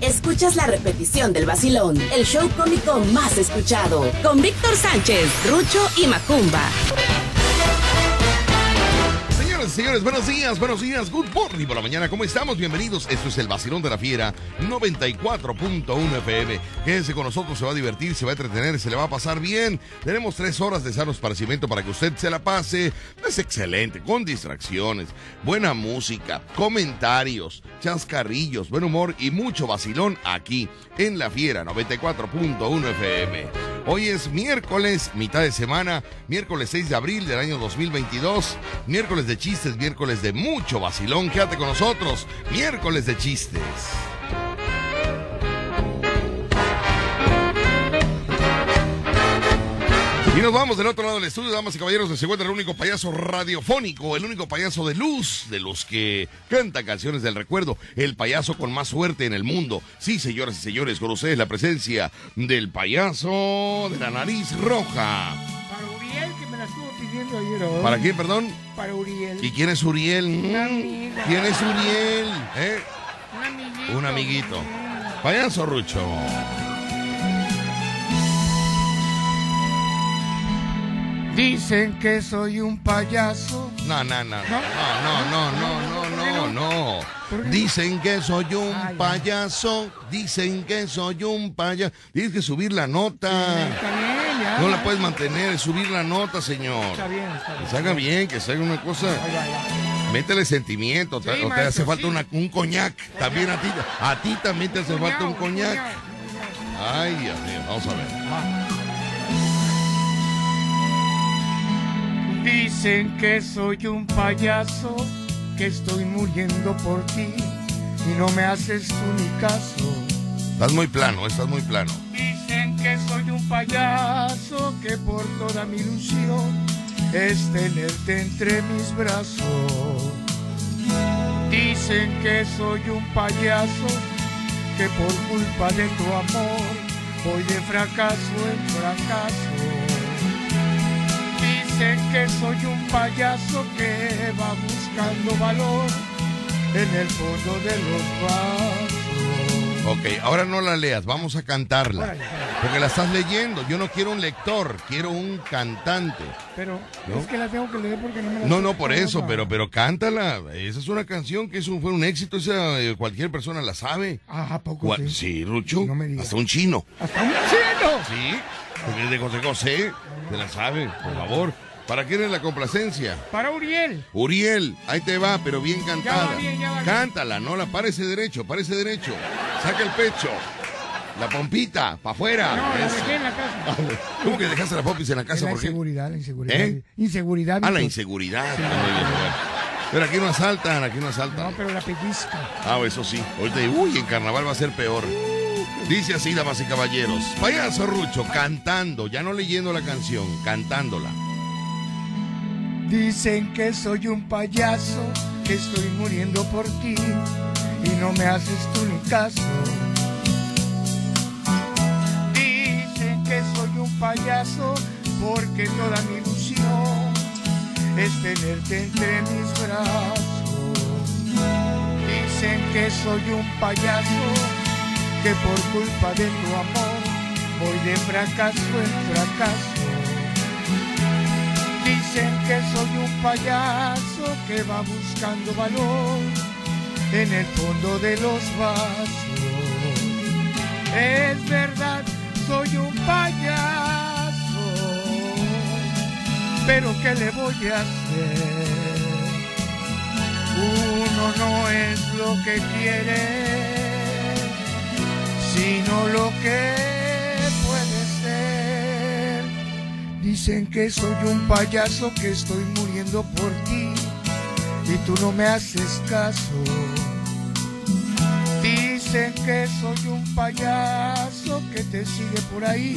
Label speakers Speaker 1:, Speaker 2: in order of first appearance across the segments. Speaker 1: Escuchas la repetición del vacilón, el show cómico más escuchado, con Víctor Sánchez, Rucho y Macumba.
Speaker 2: Señores, señores, buenos días, buenos días, good morning por la mañana, ¿cómo estamos? Bienvenidos, esto es el Vacilón de la Fiera, 94.1 FM. Quédense con nosotros, se va a divertir, se va a entretener, se le va a pasar bien. Tenemos tres horas de sano esparcimiento para que usted se la pase. Es excelente, con distracciones, buena música, comentarios, chascarrillos, buen humor y mucho vacilón aquí en la Fiera, 94.1 FM. Hoy es miércoles, mitad de semana, miércoles 6 de abril del año 2022, miércoles de chistes, miércoles de mucho vacilón. Quédate con nosotros, miércoles de chistes. Y nos vamos del otro lado del estudio, damas y caballeros, se encuentra el único payaso radiofónico, el único payaso de luz, de los que canta canciones del recuerdo, el payaso con más suerte en el mundo. Sí, señoras y señores, con ustedes la presencia del payaso de la nariz roja.
Speaker 3: Para Uriel, que me la estuvo pidiendo ayer. hoy.
Speaker 2: ¿Para quién, perdón?
Speaker 3: Para Uriel.
Speaker 2: ¿Y quién es Uriel? Mm,
Speaker 3: amiga.
Speaker 2: ¿Quién es Uriel? ¿Eh?
Speaker 3: Un amiguito.
Speaker 2: Un amiguito. Payaso Rucho.
Speaker 3: Dicen que soy un payaso.
Speaker 2: No, no, no, no, no, no, no, no, no,
Speaker 3: Ah. ¿Por
Speaker 2: no.
Speaker 3: qué?
Speaker 2: Dicen que soy
Speaker 3: Ay,
Speaker 2: un
Speaker 3: ay.
Speaker 2: payaso, dicen que soy un payaso. Tienes que subir la nota.
Speaker 3: Está bien, ya.
Speaker 2: No la puedes mantener, subir la nota, señor.
Speaker 3: Está bien, está
Speaker 2: Que
Speaker 3: bien.
Speaker 2: se haga bien, que se haga una cosa.
Speaker 3: Ay, ay, ay.
Speaker 2: Métele sentimiento, o
Speaker 3: Sí,
Speaker 2: te hace
Speaker 3: maestro,
Speaker 2: falta
Speaker 3: sí.
Speaker 2: una- un coñac. También a ti, a ti también te hace falta un
Speaker 3: Cuñao,
Speaker 2: coñac.
Speaker 3: cuñao.
Speaker 2: Ay, Dios mío, vamos a ver.
Speaker 3: Dicen que soy un payaso, que estoy muriendo por ti y no me haces tú ni caso.
Speaker 2: Estás muy plano, estás muy plano.
Speaker 3: Dicen que soy un payaso, que por toda mi ilusión es tenerte entre mis brazos. Dicen que soy un payaso, que por culpa de tu amor voy de fracaso en fracaso. Dicen que soy un payaso que va buscando valor en el fondo de los vasos.
Speaker 2: Ok, ahora no la leas, vamos a cantarla.
Speaker 3: Órale, órale.
Speaker 2: Porque la estás leyendo. Yo no quiero un lector, quiero un cantante.
Speaker 3: Pero
Speaker 2: ¿No?
Speaker 3: es que la tengo que leer porque no me la
Speaker 2: No,
Speaker 3: sé
Speaker 2: no, por
Speaker 3: esta
Speaker 2: eso,
Speaker 3: nota.
Speaker 2: pero, pero cántala. Esa es una canción que es un- fue un éxito, esa eh, cualquier persona la sabe.
Speaker 3: Ah, ¿a poco
Speaker 2: Gua-
Speaker 3: sí?
Speaker 2: Sí, Rucho.
Speaker 3: No me digas.
Speaker 2: Hasta un chino.
Speaker 3: ¡Hasta un chino!
Speaker 2: Sí, porque es de José José. Se la sabe, por favor. ¿Para quién es la complacencia?
Speaker 3: Para Uriel.
Speaker 2: Uriel, ahí te va, pero bien cantada.
Speaker 3: bien, ya va bien.
Speaker 2: Cántala, no la parece derecho, parece derecho. Saca el pecho. La pompita, para afuera.
Speaker 3: No, la
Speaker 2: Eso.
Speaker 3: dejé en la casa.
Speaker 2: ¿Cómo que dejaste las popis en la
Speaker 3: Es
Speaker 2: casa?
Speaker 3: la
Speaker 2: ¿Por qué?
Speaker 3: inseguridad, la inseguridad.
Speaker 2: ¿Eh?
Speaker 3: Inseguridad.
Speaker 2: Ah, la
Speaker 3: Víctor.
Speaker 2: inseguridad. Ah, muy bien, muy bien. Pero aquí no asaltan, aquí no
Speaker 3: No,
Speaker 2: asaltan.
Speaker 3: pero la pellizca.
Speaker 2: Ah, eso sí. Ahorita, uy, en carnaval va a ser peor. Dice así, damas y caballeros. Payaso Rucho, cantando, ya no leyendo la canción, cantándola.
Speaker 3: Dicen que soy un payaso, que estoy muriendo por ti y no me haces tú ni caso. Dicen que soy un payaso porque toda mi ilusión es tenerte entre mis brazos. Dicen que soy un payaso, que por culpa de tu amor voy de fracaso en fracaso. Dicen que soy un payaso que va buscando valor en el fondo de los vasos. Es verdad, soy un payaso, pero ¿qué le voy a hacer? Uno no es lo que quiere, sino lo que puede ser. Dicen que soy un payaso, que estoy muriendo por ti y tú no me haces caso. Dicen que soy un payaso que te sigue por ahí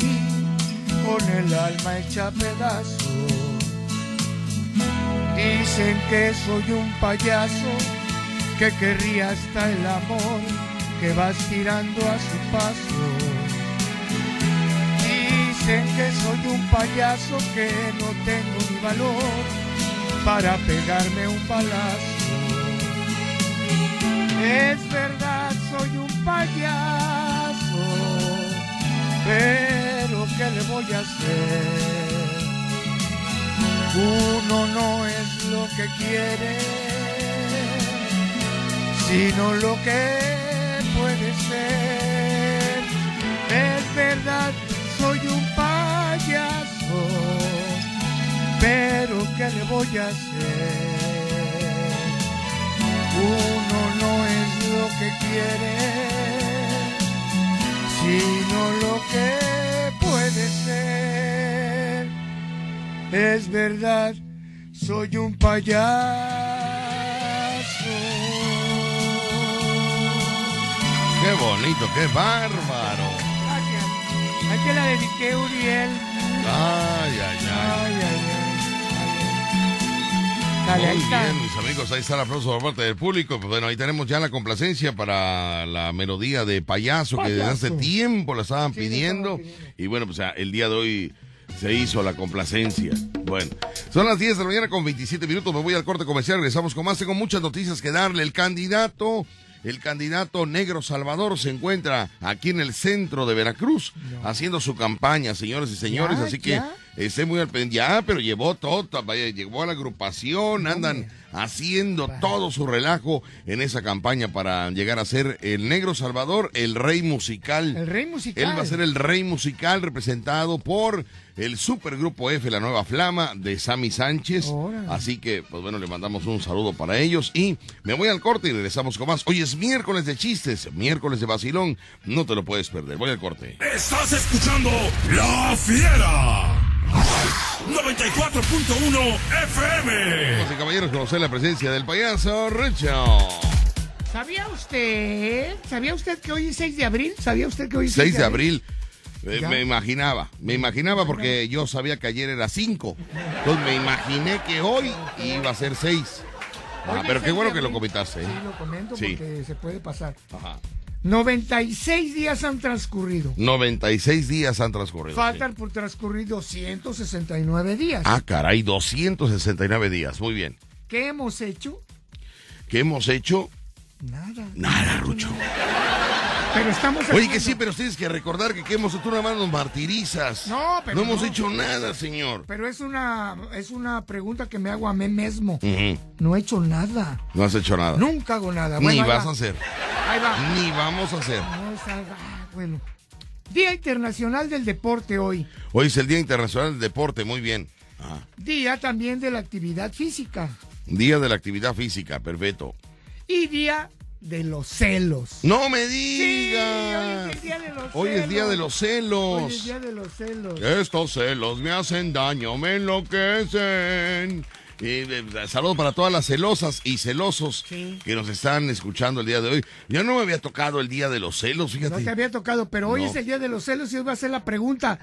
Speaker 3: con el alma hecha pedazos. Dicen que soy un payaso que querría hasta el amor que vas tirando a su paso. Dicen que soy un payaso que no tengo ni valor para pegarme un balazo. Es verdad, soy un payaso
Speaker 4: voy a hacer. Uno no es lo que quiere, sino lo que puede ser. Es verdad, soy un payaso, pero ¿qué le voy a hacer? Uno no es lo que quiere, sino lo que puede ser. Es verdad, soy un payaso.
Speaker 2: Qué bonito, qué bárbaro.
Speaker 4: Gracias. Ahí te la dediqué, Uriel.
Speaker 2: Ay, ay, ay.
Speaker 4: Ay, ay, ay. Dale, ahí
Speaker 2: Muy
Speaker 4: está.
Speaker 2: bien, mis amigos, ahí está el aplauso por parte del público. Pues Bueno, ahí tenemos ya la complacencia para la melodía de payaso, que desde hace tiempo la estaban pidiendo. Y bueno, pues ah, el día de hoy se hizo la complacencia. Bueno, son las 10 de la mañana con 27 minutos. Me voy al corte comercial, regresamos con más. Tengo muchas noticias que darle. El candidato. El candidato negro Salvador se encuentra aquí en el centro de Veracruz haciendo su campaña, señores y señores.
Speaker 4: Ya,
Speaker 2: así que
Speaker 4: ya.
Speaker 2: Esté muy al pendiente. Ya, pero llevó todo, vaya, llevó a la agrupación, andan haciendo todo su relajo en esa campaña para llegar a ser el Negro Salvador, el rey musical.
Speaker 4: El rey musical.
Speaker 2: Él va a ser el rey musical representado por el supergrupo F, la nueva flama de Sammy Sánchez.
Speaker 4: Órale.
Speaker 2: Así que, pues bueno, le mandamos un saludo para ellos y me voy al corte y regresamos con más. Hoy es miércoles de chistes, miércoles de vacilón, no te lo puedes perder. Voy al corte.
Speaker 5: Estás escuchando La Fiera. 94.1 FM.
Speaker 2: Damas y caballeros, conocer la presencia del payaso Richo.
Speaker 4: ¿Sabía usted? ¿Sabía usted que hoy es 6 de abril? ¿Sabía usted que hoy es
Speaker 2: 6 de abril. Eh,
Speaker 4: Ya.
Speaker 2: me imaginaba, me imaginaba porque yo sabía que ayer era 5. Entonces me imaginé que hoy iba a ser 6.
Speaker 4: Hoy
Speaker 2: Ah,
Speaker 4: es
Speaker 2: pero qué
Speaker 4: 6
Speaker 2: bueno
Speaker 4: de
Speaker 2: que lo
Speaker 4: abril.
Speaker 2: comentaste. ¿eh?
Speaker 4: Sí, lo comento
Speaker 2: Sí.
Speaker 4: porque se puede pasar.
Speaker 2: Ajá.
Speaker 4: 96 días han transcurrido.
Speaker 2: 96 días han transcurrido. sí.
Speaker 4: Faltan por transcurrir 269 días.
Speaker 2: Ah, caray, 269 días. Muy bien.
Speaker 4: ¿Qué hemos hecho?
Speaker 2: ¿Qué hemos hecho?
Speaker 4: Nada.
Speaker 2: Nada, Rucho.
Speaker 4: Pero estamos
Speaker 2: Oye, que
Speaker 4: haciendo-
Speaker 2: sí, pero tienes que recordar que ¿qué hemos hecho? Tú nada más nos martirizas.
Speaker 4: No, pero
Speaker 2: No hemos
Speaker 4: no.
Speaker 2: hecho nada, señor.
Speaker 4: Pero es una, es una pregunta que me hago a mí mismo.
Speaker 2: Ujú,
Speaker 4: No he hecho nada.
Speaker 2: No has hecho nada.
Speaker 4: Nunca hago nada.
Speaker 2: Ni
Speaker 4: Bueno, ahí
Speaker 2: vas
Speaker 4: va.
Speaker 2: a hacer.
Speaker 4: Ahí va.
Speaker 2: Ni vamos a hacer.
Speaker 4: No, es algo- ah, bueno. Día Internacional del Deporte hoy.
Speaker 2: Hoy es el Día Internacional del Deporte, muy bien. Ajá.
Speaker 4: Día también de la actividad física.
Speaker 2: Día de la actividad física, perfecto.
Speaker 4: Y día de los celos.
Speaker 2: No me
Speaker 4: Sí, hoy
Speaker 2: digas.
Speaker 4: es el día de los
Speaker 2: Hoy es día de
Speaker 4: celos.
Speaker 2: los
Speaker 4: Hoy es
Speaker 2: celos. Eh,
Speaker 4: día de los celos.
Speaker 2: Estos celos me hacen daño, me enloquecen. Y, eh, saludo para todas las celosas y celosos
Speaker 4: Sí.
Speaker 2: que nos están escuchando el día de hoy. Yo no me había tocado el día de los celos,
Speaker 4: No te
Speaker 2: fíjate.
Speaker 4: había tocado, pero hoy
Speaker 2: No.
Speaker 4: es el día de los celos y hoy va a ser la pregunta.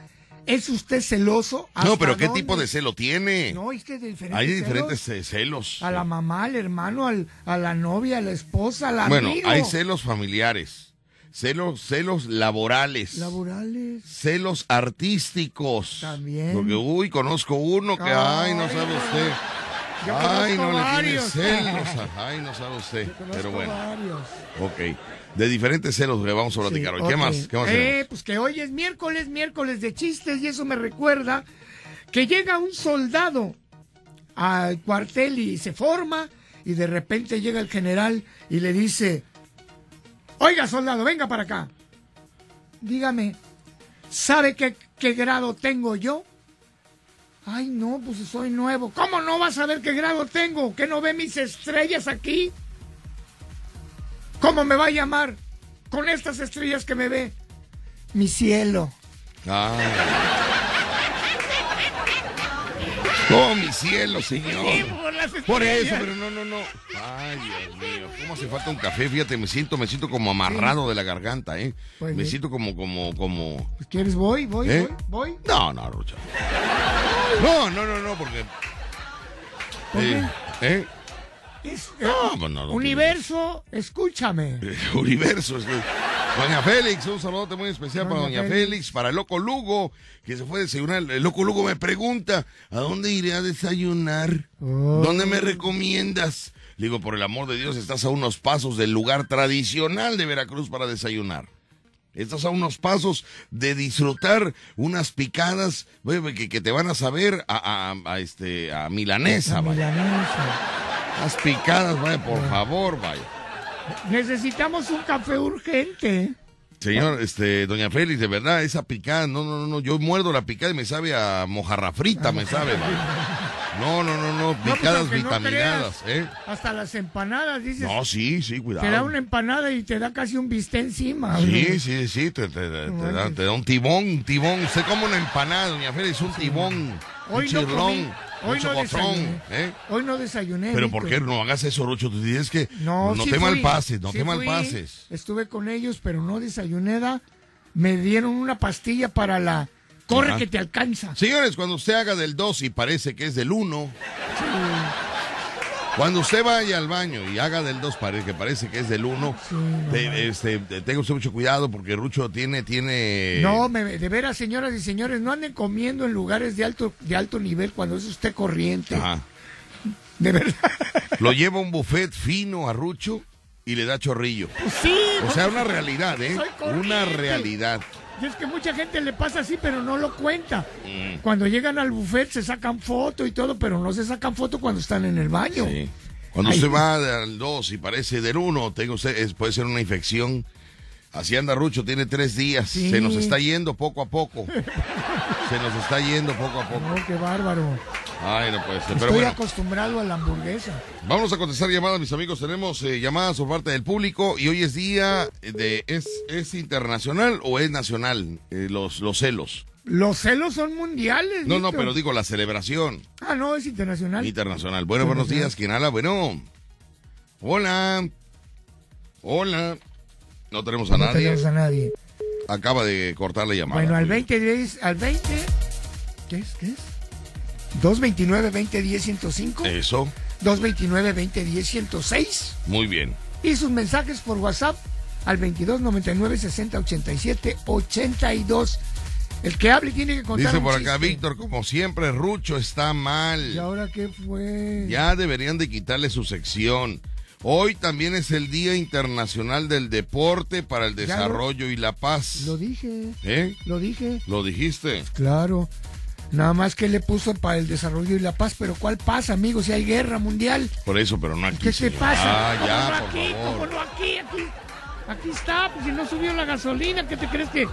Speaker 4: ¿Es usted celoso?
Speaker 2: No,
Speaker 4: ¿Hasta
Speaker 2: pero ¿qué
Speaker 4: dónde?
Speaker 2: tipo de celo tiene?
Speaker 4: No, es que de diferentes
Speaker 2: Hay
Speaker 4: celos.
Speaker 2: diferentes eh, celos.
Speaker 4: A la mamá, al hermano, al- a la novia, a la esposa, al
Speaker 2: Bueno,
Speaker 4: amigo.
Speaker 2: hay celos familiares, celos, celos laborales.
Speaker 4: Laborales.
Speaker 2: celos artísticos.
Speaker 4: También.
Speaker 2: Porque, uy, conozco uno que, ay, no sabe usted.
Speaker 4: Yo
Speaker 2: ay,
Speaker 4: conozco
Speaker 2: no
Speaker 4: varios.
Speaker 2: le tiene celos. Ay, no sabe usted.
Speaker 4: Conozco
Speaker 2: Pero bueno,
Speaker 4: varios.
Speaker 2: ok. De diferentes celos que vamos a platicar
Speaker 4: Sí,
Speaker 2: hoy. ¿Qué
Speaker 4: ok.
Speaker 2: más? ¿Qué más
Speaker 4: Eh,
Speaker 2: tenemos?
Speaker 4: pues que hoy es miércoles, miércoles de chistes, y eso me recuerda que llega un soldado al cuartel y se forma, y de repente llega el general y le dice: Oiga, soldado, venga para acá. Dígame, ¿sabe qué, qué grado tengo yo? Ay, no, pues soy nuevo. ¿Cómo no vas a ver qué grado tengo? ¿Que no ve mis estrellas aquí? ¿Cómo me va a llamar? Con estas estrellas que me ve. Mi cielo.
Speaker 2: Ay. Oh, mi cielo,
Speaker 4: Sí,
Speaker 2: señor.
Speaker 4: por las
Speaker 2: Por eso,
Speaker 4: estrellas.
Speaker 2: pero no, no, no. Ay, Dios mío. ¿Cómo hace falta un café? Fíjate, me siento, me siento como amarrado de la garganta, ¿eh?
Speaker 4: Pues
Speaker 2: me
Speaker 4: bien.
Speaker 2: siento como, como, como.
Speaker 4: Pues, ¿Quieres? Voy, voy,
Speaker 2: ¿Eh?
Speaker 4: voy, voy.
Speaker 2: No, no, Rucha. No, no, no, no, porque.
Speaker 4: ¿Por
Speaker 2: Eh, ¿eh?
Speaker 4: Es- eh,
Speaker 2: No, pues no, no
Speaker 4: Universo, escúchame.
Speaker 2: tiene- eh, universo. es que- Doña Félix, un saludote muy especial para
Speaker 4: Doña
Speaker 2: Doña Félix.
Speaker 4: Félix.
Speaker 2: para el Loco Lugo, que se fue a desayunar. El Loco Lugo me pregunta, ¿a dónde iré a desayunar?
Speaker 4: Oh.
Speaker 2: ¿Dónde me recomiendas? Le digo, por el amor de Dios, estás a unos pasos del lugar tradicional de Veracruz para desayunar. Estás a unos pasos de disfrutar unas picadas güey, que, que te van a saber a, a- a, este, a milanesa, vaya.
Speaker 4: Milanesa.
Speaker 2: Las picadas, vaya, por favor, vaya.
Speaker 4: Necesitamos un café urgente.
Speaker 2: Señor, este, doña Félix, de verdad, esa picada, no, no, no, no, yo muerdo la picada y me sabe a mojarra frita, me sabe, vaya. No, no, no, no,
Speaker 4: No, pues,
Speaker 2: picadas
Speaker 4: aunque no
Speaker 2: vitaminadas, ¿eh?
Speaker 4: Hasta las empanadas, dices.
Speaker 2: No, sí, sí, cuidado.
Speaker 4: Te da una empanada y te da casi un bistec encima.
Speaker 2: Sí, sí, sí, te, te- te- te da, te da un tibón, un tibón. Usted come una empanada, doña Félix, un tibón, un
Speaker 4: Hoy no comí,
Speaker 2: chirlón, un
Speaker 4: hoy no
Speaker 2: chocotón,
Speaker 4: desayuné.
Speaker 2: ¿eh?
Speaker 4: Hoy no desayuné.
Speaker 2: Pero ¿por qué
Speaker 4: Víctor.
Speaker 2: no hagas eso, Rucho? Tú dices que no,
Speaker 4: No, sí
Speaker 2: te
Speaker 4: fui,
Speaker 2: malpases, no
Speaker 4: sí
Speaker 2: te
Speaker 4: fui.
Speaker 2: malpases.
Speaker 4: Estuve con ellos, pero no desayuné. da. Me dieron una pastilla para la. Corre
Speaker 2: Ajá.
Speaker 4: que te alcanza.
Speaker 2: Señores, cuando usted haga del 2 y parece que es del 1, cuando usted vaya al baño y haga del 2 parece que parece que es del 1, este, te- tenga usted mucho cuidado porque Rucho tiene, tiene...
Speaker 4: No, me- de veras, señoras y señores, no anden comiendo en lugares de alto, de alto nivel cuando es usted corriente.
Speaker 2: Ajá.
Speaker 4: De verdad.
Speaker 2: Lo lleva a un buffet fino a Rucho y le da chorrillo.
Speaker 4: Sí,
Speaker 2: O sea, una realidad, ¿eh?
Speaker 4: Soy corriente.
Speaker 2: Una realidad.
Speaker 4: Y es que mucha gente le pasa así, pero no lo cuenta.
Speaker 2: Mm.
Speaker 4: Cuando llegan al buffet se sacan foto y todo, pero no se sacan foto cuando están en el baño.
Speaker 2: Sí. Cuando
Speaker 4: Ay.
Speaker 2: usted va al 2 y parece del 1, tengo usted, es- puede ser una infección. Así anda Rucho, tiene tres días.
Speaker 4: Sí.
Speaker 2: Se nos está yendo poco a poco. Se nos está yendo poco a poco.
Speaker 4: No, qué bárbaro.
Speaker 2: Ay, no puede ser. Pero
Speaker 4: Estoy
Speaker 2: bueno,
Speaker 4: acostumbrado a la hamburguesa.
Speaker 2: vamos a contestar llamadas, mis amigos. Tenemos eh, llamadas por parte del público y hoy es día de... ¿Es, es internacional o es nacional eh, los, los celos?
Speaker 4: Los celos son mundiales.
Speaker 2: No, no,
Speaker 4: Víctor.
Speaker 2: pero digo la celebración
Speaker 4: Ah, no, es internacional.
Speaker 2: internacional. Bueno, buenos días. ¿Quién habla? Bueno. Hola. Hola. No tenemos a
Speaker 4: no
Speaker 2: nadie.
Speaker 4: tenemos a nadie.
Speaker 2: Acaba de cortar la llamada.
Speaker 4: Bueno, al 20, 10, al 20. ¿Qué es? ¿Qué es? 229 20 10 105
Speaker 2: Eso.
Speaker 4: 229 20 10 106
Speaker 2: Muy bien.
Speaker 4: y sus mensajes por WhatsApp al 22 99 60 87 82. El que hable tiene que contar
Speaker 2: Dice
Speaker 4: un
Speaker 2: por acá,
Speaker 4: chiste.
Speaker 2: Víctor, como siempre, Rucho está mal.
Speaker 4: ¿Y ahora qué fue?
Speaker 2: Ya deberían de quitarle su sección. Hoy también es el Día Internacional del Deporte para el
Speaker 4: lo-
Speaker 2: Desarrollo y la Paz.
Speaker 4: Lo dije,
Speaker 2: ¿Eh?
Speaker 4: lo dije.
Speaker 2: ¿Lo dijiste?
Speaker 4: Claro. Nada más que le puso para el desarrollo y la paz, pero ¿cuál paz, amigos? Si hay guerra mundial.
Speaker 2: Por eso, pero no aquí.
Speaker 4: ¿Qué te
Speaker 2: señor.
Speaker 4: pasa?
Speaker 2: Ah,
Speaker 4: ¿Cómo
Speaker 2: ya,
Speaker 4: no
Speaker 2: por
Speaker 4: aquí,
Speaker 2: favor.
Speaker 4: ¿Cómo no aquí, aquí, aquí está, pues si no subió la gasolina, ¿qué te crees que,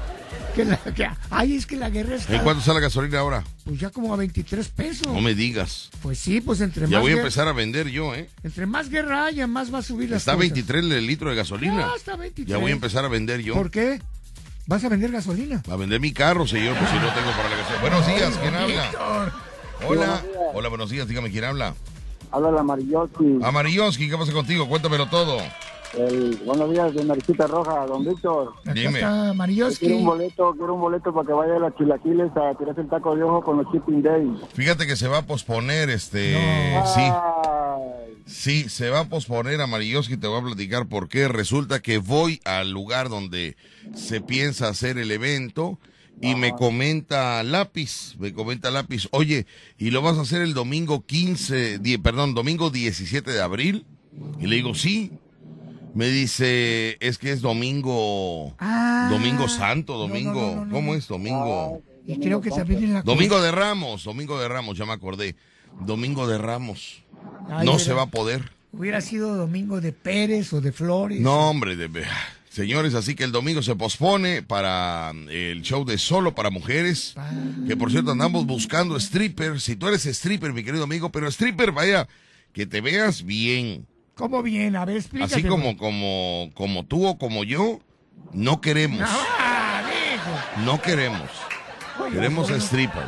Speaker 4: que, la- que- ay, es que la guerra está,
Speaker 2: ¿En cuánto sale la gasolina ahora?
Speaker 4: pues ya como a 23 pesos.
Speaker 2: No me digas.
Speaker 4: Pues sí, pues entre
Speaker 2: Ya
Speaker 4: más
Speaker 2: voy a
Speaker 4: guer-
Speaker 2: empezar a vender yo, ¿eh?
Speaker 4: entre más guerra haya, más va a subir la
Speaker 2: Está 23 el litro de gasolina.
Speaker 4: No, está 23.
Speaker 2: Ya voy a empezar a vender yo.
Speaker 4: ¿Por qué? ¿Vas a vender gasolina?
Speaker 2: A vender mi carro, señor, pues si no tengo para la gasolina. Buenos días, ¿quién habla? Hola. Hola, buenos días, dígame quién habla.
Speaker 6: Habla el amarillotti.
Speaker 2: Amarilloski, ¿qué pasa contigo? Cuéntamelo todo.
Speaker 6: El, buenos días de Mariquita Roja, don Víctor.
Speaker 4: Acá
Speaker 2: Dime.
Speaker 4: está Ah, Marioski.
Speaker 6: Quiero un boleto, quiero un boleto para que vaya a las chilaquiles a tirarse el taco de ojo con los Chipping Days.
Speaker 2: Fíjate que se va a posponer este. Sí,
Speaker 6: Ay,
Speaker 2: sí, se va a posponer Amarilloski, te voy a platicar por qué. Resulta que voy al lugar donde se piensa hacer el evento. Y me comenta Lápiz, me comenta Lápiz, oye, ¿y lo vas a hacer el domingo 15, die- perdón, domingo 17 de abril? Y le digo, sí. Me dice, es que es domingo,
Speaker 4: Ah.
Speaker 2: domingo santo,
Speaker 4: No, no,
Speaker 2: domingo,
Speaker 4: no, no, no,
Speaker 2: ¿cómo
Speaker 4: no.
Speaker 2: es? Domingo.
Speaker 4: Y creo que también en la
Speaker 2: Domingo de Ramos, Domingo de Ramos, ya me acordé. Domingo de Ramos.
Speaker 4: Ay,
Speaker 2: no
Speaker 4: hubiera-
Speaker 2: se va a poder.
Speaker 4: Hubiera sido Domingo de Pérez o de Flores.
Speaker 2: No, hombre, de- señores, así que el domingo se pospone para eh, el show de solo para mujeres. Que por cierto, andamos buscando strippers. Si tú eres stripper, mi querido amigo, pero stripper, vaya, que te veas bien.
Speaker 4: ¿Cómo bien? A ver, explícate. pues.
Speaker 2: Así como, como, como tú o como yo, no queremos.
Speaker 4: Ah, viejo.
Speaker 2: No queremos.
Speaker 4: Oye,
Speaker 2: Queremos
Speaker 4: bueno,
Speaker 2: stripper.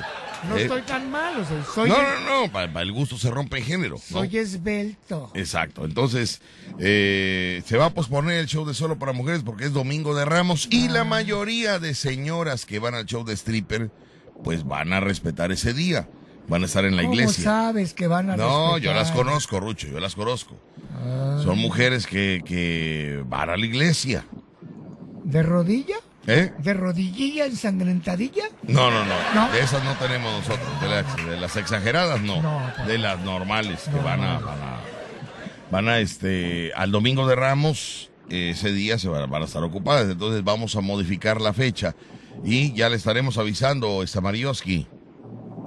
Speaker 4: No
Speaker 2: Eh,
Speaker 4: estoy tan malo, soy, soy,
Speaker 2: no, no, no, para el gusto se rompe género. ¿no?
Speaker 4: soy esbelto.
Speaker 2: Exacto. Entonces, eh, se va a posponer el show de solo para mujeres porque es domingo de Ramos y la mayoría de señoras que van al show de stripper, pues van a respetar ese día. Van a estar en la
Speaker 4: ¿Cómo
Speaker 2: iglesia.
Speaker 4: sabes que van a
Speaker 2: No, yo
Speaker 4: respetar?
Speaker 2: las conozco, Rucho, yo las conozco. Son mujeres que, que van a la iglesia.
Speaker 4: ¿De rodilla?
Speaker 2: ¿Eh?
Speaker 4: ¿De rodillilla ensangrentadilla?
Speaker 2: No, no, no,
Speaker 4: ¿No?
Speaker 2: De esas no tenemos nosotros. De las, de las exageradas, no.
Speaker 4: No, pues.
Speaker 2: de las normales que van a, van a. Van a este. Al domingo de Ramos ese día se van, van a estar ocupadas. Entonces vamos a modificar la fecha y ya le estaremos avisando, este, Stamarioski.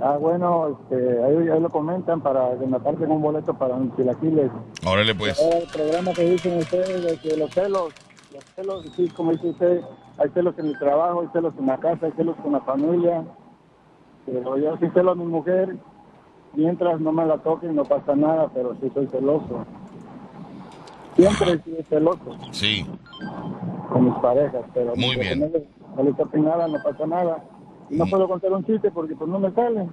Speaker 6: Ah, bueno, este, ahí, ahí lo comentan para que me aparten un boleto para mis chilaquiles.
Speaker 2: Órale pues.
Speaker 6: Ah, El programa que dicen ustedes de que los celos, los celos, sí, como dice usted, hay celos en el trabajo, hay celos en la casa, hay celos con la familia. Pero yo sí celo a mi mujer, mientras no me la toquen no pasa nada, pero sí soy celoso. Siempre he sido celoso
Speaker 2: Sí.
Speaker 6: con mis parejas, pero
Speaker 2: Muy
Speaker 6: mientras
Speaker 2: bien.
Speaker 6: no les- no les toquen nada, no pasa nada. Y no
Speaker 2: Mm.
Speaker 6: puedo contar un chiste porque pues no me sale.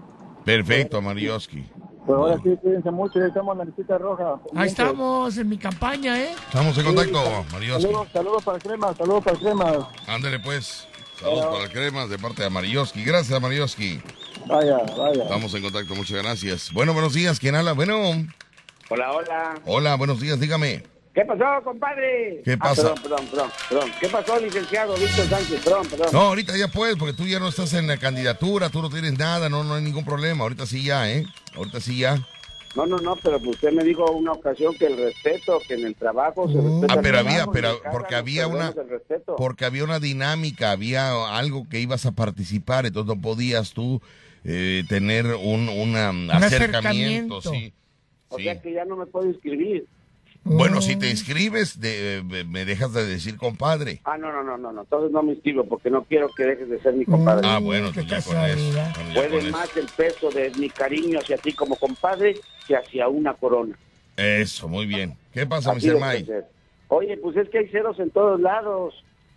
Speaker 2: Perfecto, Marioski.
Speaker 6: Pues ahora sí, cuídense mucho, ya estamos en la listita roja.
Speaker 4: Ahí estamos en mi campaña, ¿eh?
Speaker 2: Estamos en contacto, Marioski.
Speaker 6: Saludos, saludos para el crema, saludos para el crema.
Speaker 2: Ándele pues. Saludos para el cremas de parte de Marioski. Gracias, Marioski.
Speaker 6: Vaya, vaya.
Speaker 2: Estamos en contacto, muchas gracias. Bueno, buenos días. ¿Quién habla? Bueno,
Speaker 7: Hola, hola.
Speaker 2: hola, buenos días, dígame.
Speaker 7: ¿Qué pasó, compadre?
Speaker 2: ¿Qué
Speaker 7: Ah,
Speaker 2: pasa?
Speaker 7: perdón, perdón, perdón, perdón. ¿Qué pasó, licenciado Víctor Sánchez? Perdón, perdón.
Speaker 2: No, ahorita ya puedes, porque tú ya no estás en la candidatura, tú no tienes nada, no, no hay ningún problema. Ahorita sí ya, ¿eh? Ahorita sí ya.
Speaker 7: No, no, no, pero pues usted me dijo una ocasión que el respeto, que en el trabajo se respeta.
Speaker 2: Ah,
Speaker 7: el
Speaker 2: pero había,
Speaker 7: trabajo, en
Speaker 2: pero
Speaker 7: la casa
Speaker 2: porque
Speaker 7: nos
Speaker 2: había una,
Speaker 7: perdemos el respeto.
Speaker 2: porque había una dinámica, había algo que ibas a participar, entonces no podías tú eh, tener un, una- acercamiento,
Speaker 4: acercamiento.
Speaker 2: sí.
Speaker 7: O
Speaker 2: sí.
Speaker 7: sea que ya no me puedo inscribir.
Speaker 2: Bueno,
Speaker 4: Oh.
Speaker 2: si te inscribes, de- eh, me- me dejas de decir compadre.
Speaker 7: Ah, no, no, no, no, no. Entonces no me inscribo porque no quiero que dejes de ser mi
Speaker 4: Mm.
Speaker 7: compadre.
Speaker 2: Ah, bueno,
Speaker 4: qué
Speaker 2: tú ya con eso.
Speaker 4: casualidad.
Speaker 2: bueno, ya
Speaker 7: Puede
Speaker 2: con eso.
Speaker 7: más el peso de mi cariño hacia ti como compadre que hacia una corona.
Speaker 2: Eso, muy bien. ¿Qué pasa,
Speaker 7: Así
Speaker 2: Mr.
Speaker 7: debe
Speaker 2: Mike?
Speaker 7: ser. Oye, pues es que hay celos en todos lados.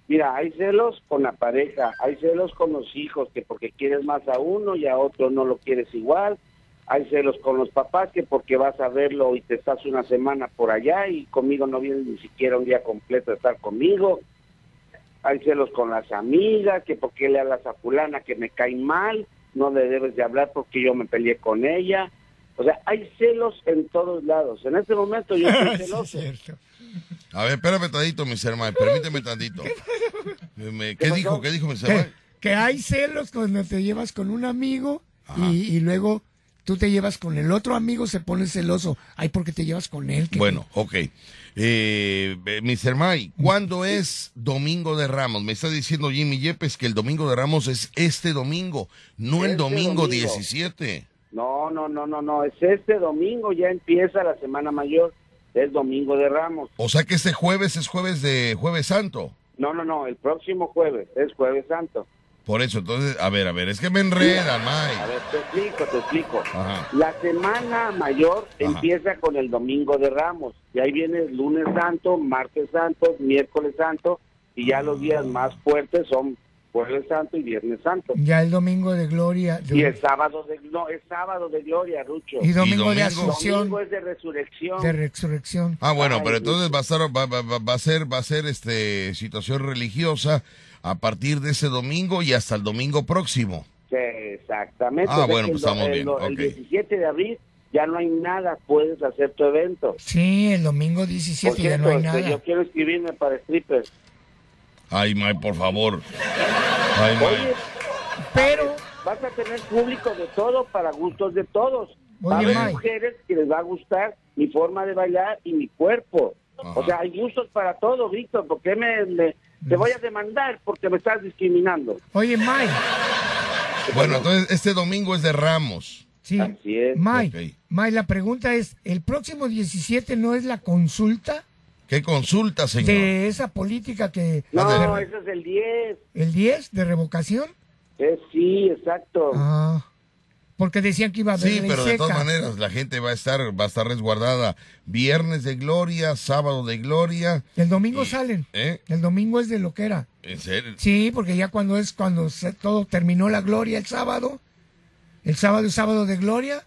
Speaker 7: Mira, hay celos con la pareja, hay celos con los hijos, que porque quieres más a uno y a otro no lo quieres igual. Hay celos con los papás, que porque vas a verlo y te estás una semana por allá y conmigo no vienes ni siquiera un día completo a estar conmigo. Hay celos con las amigas, que porque le hablas a fulana que me cae mal, no le debes de hablar porque yo me peleé con ella. O sea, hay celos en todos lados. En este momento yo estoy
Speaker 4: Sí,
Speaker 7: celoso.
Speaker 4: cierto.
Speaker 2: A ver, espérame tantito, Mr. Mike. Permíteme tantito. Eh, Me- ¿Qué, dijo? ¿Qué dijo, Mr.
Speaker 4: Que,
Speaker 2: Mike?
Speaker 4: que hay celos cuando te llevas con un amigo y, y luego tú te llevas con el otro amigo, se pone celoso. Ay, porque te llevas con él. que-
Speaker 2: Bueno, ok. Eh, eh, Mr. Mike, ¿cuándo es Domingo de Ramos? Me está diciendo Jimmy Yepes que el Domingo de Ramos es este domingo, no el
Speaker 7: Este
Speaker 2: domingo
Speaker 7: domingo.
Speaker 2: 17.
Speaker 7: No, no, no, no, no. Es este domingo ya empieza la Semana Mayor. Es domingo de Ramos.
Speaker 2: O sea que este jueves es jueves de Jueves Santo.
Speaker 7: No, no, no. El próximo jueves es Jueves Santo.
Speaker 2: Por eso, entonces, a ver, a ver, es que me enreda,
Speaker 7: A
Speaker 2: Mike.
Speaker 7: ver, te explico, te explico.
Speaker 2: Ajá.
Speaker 7: La Semana Mayor empieza con el domingo de Ramos. Y ahí viene el lunes santo, martes santo, miércoles santo. Y ya los días
Speaker 4: Mm.
Speaker 7: más fuertes son jueves santo y viernes santo.
Speaker 4: Ya el domingo de gloria. de-
Speaker 7: Y el sábado de, no, es sábado de gloria, Rucho.
Speaker 4: y domingo,
Speaker 2: domingo.
Speaker 4: de asunción,
Speaker 7: Domingo es de resurrección.
Speaker 4: de resurrección.
Speaker 2: Ah, bueno,
Speaker 7: Ay,
Speaker 2: pero
Speaker 7: Dios.
Speaker 2: entonces va a, estar- va, va- va- va a ser, va a ser este situación religiosa a partir de ese domingo y hasta el domingo próximo.
Speaker 7: Sí, Exactamente.
Speaker 2: Ah,
Speaker 7: O sea
Speaker 2: bueno,
Speaker 7: que
Speaker 2: pues
Speaker 7: el do-
Speaker 2: estamos
Speaker 7: el
Speaker 2: bien,
Speaker 7: do- El,
Speaker 2: ok.
Speaker 7: 17 de abril ya no hay nada, puedes hacer tu evento.
Speaker 4: Sí, el domingo
Speaker 7: Por
Speaker 4: 17 ya
Speaker 7: cierto,
Speaker 4: no hay
Speaker 7: este,
Speaker 4: nada.
Speaker 7: yo quiero escribirme para strippers.
Speaker 2: Ay, Mike, por favor. Ay,
Speaker 7: Oye,
Speaker 2: Mike.
Speaker 4: Pero,
Speaker 7: vas a tener público de todo para gustos de todos.
Speaker 4: Oye,
Speaker 7: Va a haber
Speaker 4: Mike.
Speaker 7: mujeres que les va a gustar mi forma de bailar y mi cuerpo.
Speaker 2: Ajá.
Speaker 7: O sea, hay gustos para todo, Víctor. ¿Por qué me, me- te voy a demandar? Porque me estás discriminando.
Speaker 4: Pues- oye, Mike.
Speaker 2: Bueno, entonces este domingo es de Ramos.
Speaker 4: Sí.
Speaker 7: Así es.
Speaker 4: Mike,
Speaker 2: Ok.
Speaker 4: Mike, la pregunta es, ¿el próximo 17 no es la consulta
Speaker 2: ¿Qué consulta, señor?
Speaker 4: de esa política que...
Speaker 7: No,
Speaker 2: Ándale.
Speaker 7: ese es el 10.
Speaker 4: ¿El 10 de revocación?
Speaker 2: Eh,
Speaker 7: Es, sí, exacto.
Speaker 4: Ah, porque decían que iba a haber
Speaker 2: Sí,
Speaker 4: ley
Speaker 2: pero de todas
Speaker 4: seca.
Speaker 2: maneras la gente va a estar, va a estar resguardada. Viernes de gloria, sábado de gloria.
Speaker 4: El domingo salen.
Speaker 2: ¿Eh?
Speaker 4: El domingo es de lo que era.
Speaker 2: ¿En serio?
Speaker 4: Sí, porque ya cuando es cuando se- todo terminó la gloria el sábado, el sábado es sábado de gloria,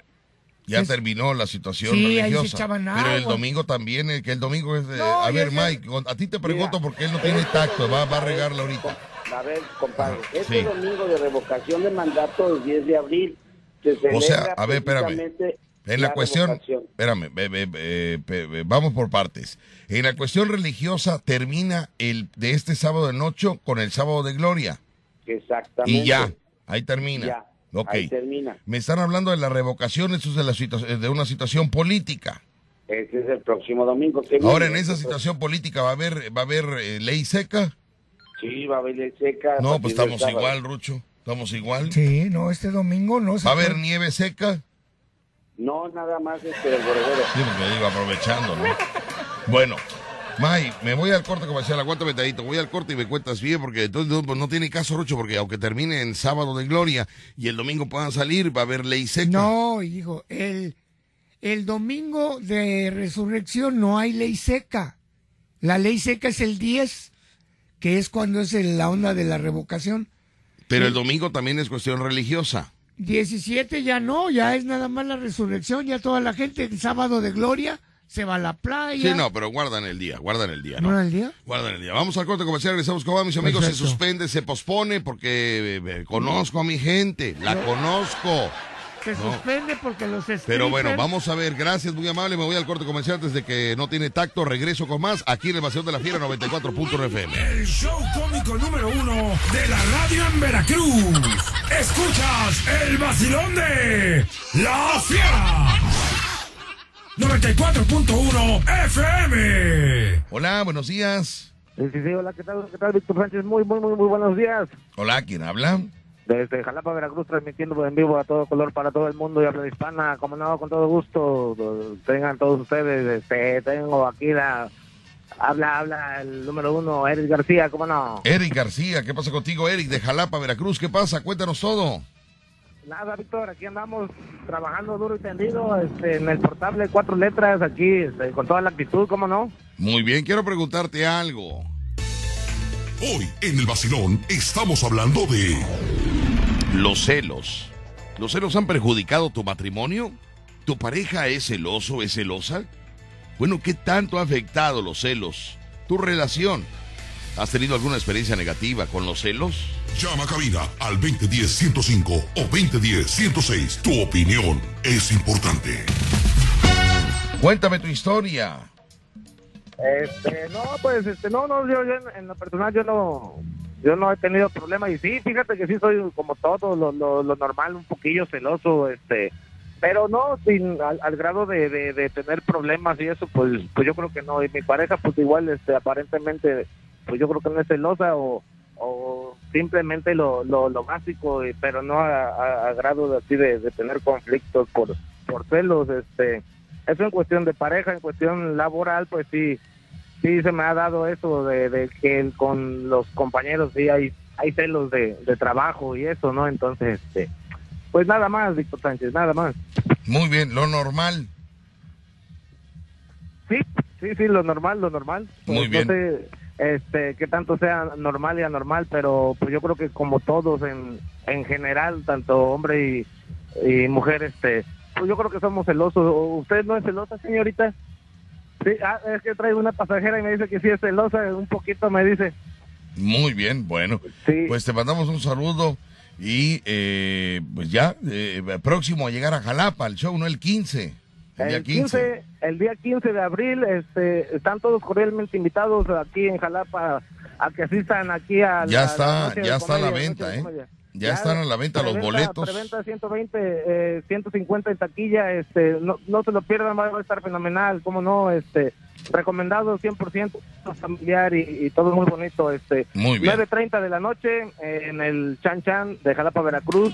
Speaker 2: Ya
Speaker 4: Es-
Speaker 2: terminó la situación
Speaker 4: Sí, ahí se
Speaker 2: religiosa.
Speaker 4: echaban
Speaker 2: pero el
Speaker 4: agua.
Speaker 2: domingo también, eh, que el domingo es de...
Speaker 4: No,
Speaker 2: a
Speaker 4: y
Speaker 2: ver,
Speaker 4: ese-
Speaker 2: Mike, con- a ti te pregunto
Speaker 7: Mira,
Speaker 2: porque él no tiene
Speaker 7: este
Speaker 2: tacto, va,
Speaker 7: domingo-
Speaker 2: va a regarla
Speaker 7: ver,
Speaker 2: ahorita.
Speaker 7: com- A ver, compadre,
Speaker 2: Ajá,
Speaker 7: este
Speaker 2: sí.
Speaker 7: domingo de revocación de mandato el 10 de abril se celebra
Speaker 2: O sea, a ver, espérame.
Speaker 7: precisamente
Speaker 2: En la, cuestión,
Speaker 7: revocación.
Speaker 2: espérame, ve- ve- ve- pe- ve- vamos por partes. En la cuestión religiosa termina el de este sábado de noche con el sábado de gloria
Speaker 7: Exactamente.
Speaker 2: y ya, ahí termina.
Speaker 7: Ya,
Speaker 2: ok.
Speaker 7: ahí termina.
Speaker 2: Me están hablando de la revocación, eso es de, la situa- de una situación política.
Speaker 6: Ese es el próximo domingo. que
Speaker 2: Ahora, en
Speaker 6: viene.
Speaker 2: esa situación política, ¿va a haber, va a haber eh, ley seca?
Speaker 6: Sí, va a haber ley seca. a
Speaker 2: No, pues
Speaker 6: partir del
Speaker 2: estamos
Speaker 6: sábado.
Speaker 2: igual, Rucho. Estamos igual.
Speaker 4: Sí, no, este domingo no se
Speaker 2: ¿Va a haber
Speaker 4: puede.
Speaker 2: nieve seca?
Speaker 6: No, nada más este, el borrego.
Speaker 2: Sí, porque iba aprovechando, ¿no? Bueno, May, me voy al corte comercial, aguántame tantito, voy al corte y me cuentas bien, porque entonces no, pues, no tiene caso, Rucho, porque aunque termine en sábado de gloria y el domingo puedan salir, va a haber ley seca.
Speaker 4: No, hijo, el, el domingo de resurrección no hay ley seca. La ley seca es el 10, que es cuando es el- la onda de la revocación.
Speaker 2: Pero el domingo también es cuestión religiosa.
Speaker 4: 17 ya no, ya es nada más la resurrección, ya toda la gente el sábado de gloria se va a la playa.
Speaker 2: Sí, no, pero guardan el día, guardan el día, ¿no?
Speaker 4: ¿No era el día?
Speaker 2: Guardan el día. Vamos al corte comercial, regresamos con más, mis amigos.
Speaker 4: Perfecto.
Speaker 2: Se suspende, se pospone, porque eh, eh, conozco a mi gente, la conozco.
Speaker 4: Se
Speaker 2: No.
Speaker 4: suspende porque los strippers...
Speaker 2: Pero bueno, vamos a ver. Gracias, muy amable. Me voy al corte comercial desde que no tiene tacto. Regreso con más aquí en el Paseo de la Fiera 94.1 FM.
Speaker 5: El show cómico número uno de la radio en Veracruz. Escuchas el vacilón de La Fiera. 94.1 FM.
Speaker 2: Hola, buenos días.
Speaker 6: Sí, sí, sí, hola, ¿qué tal? ¿Qué tal, Víctor Sánchez? Muy, muy, muy, muy buenos días.
Speaker 2: Hola, ¿quién habla?
Speaker 6: Desde Jalapa, Veracruz, transmitiendo en vivo a todo color para todo el mundo y habla hispana, como no, con todo gusto. eh, Tengan todos ustedes, este, tengo aquí la... Habla, habla el número uno, Eric García, como no.
Speaker 2: Eric García, ¿qué pasa contigo, Eric? De Jalapa, Veracruz, ¿qué pasa? Cuéntanos todo.
Speaker 6: Nada, Víctor, aquí andamos trabajando duro y tendido este, en el portable, cuatro letras, aquí, este, con toda la actitud, como no.
Speaker 2: Muy bien, quiero preguntarte algo.
Speaker 5: Hoy en el vacilón estamos hablando de
Speaker 2: Los celos. ¿Los celos han perjudicado tu matrimonio? ¿Tu pareja es celoso, es celosa? Bueno, ¿qué tanto ha afectado los celos? ¿Tu relación? ¿Has tenido alguna experiencia negativa con los celos?
Speaker 5: Llama a cabina al 2010-105 o 2010-106. Tu opinión es importante.
Speaker 2: Cuéntame tu historia.
Speaker 6: Este, no, pues, este, no, no, yo, yo en, en lo personal yo no, yo no he tenido problemas y sí, fíjate que sí soy como todo, lo, lo, lo normal, un poquillo celoso, este, pero no, sin, al, al grado de, de, de tener problemas y eso, pues, pues yo creo que no, y mi pareja, pues igual, este, aparentemente, pues yo creo que no es celosa o, o simplemente lo, lo, lo básico, y- pero no a, a- a grado de así de, de tener conflictos por, por celos, este, eso en cuestión de pareja, en cuestión laboral, pues sí, sí se me ha dado eso de, de que el- con los compañeros sí hay, hay celos de, de trabajo y eso, ¿no? Entonces, este, pues nada más, Víctor Sánchez, nada más.
Speaker 2: Muy bien, lo normal.
Speaker 6: Sí, sí, sí, lo normal, lo normal. Pues,
Speaker 2: Muy bien.
Speaker 6: No sé, este, que tanto sea normal y anormal, pero pues yo creo que como todos en, en general, tanto hombre y, y mujer, este, pues yo creo que somos celosos. ¿Usted no es celosa, señorita? Sí, ah, es que traigo una pasajera y me dice que sí es celosa, un poquito me dice.
Speaker 2: Muy bien, bueno.
Speaker 6: Sí.
Speaker 2: Pues te mandamos un saludo y eh, pues ya, eh, próximo a llegar a Jalapa, el show, ¿no? El 15. El día
Speaker 6: El
Speaker 2: 15.
Speaker 6: 15, el día 15 de abril este, están todos cordialmente invitados aquí en Jalapa a que asistan aquí a
Speaker 2: Ya
Speaker 6: la-
Speaker 2: está,
Speaker 6: la noche de
Speaker 2: ya está a la
Speaker 6: comedia,
Speaker 2: venta,
Speaker 6: noche de
Speaker 2: ¿eh?
Speaker 6: comedia.
Speaker 2: Ya están a la venta los boletos.
Speaker 6: Preventa 120, eh, 150 en taquilla, este, no, no se lo pierdan, va va a estar fenomenal, cómo no, este, recomendado 100% familiar y, y todo muy bonito, este.
Speaker 2: Muy bien.
Speaker 6: 9.30 de la noche eh, en el Chan Chan de Jalapa, Veracruz,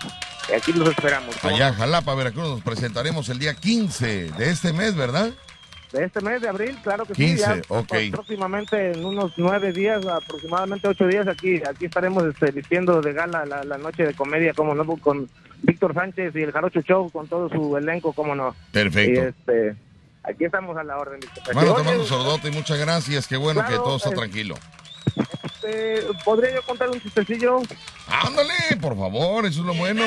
Speaker 6: y aquí los esperamos. ¿cómo
Speaker 2: Allá en Jalapa, Veracruz, nos presentaremos el día 15 de este mes, ¿verdad?
Speaker 6: De este mes de abril, claro que
Speaker 2: 15,
Speaker 6: sí. ya,
Speaker 2: ok.
Speaker 6: Próximamente en unos nueve días, aproximadamente ocho días, aquí aquí estaremos este, vistiendo de gala la, la noche de comedia, como no, con Víctor Sánchez y el Jarocho Show, con todo su elenco, como no. Y
Speaker 2: Perfecto.
Speaker 6: este, aquí estamos a la orden. Víctor Sánchez.
Speaker 2: Hermano,
Speaker 6: Oye,
Speaker 2: te mando un saludote y muchas gracias. Qué bueno que
Speaker 6: Claro,
Speaker 2: todo está
Speaker 6: eh.
Speaker 2: tranquilo.
Speaker 6: este, ¿Podría yo contar un chistecillo?
Speaker 2: Ándale, por favor, eso es lo bueno.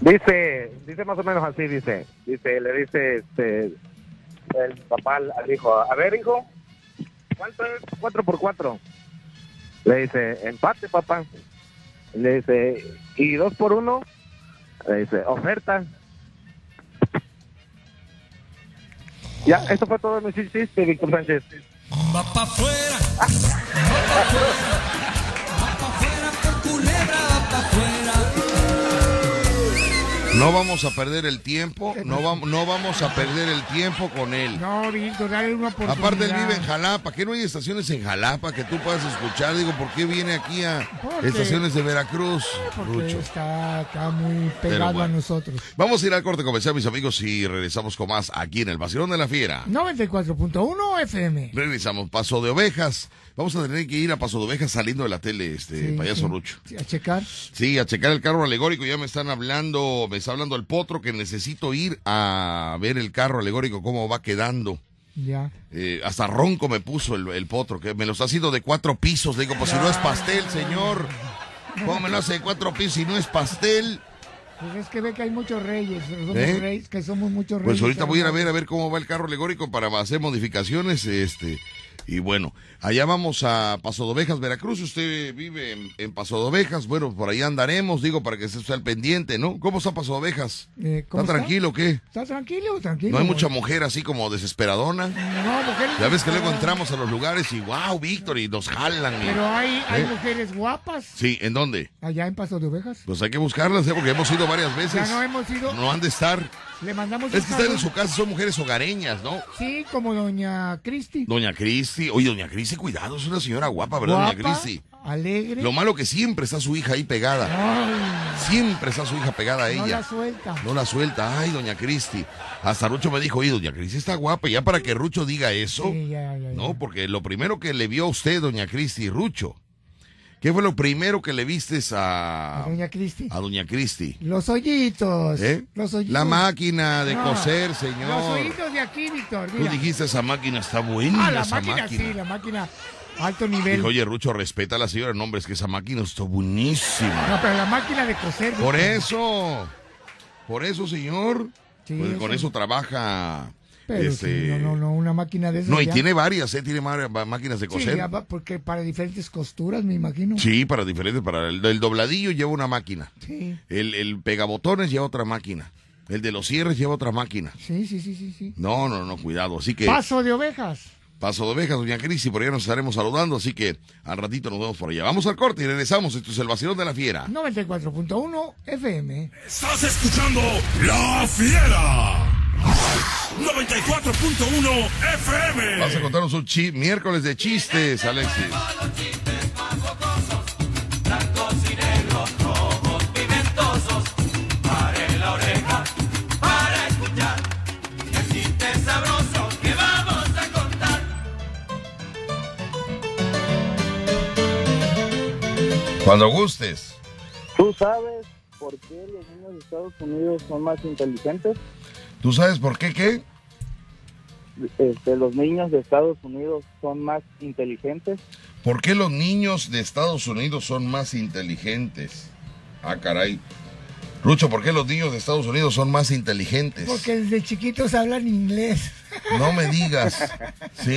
Speaker 6: Dice, dice más o menos así, dice, dice, le dice este, el papá al al hijo, a ver hijo, ¿cuánto es 4 por 4 Le dice, empate papá. Le dice, ¿y 2 por 1 Le dice, oferta. Ya, esto fue todo en el chiste, Víctor Sánchez.
Speaker 8: Va pa' afuera. Va pa' afuera. Va pa' afuera por culebra, va pa' afuera.
Speaker 2: No vamos a perder el tiempo, no, vamos no vamos a perder el tiempo con él.
Speaker 4: No, Víctor, dale una oportunidad.
Speaker 2: Aparte él vive en Jalapa, ¿qué no hay estaciones en Jalapa que tú puedas escuchar? Digo, ¿por qué viene aquí a
Speaker 4: Porque-
Speaker 2: estaciones de Veracruz?
Speaker 4: Porque
Speaker 2: Rucho.
Speaker 4: está, está muy
Speaker 2: Pero
Speaker 4: pegado
Speaker 2: bueno.
Speaker 4: a nosotros.
Speaker 2: Vamos a ir al corte comercial, mis amigos, y regresamos con más aquí en el Vacilón de la Fiera.
Speaker 4: 94.1 FM.
Speaker 2: Regresamos, Paso de Ovejas. Vamos a tener que ir a Paso de Ovejas saliendo de la tele, este
Speaker 4: Sí,
Speaker 2: payaso
Speaker 4: sí.
Speaker 2: Rucho.
Speaker 4: Sí, A checar.
Speaker 2: Sí, a checar el carro alegórico. Ya me están hablando, me está hablando el potro que necesito ir a ver el carro alegórico, cómo va quedando.
Speaker 4: Ya.
Speaker 2: Eh, hasta ronco me puso el, el potro, que me los ha sido de cuatro pisos. Le digo, pues si no es pastel, señor. ¿Cómo me lo hace de cuatro pisos si no es pastel?
Speaker 4: Pues es que ve que hay muchos reyes. Somos
Speaker 2: ¿Eh?
Speaker 4: reyes que somos muchos reyes.
Speaker 2: Pues ahorita voy a ir a ver
Speaker 4: hermano.
Speaker 2: a ver cómo va el carro alegórico para hacer modificaciones, este, y bueno, allá vamos a Paso de Ovejas, Veracruz, usted vive en, en Paso de Ovejas, bueno, por ahí andaremos, digo, para que se esté al pendiente, ¿no? ¿Cómo está Paso de Ovejas?
Speaker 4: Eh, ¿cómo
Speaker 2: ¿Está tranquilo o qué?
Speaker 4: ¿Está tranquilo? Tranquilo.
Speaker 2: ¿No hay mucha mujer así como desesperadona?
Speaker 4: No, mujeres.
Speaker 2: Ya ves que luego entramos a los lugares y wow, Víctor, y nos jalan. y-
Speaker 4: Pero hay, hay
Speaker 2: ¿Eh?
Speaker 4: mujeres guapas
Speaker 2: Sí, ¿en dónde?
Speaker 4: allá en Paso de Ovejas.
Speaker 2: Pues hay que buscarlas, ¿eh? porque hemos ido varias
Speaker 4: Ya
Speaker 2: veces.
Speaker 4: no hemos ido.
Speaker 2: No han de estar.
Speaker 4: Le mandamos
Speaker 2: Es que
Speaker 4: saludo.
Speaker 2: están en su casa, son mujeres hogareñas, ¿no?
Speaker 4: Sí, como doña Cristi.
Speaker 2: Doña Cristi, oye, Doña Cristi, cuidado, es una señora guapa, ¿verdad, Doña
Speaker 4: Guapa,
Speaker 2: Cristi?
Speaker 4: alegre.
Speaker 2: Lo malo que siempre está su hija ahí pegada,
Speaker 4: Ay,
Speaker 2: siempre está su hija pegada a
Speaker 4: Ah. no la
Speaker 2: ella.
Speaker 4: suelta.
Speaker 2: No la suelta, ay, Doña Cristi. Hasta Rucho me dijo, oye, Doña Cristi está guapa, ya para que Rucho diga eso,
Speaker 4: Sí, ya, ya, ya.
Speaker 2: ¿no? Porque lo primero que le vio a usted, Doña Cristi, Rucho, ¿qué fue lo primero que le vistes
Speaker 4: A
Speaker 2: a,
Speaker 4: doña Cristi.
Speaker 2: a Doña Cristi?
Speaker 4: Los hoyitos.
Speaker 2: ¿Eh?
Speaker 4: Los hoyitos.
Speaker 2: La máquina de
Speaker 4: No,
Speaker 2: coser,
Speaker 4: Los
Speaker 2: señor.
Speaker 4: hoyitos de aquí, Víctor.
Speaker 2: Tú
Speaker 4: mira.
Speaker 2: dijiste, esa máquina está buena,
Speaker 4: Ah, la
Speaker 2: esa
Speaker 4: máquina, sí, la máquina. Alto nivel.
Speaker 2: Dijo, oye, Rucho, respeta a la señora. No, hombre, es que esa máquina está buenísima.
Speaker 4: No, pero la máquina de coser.
Speaker 2: Por
Speaker 4: Víctor.
Speaker 2: eso. Por eso, señor.
Speaker 4: Sí,
Speaker 2: Pues con eso trabaja.
Speaker 4: Pero
Speaker 2: este,
Speaker 4: sí, no, no, no, una máquina de esas.
Speaker 2: No, y
Speaker 4: ya.
Speaker 2: tiene varias, ¿eh? Tiene varias máquinas de
Speaker 4: Sí,
Speaker 2: coser.
Speaker 4: ya va, porque para diferentes costuras, me imagino.
Speaker 2: Sí, para diferentes. Para el, el dobladillo lleva una máquina.
Speaker 4: Sí,
Speaker 2: El, el pegabotones lleva otra máquina. El de los cierres lleva otra máquina.
Speaker 4: sí, sí, sí, sí. sí.
Speaker 2: No, no, no, cuidado. Así que
Speaker 4: Paso de ovejas.
Speaker 2: paso de ovejas, doña Cris, y por allá nos estaremos saludando. Así que al ratito nos vemos por allá. Vamos al corte y regresamos. Esto es el vacilón de la fiera.
Speaker 4: 94.1 FM.
Speaker 5: Estás escuchando La Fiera. 94.1 FM.
Speaker 2: Vas a contarnos un chi miércoles de chistes, Alexis. Cuando gustes.
Speaker 6: ¿Tú sabes por qué los niños de Estados Unidos son más inteligentes?
Speaker 2: ¿Tú sabes por qué qué?
Speaker 6: Este, los niños de Estados Unidos son más inteligentes
Speaker 2: ¿Por qué los niños de Estados Unidos son más inteligentes? Ah, caray. Rucho, ¿por qué los niños de Estados Unidos son más inteligentes?
Speaker 4: Porque desde chiquitos hablan inglés.
Speaker 2: No me digas. ¿Sí?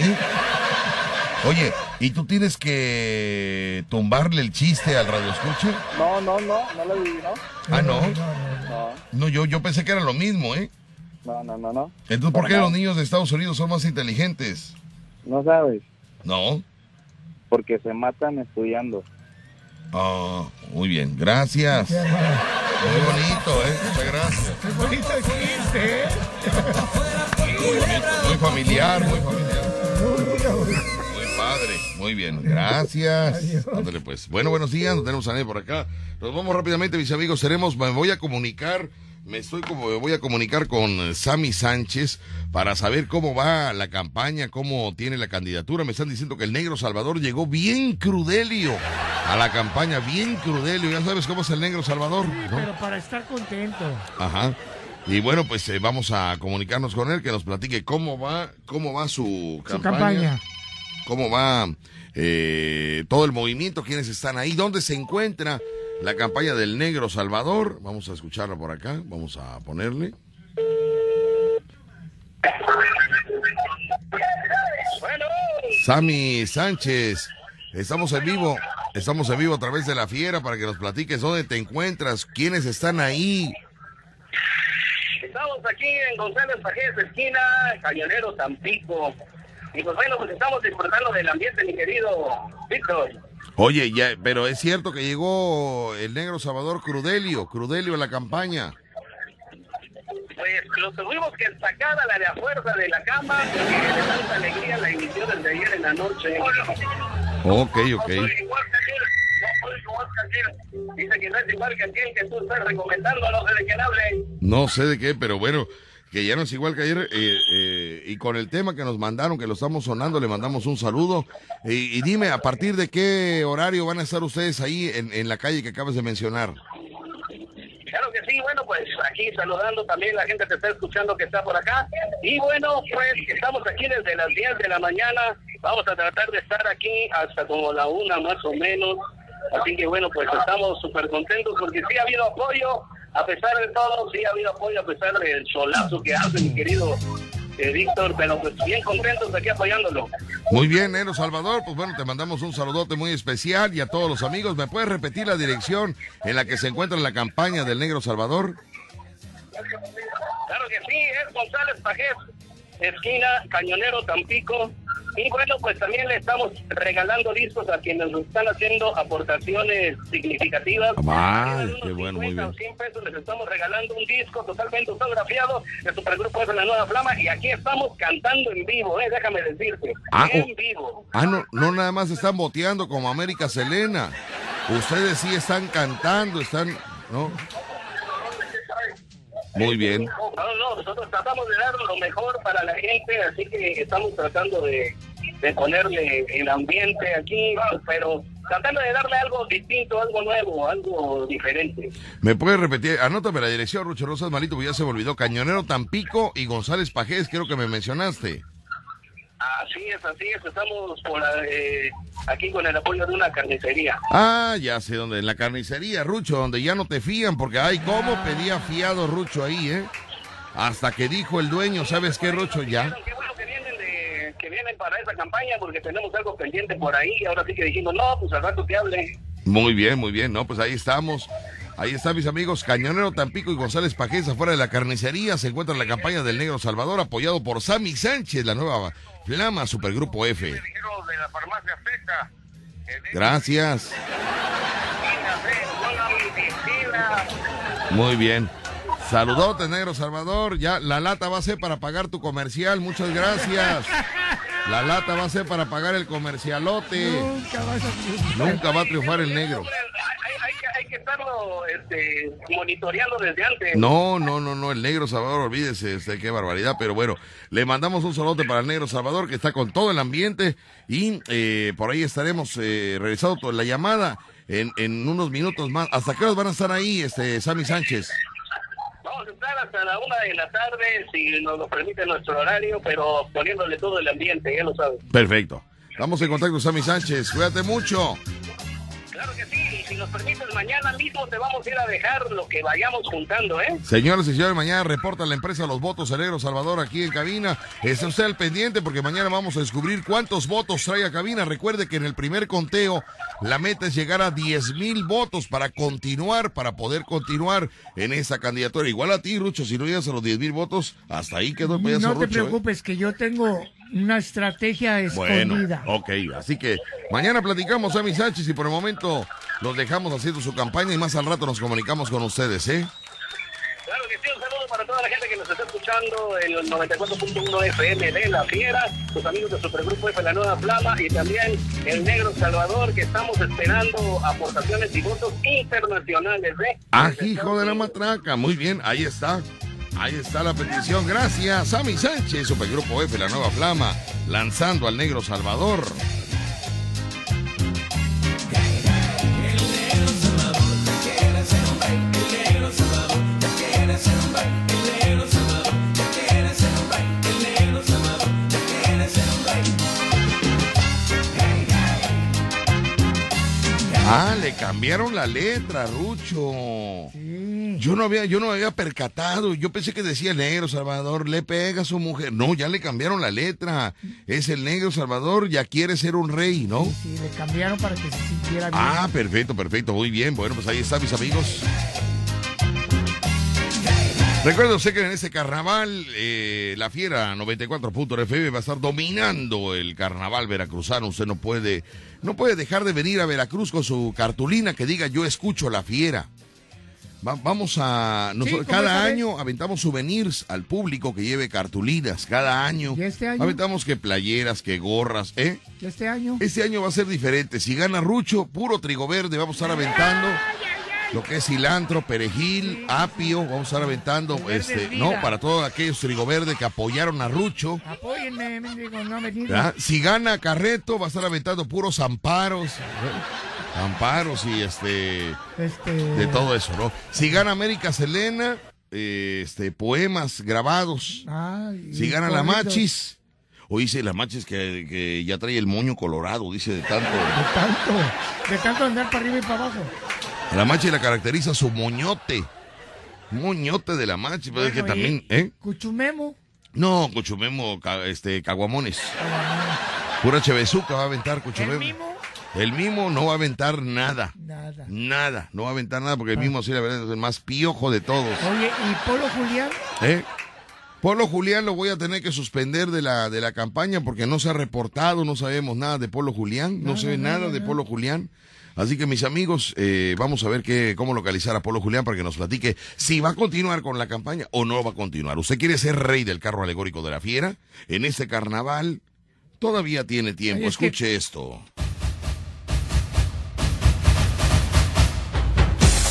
Speaker 2: Oye, ¿y tú tienes que tumbarle el chiste al radio escucha?
Speaker 6: No, no, no, no lo adivinó.
Speaker 2: Ah, no.
Speaker 6: No,
Speaker 2: No, yo, yo pensé que era lo mismo, ¿eh?
Speaker 6: no, no, no, no.
Speaker 2: Entonces, ¿por qué los niños de Estados Unidos son más inteligentes?
Speaker 6: No sabes,
Speaker 2: No.
Speaker 6: porque se matan estudiando.
Speaker 2: Ah, muy bien. Gracias. Muy bonito, ¿eh? Muchas gracias.
Speaker 4: Qué bonito chiste, ¿eh?
Speaker 2: Muy familiar, muy familiar. Muy padre. Muy bien, gracias. Ándale, pues. Bueno, buenos días, nos tenemos a nadie por acá. Nos vamos rápidamente, mis amigos. Seremos, me voy a comunicar, me estoy como, me voy a comunicar con eh, Sammy Sánchez para saber cómo va la campaña, cómo tiene la candidatura. Me están diciendo que el negro Salvador llegó bien crudelio a la campaña, bien crudelio. Ya sabes cómo es el negro Salvador. ¿no?
Speaker 4: Pero para estar contento.
Speaker 2: Ajá. Y bueno, pues eh, vamos a comunicarnos con él, que nos platique cómo va, cómo va su
Speaker 4: Su
Speaker 2: campaña,
Speaker 4: campaña.
Speaker 2: cómo va eh, todo el movimiento, quiénes están ahí, dónde se encuentra la campaña del Negro Salvador. Vamos a escucharla por acá, vamos a ponerle. Sammy Sánchez, estamos en vivo, estamos en vivo a través de la fiera para que nos platiques dónde te encuentras, quiénes están ahí,
Speaker 7: Estamos
Speaker 9: estamos aquí en González Pajés, esquina, Cañonero Tampico. Y pues bueno, pues estamos disfrutando del ambiente, mi querido Víctor.
Speaker 2: Oye, ya, pero es cierto que llegó el negro Salvador Crudelio, Crudelio a la campaña.
Speaker 9: Pues lo tuvimos que sacar a la de a fuerza de la cama. Y de tanta alegría la inició desde ayer en la noche.
Speaker 2: Ok, ok.
Speaker 9: No soy igual que aquel, no soy igual que aquel. Dice que no es igual que aquel que tú estás recomendando, no sé de quién hable.
Speaker 2: No sé de qué, pero bueno, que ya no es igual que ayer. eh, eh, y con el tema que nos mandaron, que lo estamos sonando, le mandamos un saludo. Y, y dime, ¿a partir de qué horario van a estar ustedes ahí en, en la calle que acabas de mencionar?
Speaker 9: Claro que sí, bueno, pues aquí saludando también la gente que está escuchando que está por acá. Y bueno, pues estamos aquí desde las 10 de la mañana. Vamos a tratar de estar aquí hasta como la una más o menos. Así que bueno, pues estamos súper contentos porque sí ha habido apoyo, a pesar de todo, sí ha habido apoyo, a pesar del solazo que hace mi querido eh, Víctor, pero pues bien contentos aquí apoyándolo.
Speaker 2: Muy bien, Nero Salvador, pues bueno, te mandamos un saludote muy especial y a todos los amigos. ¿Me puedes repetir la dirección en la que se encuentra la campaña del negro Salvador?
Speaker 9: Claro que sí, es González Pajés, esquina Cañonero Tampico. Y bueno, pues también le estamos regalando discos a quienes nos están haciendo aportaciones significativas.
Speaker 2: Ay,
Speaker 9: Unos
Speaker 2: qué bueno, muy
Speaker 9: 50 o
Speaker 2: bien.
Speaker 9: 100 pesos les estamos regalando un disco totalmente autografiado de Supergrupo de la Nueva Flama. Y aquí estamos cantando en vivo, ¿eh? déjame decirte.
Speaker 2: Ah,
Speaker 9: en
Speaker 2: oh.
Speaker 9: vivo.
Speaker 2: Ah, no, no nada más están boteando como América Selena. Ustedes sí están cantando, están, ¿no? Muy bien.
Speaker 9: No, no, nosotros tratamos de dar lo mejor para la gente, así que estamos tratando de, de ponerle el ambiente aquí, pero tratando de darle algo distinto, algo nuevo, algo diferente.
Speaker 2: ¿Me puedes repetir? Anótame la dirección, Rucho Rosas Malito, porque ya se me olvidó. Cañonero Tampico y González Pajés, creo que me mencionaste.
Speaker 9: Así es, así es, estamos por, eh, aquí con el apoyo de una carnicería.
Speaker 2: Ah, ya sé dónde, en la carnicería, Rucho, donde ya no te fían, porque ay, cómo pedía fiado Rucho ahí, ¿eh? Hasta que dijo el dueño, ¿sabes qué, Rucho? Ya.
Speaker 9: Qué bueno que vienen, de, que vienen para esa campaña porque tenemos algo pendiente por ahí y ahora sí que dijimos, no, pues al rato te hable.
Speaker 2: Muy bien, muy bien, ¿no? Pues ahí estamos. Ahí están mis amigos Cañonero Tampico y González Pajés afuera de la carnicería. Se encuentra la campaña del Negro Salvador apoyado por Sammy Sánchez, la nueva flama Supergrupo F.
Speaker 9: de la farmacia Azteca.
Speaker 2: Gracias. Muy bien. Saludote, Negro Salvador. Ya la lata va a ser para pagar tu comercial. Muchas gracias. La lata va a ser para pagar el comercialote.
Speaker 4: Nunca vas a...
Speaker 2: Nunca va a triunfar el negro.
Speaker 9: Hay, hay- hay que, hay que estarlo este, monitoreando desde antes.
Speaker 2: No, no, no, no, el negro Salvador, olvídese, este, qué barbaridad, pero bueno, le mandamos un saludo para el negro Salvador que está con todo el ambiente y eh, por ahí estaremos eh, regresando toda la llamada en, en unos minutos más. ¿Hasta qué horas van a estar ahí, este, Sammy Sánchez?
Speaker 9: Vamos a estar hasta la una de la tarde, si nos lo permite nuestro horario, pero poniéndole todo el ambiente, ya lo sabes.
Speaker 2: Perfecto. Estamos en contacto, Sammy Sánchez, cuídate mucho.
Speaker 9: Claro que sí, y si nos permites, mañana mismo te vamos a ir a dejar lo que vayamos juntando, ¿eh?
Speaker 2: Señoras y señores, mañana reporta la empresa los votos el negro Salvador aquí en cabina. Está usted al pendiente porque mañana vamos a descubrir cuántos votos trae a cabina. Recuerde que en el primer conteo la meta es llegar a 10 mil votos para continuar, para poder continuar en esa candidatura. Igual a ti, Rucho, si no llegas a los 10 mil votos, hasta ahí quedó el payaso
Speaker 4: No te
Speaker 2: Rucho, ¿eh?
Speaker 4: preocupes, que yo tengo una estrategia
Speaker 2: Bueno,
Speaker 4: escondida.
Speaker 2: ok, así que mañana platicamos a mis Sánchez y por el momento los dejamos haciendo su campaña y más al rato nos comunicamos con ustedes, ¿eh?
Speaker 9: Claro que sí, un saludo para toda la gente que nos está escuchando en el 94.1 FM de La Fiera, sus amigos de Supergrupo F La Nueva Flama y también el Negro Salvador, que estamos esperando aportaciones y votos internacionales, ¿eh?
Speaker 2: Ah, hijo de la matraca. Muy bien, ahí está. Ahí está la petición. Gracias, Sammy Sánchez, Supergrupo F, la nueva flama, lanzando al negro Salvador. Ah, le cambiaron la letra, Rucho. Yo no había, yo no me había percatado. Yo pensé que decía el negro Salvador, le pega a su mujer. No, ya le cambiaron la letra. Es el negro Salvador, ya quiere ser un rey, ¿no?
Speaker 4: Sí, le cambiaron para que se sintiera bien.
Speaker 2: Ah, perfecto, perfecto, muy bien. Bueno, pues ahí está, mis amigos. Recuerda usted que en este carnaval eh, la fiera 94.fm va a estar dominando el carnaval veracruzano. Usted no puede, no puede dejar de venir a Veracruz con su cartulina que diga yo escucho la fiera. Va- vamos a. nosotros
Speaker 4: como
Speaker 2: cada
Speaker 4: esa vez.
Speaker 2: año aventamos souvenirs al público que lleve cartulinas. Cada año.
Speaker 4: ¿Y este año?
Speaker 2: Aventamos que playeras, que gorras, ¿eh?
Speaker 4: ¿Y este año?
Speaker 2: Este año va a ser diferente. Si gana Rucho, puro trigo verde, vamos a estar aventando. Lo que es cilantro, perejil, apio, vamos a estar aventando,
Speaker 4: verde es
Speaker 2: este,
Speaker 4: vida.
Speaker 2: no, para todos aquellos trigo verde que apoyaron a Rucho.
Speaker 4: Apóyenme, mendigo, no me digan.
Speaker 2: ¿verdad? Si gana Carreto, va a estar aventando puros amparos. ¿eh? Amparos y este,
Speaker 4: Este,
Speaker 2: de todo eso, ¿no? Si gana América Selena, eh, este, poemas grabados.
Speaker 4: Ay,
Speaker 2: Si gana la
Speaker 4: corridos.
Speaker 2: Machis. O dice la Machis que, que ya trae el moño colorado, dice de tanto.
Speaker 4: De tanto, de tanto andar para arriba y para abajo.
Speaker 2: A la Machi la caracteriza su moñote. Moñote de la Machi, pero es que
Speaker 4: Bueno, y-
Speaker 2: también, ¿eh?
Speaker 4: Cuchumemo.
Speaker 2: No, Cuchumemo, ca- este, caguamones. Pura chevezuca va a aventar Cuchumemo.
Speaker 4: El mimo,
Speaker 2: El mimo no va a aventar nada.
Speaker 4: nada.
Speaker 2: Nada, no va a aventar nada porque el mimo sí, la verdad, es el más piojo de todos.
Speaker 4: Oye, ¿y Polo Julián?
Speaker 2: ¿eh? Polo Julián lo voy a tener que suspender de la, de la campaña porque no se ha reportado, no sabemos nada de Polo Julián, no se ve nada de Polo Julián. Así que mis amigos, eh, vamos a ver qué, cómo localizar a Polo Julián para que nos platique si va a continuar con la campaña o no va a continuar. ¿Usted quiere ser rey del carro alegórico de la fiera? En este carnaval todavía tiene tiempo.
Speaker 4: Ay, es que-
Speaker 2: Escuche esto.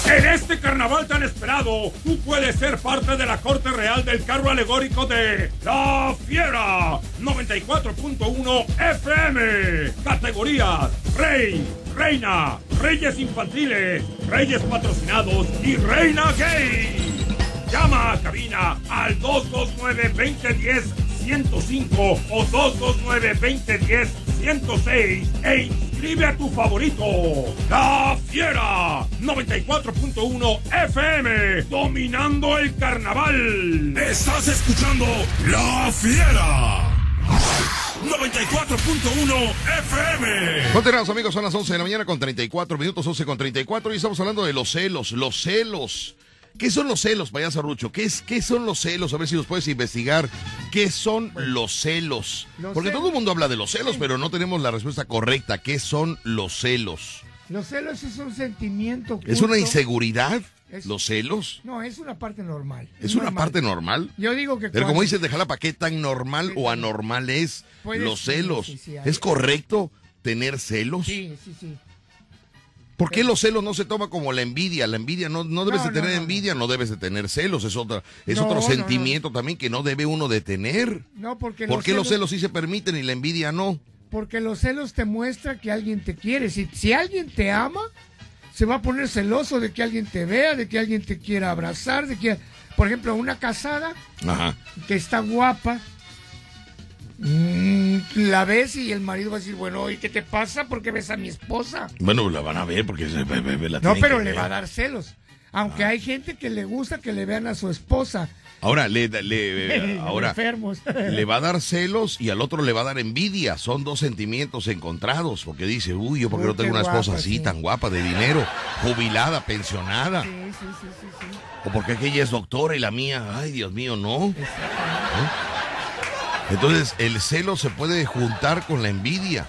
Speaker 5: En este carnaval tan esperado, tú puedes ser parte de la corte real del carro alegórico de La Fiera 94.1 FM. Categorías: Rey, Reina, Reyes Infantiles, Reyes Patrocinados y Reina Gay. Llama a cabina al 229-2010-105 o 229-2010-106 e inscribe a tu favorito. La Fiera 94.1 FM, dominando el carnaval. Estás escuchando La Fiera 94.1 FM.
Speaker 2: Continuamos amigos, son las 11 de la mañana con 34 minutos, 11 con 34 y estamos hablando de los celos, los celos. ¿Qué son los celos, payaso Rucho? ¿Qué, es, ¿Qué son los celos? A ver si nos puedes investigar. ¿Qué son los celos?
Speaker 4: Los
Speaker 2: Porque
Speaker 4: celos.
Speaker 2: todo el mundo habla de los celos, pero no tenemos la respuesta correcta. ¿Qué son los celos?
Speaker 4: Los celos es un sentimiento.
Speaker 2: ¿Es una
Speaker 4: oculto.
Speaker 2: inseguridad?
Speaker 4: Es-
Speaker 2: ¿Los celos?
Speaker 4: No, es una parte normal.
Speaker 2: ¿Es una
Speaker 4: normal.
Speaker 2: parte normal?
Speaker 4: Yo digo que.
Speaker 2: Pero como
Speaker 4: cuando-
Speaker 2: dices, de ¿para qué tan normal o anormal es
Speaker 4: Puedes-
Speaker 2: los celos?
Speaker 4: sí, sí, sí, hay-
Speaker 2: ¿Es correcto tener celos?
Speaker 4: Sí, sí, sí.
Speaker 2: ¿Por qué los celos no se toma como la envidia? La envidia no, no debes
Speaker 4: No,
Speaker 2: de
Speaker 4: no,
Speaker 2: tener
Speaker 4: no, no.
Speaker 2: envidia, no. debes de tener celos, es otra, es
Speaker 4: No,
Speaker 2: otro
Speaker 4: no, no.
Speaker 2: sentimiento también que no debe uno de tener.
Speaker 4: No, porque
Speaker 2: ¿Por qué los celos sí se permiten y la envidia no?
Speaker 4: Porque los celos te muestra que alguien te quiere. Si, si alguien te ama, se va a poner celoso de que alguien te vea, de que alguien te quiera abrazar, de que, por ejemplo, una casada
Speaker 2: Ajá.
Speaker 4: que está guapa, mm, la ves y el marido va a decir, bueno, ¿y qué te pasa? ¿Por qué ves a mi esposa?
Speaker 2: Bueno, pues la van a ver porque se, ve- ve- ve- la
Speaker 4: No,
Speaker 2: tienen
Speaker 4: pero
Speaker 2: que
Speaker 4: le
Speaker 2: ver. Ah.
Speaker 4: va a dar celos. Aunque hay gente que le gusta que le vean a su esposa.
Speaker 2: Ahora, le, da- le- Eh, ahora
Speaker 4: enfermos.
Speaker 2: le va a dar celos y al otro le va a dar envidia. Son dos sentimientos encontrados porque dice, uy, yo porque
Speaker 4: Uy,
Speaker 2: no tengo
Speaker 4: qué
Speaker 2: una esposa
Speaker 4: guapa,
Speaker 2: así
Speaker 4: sí.
Speaker 2: tan guapa, de dinero, jubilada, pensionada.
Speaker 4: Sí, sí, sí, sí, sí.
Speaker 2: O porque aquella es doctora y la mía, ay Dios mío, no. ¿Eh? Entonces el celo se puede juntar con la envidia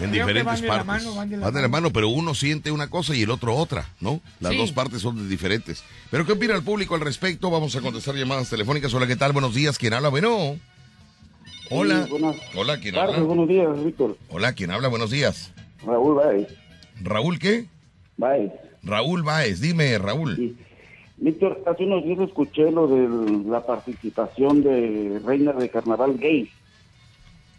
Speaker 2: en
Speaker 4: Creo que
Speaker 2: diferentes
Speaker 4: van de la
Speaker 2: partes.
Speaker 4: mano, van de la mano.
Speaker 2: pero uno siente una cosa y el otro otra, ¿no? Las
Speaker 4: Sí.
Speaker 2: dos partes son diferentes. Pero ¿qué opina el público al respecto? Vamos a contestar llamadas telefónicas. Hola, ¿qué tal? Buenos días, ¿quién habla? Bueno. Hola.
Speaker 6: Sí, buenas
Speaker 2: Hola, ¿quién
Speaker 6: Tardes,
Speaker 2: habla?
Speaker 6: buenos días, Víctor.
Speaker 2: Hola, ¿quién habla? Buenos días.
Speaker 6: Raúl, bye.
Speaker 2: Raúl, ¿qué?
Speaker 6: Bye.
Speaker 2: Raúl Báez, dime, Raúl.
Speaker 6: Sí. Víctor, hace unos días escuché lo de la participación de Reina de Carnaval Gay.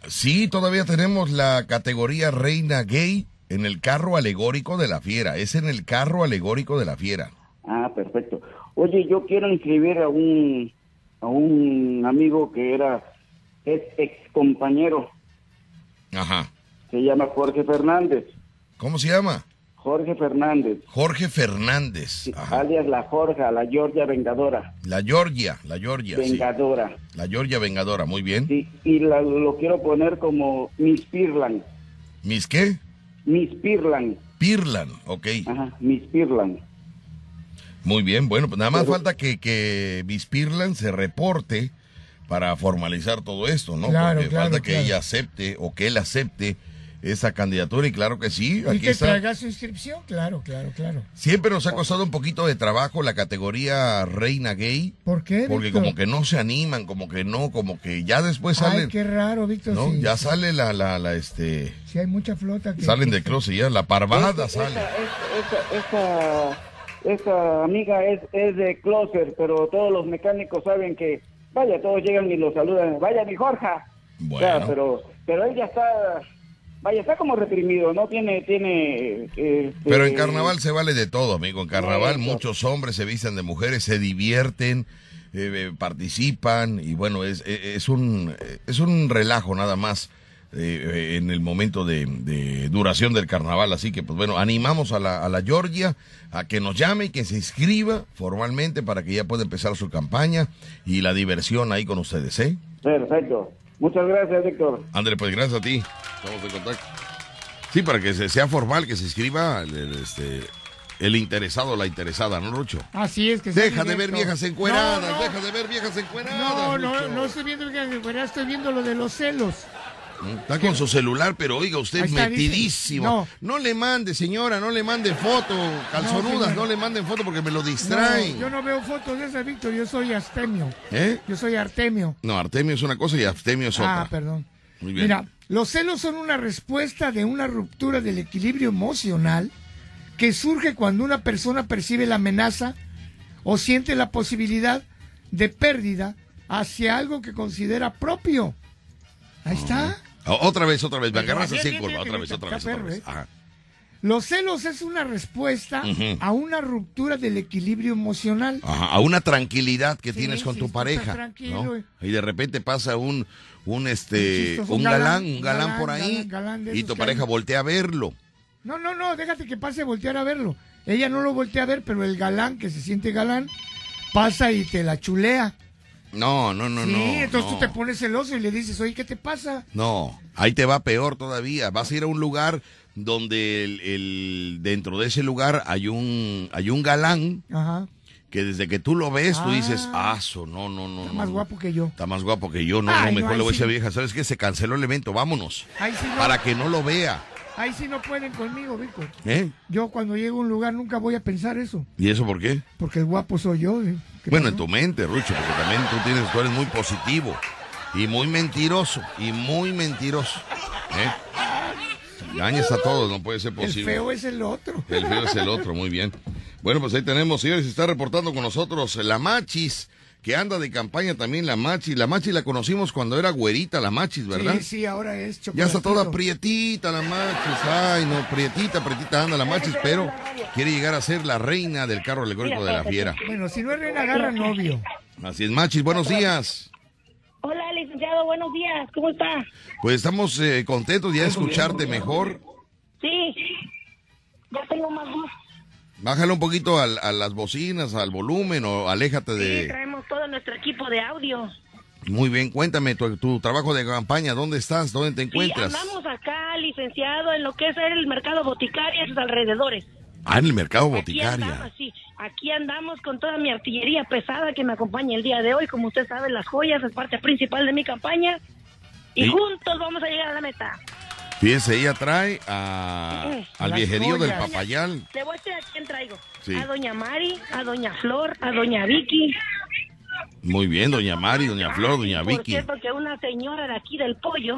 Speaker 2: Sí, todavía tenemos la categoría reina gay en el carro alegórico de la fiera. Es en el carro alegórico de la fiera.
Speaker 6: Ah, perfecto. Oye, yo quiero inscribir a un a un amigo que era ex compañero,
Speaker 2: Ajá.
Speaker 6: se llama Jorge Fernández.
Speaker 2: ¿Cómo se llama?
Speaker 6: Jorge Fernández,
Speaker 2: Jorge Fernández. Ajá.
Speaker 6: alias la Jorja, la Georgia Vengadora.
Speaker 2: La Georgia, la Georgia. sí.
Speaker 6: Vengadora.
Speaker 2: La Georgia Vengadora, muy bien.
Speaker 6: Sí, y la- lo quiero poner como Miss Pirlan.
Speaker 2: ¿Mis qué?
Speaker 6: Miss Pirlan.
Speaker 2: Pirlan, ok.
Speaker 6: Ajá, Miss Pirlan.
Speaker 2: Muy bien, bueno, pues nada más falta que, que Bispirlan se reporte para formalizar todo esto, ¿no?
Speaker 4: Claro,
Speaker 2: Porque
Speaker 4: claro,
Speaker 2: falta que
Speaker 4: claro.
Speaker 2: ella acepte o que él acepte esa candidatura y claro que sí,
Speaker 4: Y
Speaker 2: aquí
Speaker 4: que
Speaker 2: está.
Speaker 4: traiga su inscripción, claro, claro, claro.
Speaker 2: Siempre nos ha costado un poquito de trabajo la categoría reina gay,
Speaker 4: ¿Por qué?
Speaker 2: porque
Speaker 4: Víctor?
Speaker 2: como que no se animan, como que no, como que ya después
Speaker 4: Ay,
Speaker 2: salen,
Speaker 4: qué raro, Víctor.
Speaker 2: ¿no?
Speaker 4: si,
Speaker 2: Ya sale la, la, la, este,
Speaker 4: si hay mucha flota. Que,
Speaker 2: salen del closet ya, la parvada sale.
Speaker 7: Esa, esa, esa, esa amiga es, es de closer, pero todos los mecánicos saben que, vaya, todos llegan y lo saludan, vaya mi Jorja. O sea,
Speaker 2: Bueno.
Speaker 7: pero, pero él ya está, vaya, está como reprimido, no tiene, tiene... este,
Speaker 2: Pero en carnaval se vale de todo, amigo. En carnaval
Speaker 7: Correcto.
Speaker 2: muchos hombres se visten de mujeres, se divierten, eh, eh, participan y bueno, es, eh, es, un, eh, es un relajo nada más eh, eh, en el momento de, de duración del carnaval. Así que pues bueno, animamos a la, a la Georgia a que nos llame y que se inscriba formalmente para que ya pueda empezar su campaña y la diversión ahí con ustedes, ¿eh?
Speaker 7: Perfecto. Muchas gracias, Víctor.
Speaker 2: André, pues gracias a ti. Estamos en contacto. Sí, para que se- sea formal, que se escriba el, el, este, el interesado, la interesada, ¿no, Rucho?
Speaker 4: Así es que sea
Speaker 2: Deja de ver
Speaker 4: directo.
Speaker 2: viejas encueradas,
Speaker 4: No, no,
Speaker 2: deja de ver viejas encueradas.
Speaker 4: No, no,
Speaker 2: Rucho.
Speaker 4: no estoy viendo viejas encueradas, estoy viendo lo de los celos.
Speaker 2: Está con su celular, pero oiga, usted
Speaker 4: Ahí está,
Speaker 2: metidísimo.
Speaker 4: dice,
Speaker 2: No. le mande, señora, no le mande foto, calzonudas,
Speaker 4: señora.
Speaker 2: no, le manden foto porque me lo
Speaker 4: No,
Speaker 2: distraen.
Speaker 4: yo no veo fotos de esas, Víctor, yo soy Artemio.
Speaker 2: ¿Eh?
Speaker 4: Yo soy Artemio.
Speaker 2: No, Artemio es una cosa y Artemio es otra.
Speaker 4: Ah, perdón.
Speaker 2: Muy bien.
Speaker 4: Mira, los celos son una respuesta de una ruptura del equilibrio emocional que surge cuando una persona percibe la amenaza o siente la posibilidad de pérdida hacia algo que considera propio. Ahí está.
Speaker 2: O- Otra vez, otra vez, me
Speaker 4: Pero
Speaker 2: agarras
Speaker 4: bien,
Speaker 2: así en
Speaker 4: bien,
Speaker 2: curva,
Speaker 4: bien,
Speaker 2: otra
Speaker 4: bien,
Speaker 2: vez, otra
Speaker 4: está
Speaker 2: vez, otra
Speaker 4: perro,
Speaker 2: vez.
Speaker 4: ¿eh?
Speaker 2: Ajá.
Speaker 4: Los celos es una respuesta
Speaker 2: Ujú. Ah,
Speaker 4: a una ruptura del equilibrio emocional.
Speaker 2: Ajá, a una tranquilidad que
Speaker 4: Sí,
Speaker 2: tienes con
Speaker 4: sí,
Speaker 2: tu
Speaker 4: estás
Speaker 2: pareja.
Speaker 4: tranquilo,
Speaker 2: ¿no?
Speaker 4: eh.
Speaker 2: Y de repente pasa un un este
Speaker 4: Chistoso,
Speaker 2: un
Speaker 4: un
Speaker 2: galán,
Speaker 4: galán,
Speaker 2: un galán,
Speaker 4: galán,
Speaker 2: por ahí
Speaker 4: galán, galán de
Speaker 2: y
Speaker 4: esos
Speaker 2: tu
Speaker 4: que
Speaker 2: pareja
Speaker 4: hay.
Speaker 2: voltea a verlo.
Speaker 4: No, no, no, déjate que pase a voltear a verlo. Ella no lo voltea a ver, pero el galán que se siente galán pasa y te la chulea.
Speaker 2: No, no, no,
Speaker 4: sí,
Speaker 2: no.
Speaker 4: entonces
Speaker 2: no.
Speaker 4: tú te pones celoso y le dices, oye, ¿qué te pasa?
Speaker 2: No, ahí te va peor todavía. Vas a ir a un lugar donde el, el- dentro de ese lugar hay un hay un galán
Speaker 4: Ajá,
Speaker 2: que desde que tú lo ves tú dices,
Speaker 4: Ah.
Speaker 2: "Aso, no, no, no."
Speaker 4: está
Speaker 2: no,
Speaker 4: más
Speaker 2: no.
Speaker 4: guapo que yo.
Speaker 2: Está más guapo que yo, no,
Speaker 4: Ay,
Speaker 2: no,
Speaker 4: no,
Speaker 2: mejor
Speaker 4: ahí
Speaker 2: le voy a
Speaker 4: sí.
Speaker 2: decir, vieja, ¿sabes qué? Se canceló el evento, vámonos.
Speaker 4: Ahí sí, no,
Speaker 2: Para que no lo vea,
Speaker 4: ahí sí no pueden conmigo, Rico.
Speaker 2: ¿eh?
Speaker 4: Yo cuando llego a un lugar nunca voy a pensar eso,
Speaker 2: ¿Y eso por qué?
Speaker 4: porque el guapo soy yo. ¿eh? ¿Qué
Speaker 2: Bueno, en
Speaker 4: pasó?
Speaker 2: tu mente, Rucho, porque también tú tienes, tú eres muy positivo y muy mentiroso y muy mentiroso. ¿eh? Engañas a todos, no puede ser
Speaker 4: El
Speaker 2: posible.
Speaker 4: feo ¿eh? es el otro.
Speaker 2: El feo es el otro, muy bien. Bueno, pues ahí tenemos, señores, está reportando con nosotros la Machis, que anda de campaña también la Machis. La Machis la conocimos cuando era güerita, la Machis, ¿verdad?
Speaker 4: Sí, sí, ahora es
Speaker 2: Ya está toda
Speaker 4: chocolatito.
Speaker 2: prietita la Machis. Ay, no, prietita, prietita anda la Machis, pero quiere llegar a ser la reina del carro alegórico de la fiera.
Speaker 4: Bueno, si no es reina, agarra novio.
Speaker 2: Así es, Machis, buenos días.
Speaker 10: Hola, licenciado, buenos días. ¿Cómo está?
Speaker 2: Pues estamos eh, contentos ya de escucharte mejor.
Speaker 10: Sí. Ya tengo más voz.
Speaker 2: Bájale un poquito al- a las bocinas, al volumen o aléjate
Speaker 10: Sí,
Speaker 2: de...
Speaker 10: traemos todo nuestro equipo de audio.
Speaker 2: Muy bien, cuéntame tu, tu trabajo de campaña, ¿dónde estás? ¿Dónde te
Speaker 10: Sí,
Speaker 2: encuentras?
Speaker 10: andamos acá, licenciado, en lo que es el mercado boticario y sus alrededores.
Speaker 2: Ah, en el mercado
Speaker 10: Aquí
Speaker 2: boticaria.
Speaker 10: andamos, sí. Aquí andamos con toda mi artillería pesada que me acompaña el día de hoy. Como usted sabe, las joyas es parte principal de mi campaña. Y
Speaker 2: Sí.
Speaker 10: juntos vamos a llegar a la meta.
Speaker 2: Fíjese, ella trae a-
Speaker 10: Eh,
Speaker 2: al
Speaker 4: Las
Speaker 2: viejerío del
Speaker 4: joyas.
Speaker 2: papayal.
Speaker 10: Le voy a decir a quién traigo.
Speaker 2: Sí.
Speaker 10: A doña Mari, a doña Flor, a doña Vicky.
Speaker 2: Muy bien, doña Mari, doña Flor, doña
Speaker 10: Por
Speaker 2: Vicky.
Speaker 10: cierto, que una señora de aquí del pollo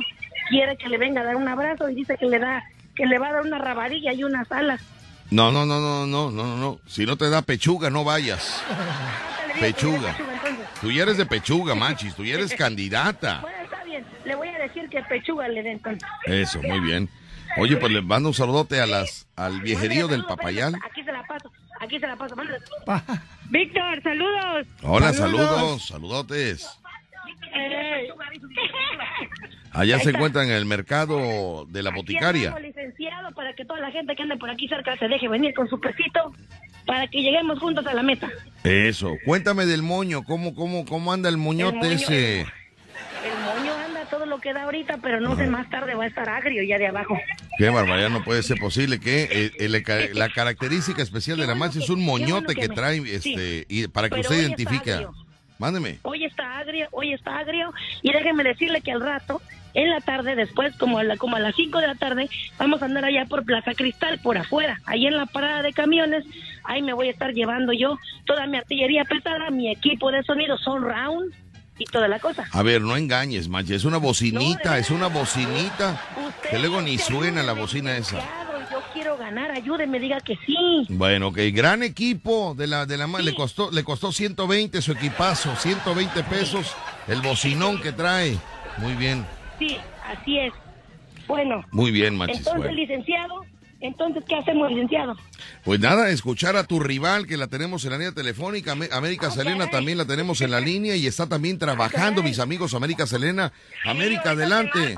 Speaker 10: quiere que le venga a dar un abrazo y dice que le da que le va a dar una rabadilla y unas alas.
Speaker 2: No, no, no, no, no, no, no, no. Si no te da pechuga, no vayas.
Speaker 10: Ahorita le digo que le dé
Speaker 2: Pechuga.
Speaker 10: pechuga, entonces.
Speaker 2: Tú ya eres de pechuga, Machis, tú ya eres candidata.
Speaker 10: Bueno, está bien. Le voy a decir que pechuga le dé entonces.
Speaker 2: Eso, muy bien. Oye, pues les mando un saludote a las, al
Speaker 10: Mándale
Speaker 2: viejerío del
Speaker 10: saludos,
Speaker 2: papayal.
Speaker 10: Aquí se la paso. Aquí se la paso. mándale.
Speaker 4: Pa-
Speaker 10: Víctor, saludos.
Speaker 2: Hola,
Speaker 4: Saludos.
Speaker 2: saludos, saludotes.
Speaker 10: Eh,
Speaker 2: Allá
Speaker 10: Ahí
Speaker 2: se
Speaker 10: está.
Speaker 2: encuentran en el mercado de la
Speaker 10: aquí
Speaker 2: boticaria.
Speaker 10: andamos, licenciado, para que toda la gente que ande por aquí cerca se deje venir con su pesito para que lleguemos juntos a la meta.
Speaker 2: Eso. Cuéntame del moño, ¿cómo, cómo, cómo anda el moñote
Speaker 10: El moño,
Speaker 2: ese?
Speaker 10: El moño anda todo lo que da ahorita, pero no sé, más tarde va a estar agrio ya de abajo.
Speaker 2: Qué barbaridad, no puede ser posible que eh, eh, la, ca- la característica especial de la mancha es un moñote
Speaker 10: que
Speaker 2: que
Speaker 10: me-
Speaker 2: trae,
Speaker 10: sí.
Speaker 2: este, y para que
Speaker 10: Pero
Speaker 2: usted
Speaker 10: hoy está
Speaker 2: identifique.
Speaker 10: agrio.
Speaker 2: Mándeme.
Speaker 10: Hoy está agrio, hoy está agrio. Y déjenme decirle que al rato, en la tarde, después, como a, la- como a las 5 de la tarde, vamos a andar allá por Plaza Cristal, por afuera, ahí en la parada de camiones. Ahí me voy a estar llevando yo toda mi artillería pesada, mi equipo de sonido, son round y toda la cosa.
Speaker 2: A ver, no engañes, mancha, es una bocinita,
Speaker 10: No, de
Speaker 2: es una bocinita
Speaker 10: Usted
Speaker 2: que luego ni
Speaker 10: dice,
Speaker 2: suena la
Speaker 10: "Ayúdame,
Speaker 2: bocina esa.
Speaker 10: desgraciado, Yo quiero ganar, ayúdeme, diga que sí.
Speaker 2: Bueno, ok, gran equipo de la de la ma- le costó le costó 120 su equipazo, 120 pesos el bocinón que trae. Muy bien,
Speaker 10: Sí, así es. Bueno,
Speaker 2: muy bien, manches.
Speaker 10: entonces,
Speaker 2: bueno.
Speaker 10: licenciado, entonces, ¿qué hacemos, licenciado?
Speaker 2: Pues nada, escuchar a tu rival que la tenemos en la línea telefónica, Am- América Selena también la tenemos en la línea y está también trabajando mis amigos América Selena. América, adelante.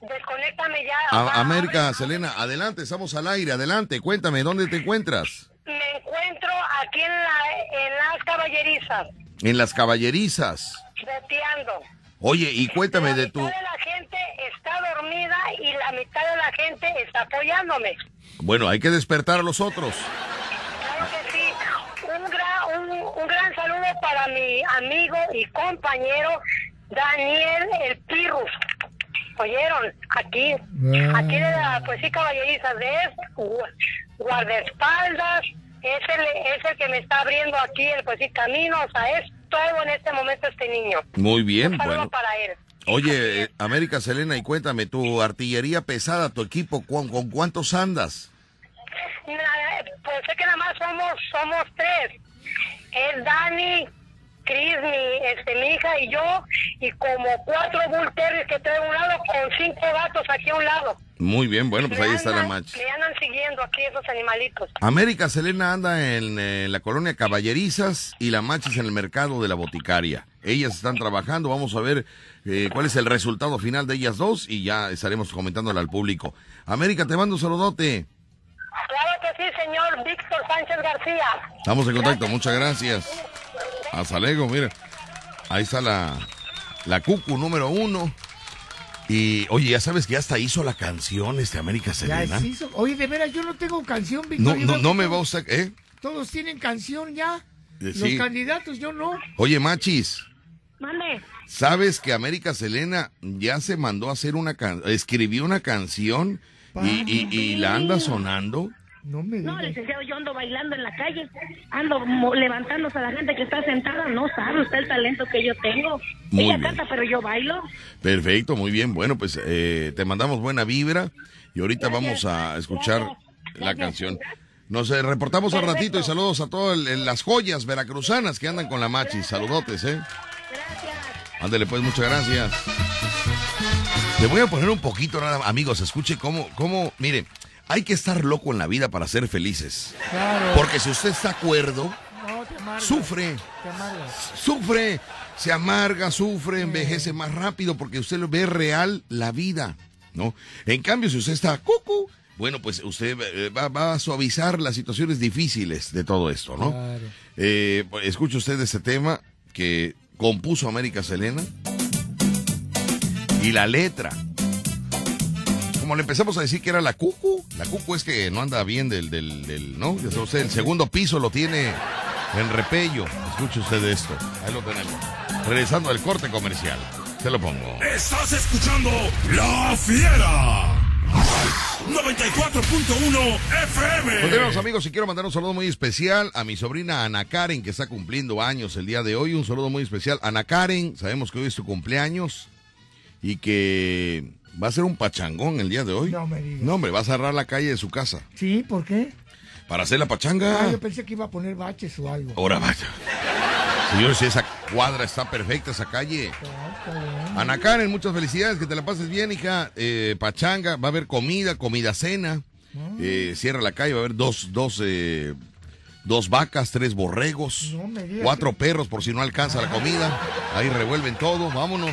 Speaker 11: Desconéctame ya.
Speaker 2: A- América Selena, adelante, estamos al aire, adelante. Cuéntame, ¿dónde te encuentras?
Speaker 11: Me encuentro aquí en, la, en las caballerizas,
Speaker 2: En las caballerizas.
Speaker 11: veteando.
Speaker 2: Oye, y cuéntame de tu...
Speaker 11: Toda la gente está dormida y la mitad de la gente está apoyándome.
Speaker 2: Bueno, hay que despertar a los otros.
Speaker 11: Claro que sí. Un gran, un, un gran saludo para mi amigo y compañero Daniel El Pirrus. ¿Oyeron? Aquí,
Speaker 12: Ah.
Speaker 11: aquí de la poesía caballeriza de es gu- guardaespaldas, es el, es el que me está abriendo aquí el poesía camino, o sea, es todo en este momento este niño.
Speaker 2: Muy bien,
Speaker 11: un saludo
Speaker 2: bueno.
Speaker 11: para él.
Speaker 2: Oye, eh, América Selena, y cuéntame, tu artillería pesada, tu equipo, ¿con, con cuántos andas?
Speaker 11: Nada, Pues sé que nada más somos, somos tres. Es Dani, Cris, mi, este, mi hija y yo, y como cuatro bull terriers que tengo a un lado, con cinco gatos aquí a un lado.
Speaker 2: Muy bien, bueno, pues ahí está la match.
Speaker 11: Me andan siguiendo aquí esos animalitos.
Speaker 2: América Selena anda en eh, la colonia Caballerizas y la Machis en el mercado de la boticaria. Ellas están trabajando, vamos a ver eh, cuál es el resultado final de ellas dos y ya estaremos comentándole al público. América, te mando un saludote.
Speaker 11: Claro que sí, señor Víctor Sánchez García.
Speaker 2: Estamos en contacto, muchas gracias. Hasta luego, mira. Ahí está la, la cucu número uno. Y oye, ya sabes que ya hasta hizo la canción este América
Speaker 4: Ya
Speaker 2: Selena.
Speaker 4: se hizo. Oye, de veras, yo no tengo canción,
Speaker 2: No,
Speaker 4: Víctor. Yo
Speaker 2: no,
Speaker 4: veo
Speaker 2: no
Speaker 4: que
Speaker 2: me va a
Speaker 4: todos-
Speaker 2: usar, ¿eh?
Speaker 4: Todos tienen canción ya.
Speaker 2: Eh,
Speaker 4: Los
Speaker 2: sí.
Speaker 4: candidatos, yo no.
Speaker 2: Oye, Machis.
Speaker 10: Mande.
Speaker 2: ¿Sabes que América Selena ya se mandó a hacer una canción, escribió una canción y, y- y la anda sonando?
Speaker 4: No me
Speaker 10: No, licenciado, yo ando bailando en la calle, ando mo- levantándose a la gente que está sentada, no sabe usted el talento que yo tengo.
Speaker 2: Muy
Speaker 10: Ella
Speaker 2: bien.
Speaker 10: canta, pero yo bailo.
Speaker 2: Perfecto, muy bien. Bueno, pues eh, te mandamos buena vibra y ahorita vamos a escuchar la canción. Nos eh, reportamos al ratito y saludos a todas las joyas veracruzanas que andan con la machi. Saludotes, ¿eh? Ándale, pues, muchas gracias. Le voy a poner un poquito, nada más. amigos, escuche cómo, cómo, mire, hay que estar loco en la vida para ser felices.
Speaker 4: Claro.
Speaker 2: Porque si usted está cuerdo,
Speaker 4: No, te amargas.
Speaker 2: Sufre.
Speaker 4: Te amargas.
Speaker 2: sufre, se amarga, sufre, envejece más rápido porque usted lo ve real la vida, ¿no? En cambio, si usted está cucu, bueno, pues usted eh, va, va a suavizar las situaciones difíciles de todo esto, ¿no? Eh, escuche usted este tema que compuso América Selena y la letra. Como le empezamos a decir que era la cucu, la cucu es que no anda bien del, del, del- ¿no? Ya sabe usted, el segundo piso lo tiene en repello. Escuche usted esto. Ahí lo tenemos. Regresando al corte comercial. Se lo pongo.
Speaker 5: Estás escuchando La Fiera 94.1 FM.
Speaker 2: Continuamos amigos y quiero mandar un saludo muy especial a mi sobrina Ana Karen que está cumpliendo años el día de hoy. Un saludo muy especial. Ana Karen, sabemos que hoy es tu cumpleaños y que va a ser un pachangón el día de hoy. No,
Speaker 4: me digas.
Speaker 2: hombre, va a cerrar la calle de su casa
Speaker 4: Sí, ¿por qué?
Speaker 2: para hacer la
Speaker 4: Ah,
Speaker 2: pachanga.
Speaker 4: yo pensé que iba a poner baches o algo.
Speaker 2: Ahora vaya. Señores, esa cuadra está perfecta, esa calle. Ana Karen, muchas felicidades, que te la pases bien, hija. Eh, pachanga, va a haber comida, comida cena.
Speaker 4: Mm.
Speaker 2: Eh, cierra la calle, va a haber dos, dos, eh, dos vacas, tres borregos,
Speaker 4: No me digas.
Speaker 2: cuatro perros por si no alcanza la comida. Ahí revuelven todo, vámonos.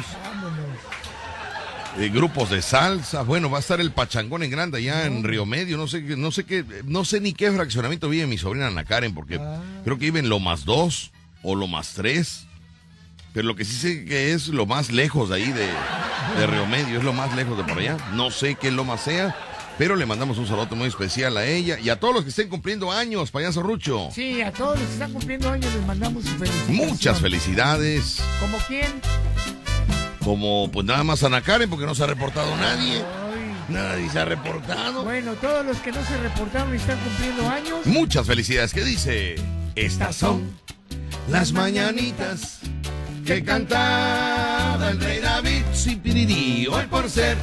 Speaker 2: Eh, grupos de salsa, bueno, va a estar el pachangón en grande allá en Río Medio, no sé, qué- no sé qué, no sé ni qué fraccionamiento vive mi sobrina Ana Karen, porque creo que vive en lo más dos o lo más tres, pero lo que sí sé que es lo más lejos de ahí de, de Río Medio, es lo más lejos de por allá, no sé qué lo más sea, Pero le mandamos un saludo muy especial a ella y a todos los que estén cumpliendo años, payaso Rucho.
Speaker 4: Sí, a todos los que están cumpliendo años les mandamos su felicidad.
Speaker 2: Muchas felicidades.
Speaker 4: ¿Como quién?
Speaker 2: Como pues nada más a Ana Karen porque no se ha reportado nadie. Nadie se ha reportado.
Speaker 4: Bueno, todos los que no se reportaron y están cumpliendo años.
Speaker 2: Muchas felicidades. ¿Qué dice? Estas son las mañanitas que cantaba el rey David Zipiriri. Hoy por ser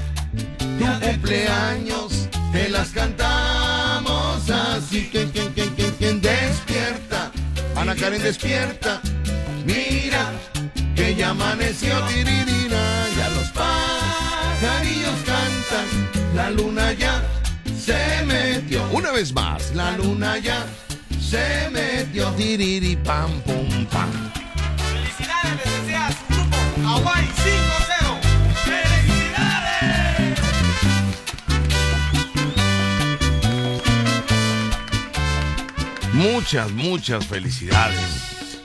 Speaker 2: tu cumpleaños te las cantamos así. que quien, quien, quien, quien despierta? Ana Karen despierta. Mira que ya amaneció tiririna. Ya los pajarillos cantan. La luna ya se metió. Una vez más, la luna ya se metió. Tiriri pam pum pam.
Speaker 8: Felicidades, les deseas Grupo Hawaii 5-0. ¡Felicidades!
Speaker 2: Muchas, muchas felicidades.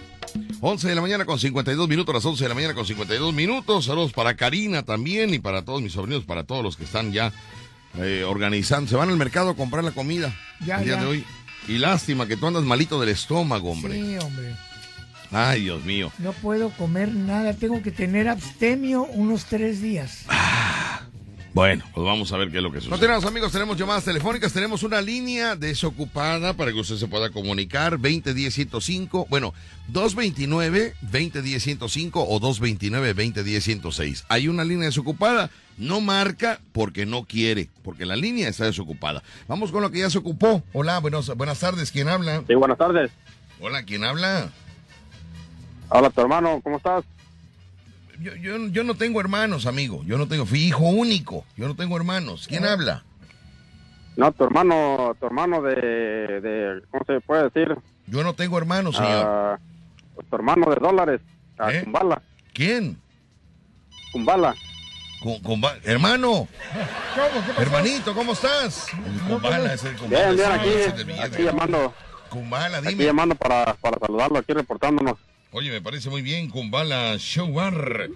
Speaker 2: 11 de la mañana con 52 minutos, las 11 de la mañana con 52 minutos. Saludos para Karina también y para todos mis sobrinos, para todos los que están ya eh, organizando. Se van al mercado a comprar la comida
Speaker 4: Ya,
Speaker 2: el día
Speaker 4: ya.
Speaker 2: de hoy. Y lástima que tú andas malito del estómago, hombre.
Speaker 4: Sí, hombre.
Speaker 2: Ay, Dios mío.
Speaker 4: No puedo comer nada. Tengo que tener abstemio unos tres días.
Speaker 2: Bueno, pues vamos a ver qué es lo que sucede. No tenemos amigos, tenemos llamadas telefónicas, tenemos una línea desocupada para que usted se pueda comunicar, 2010-105, bueno, 229-2010-105 o 229-2010-106. Hay una línea desocupada, no marca porque no quiere, porque la línea está desocupada. Vamos con lo que ya se ocupó. Hola, buenos, buenas tardes, ¿quién habla?
Speaker 12: Sí, buenas tardes.
Speaker 2: Hola, ¿quién habla?
Speaker 12: Hola, tu hermano, ¿cómo estás?
Speaker 2: Yo, yo, yo no tengo hermanos, amigo, yo no tengo, fui hijo único, yo no tengo hermanos. ¿Quién
Speaker 12: Ah,
Speaker 2: habla?
Speaker 12: No, tu hermano, tu hermano de, de ¿cómo se puede decir?
Speaker 2: Yo no tengo hermano, señor. ¿Eh?
Speaker 12: Ah, tu hermano de dólares, a Kumbala.
Speaker 2: ¿Quién?
Speaker 12: Kumbala.
Speaker 2: Con, con ba- hermano, hermanito, ¿cómo estás? Con bala, es el- con
Speaker 12: Bien, bien,
Speaker 2: bala,
Speaker 12: aquí,
Speaker 2: es el billete.
Speaker 12: aquí llamando.
Speaker 2: Kumbala,
Speaker 12: Aquí llamando para, para saludarlo, aquí reportándonos.
Speaker 2: Oye, me parece muy bien, con bala Show Bar.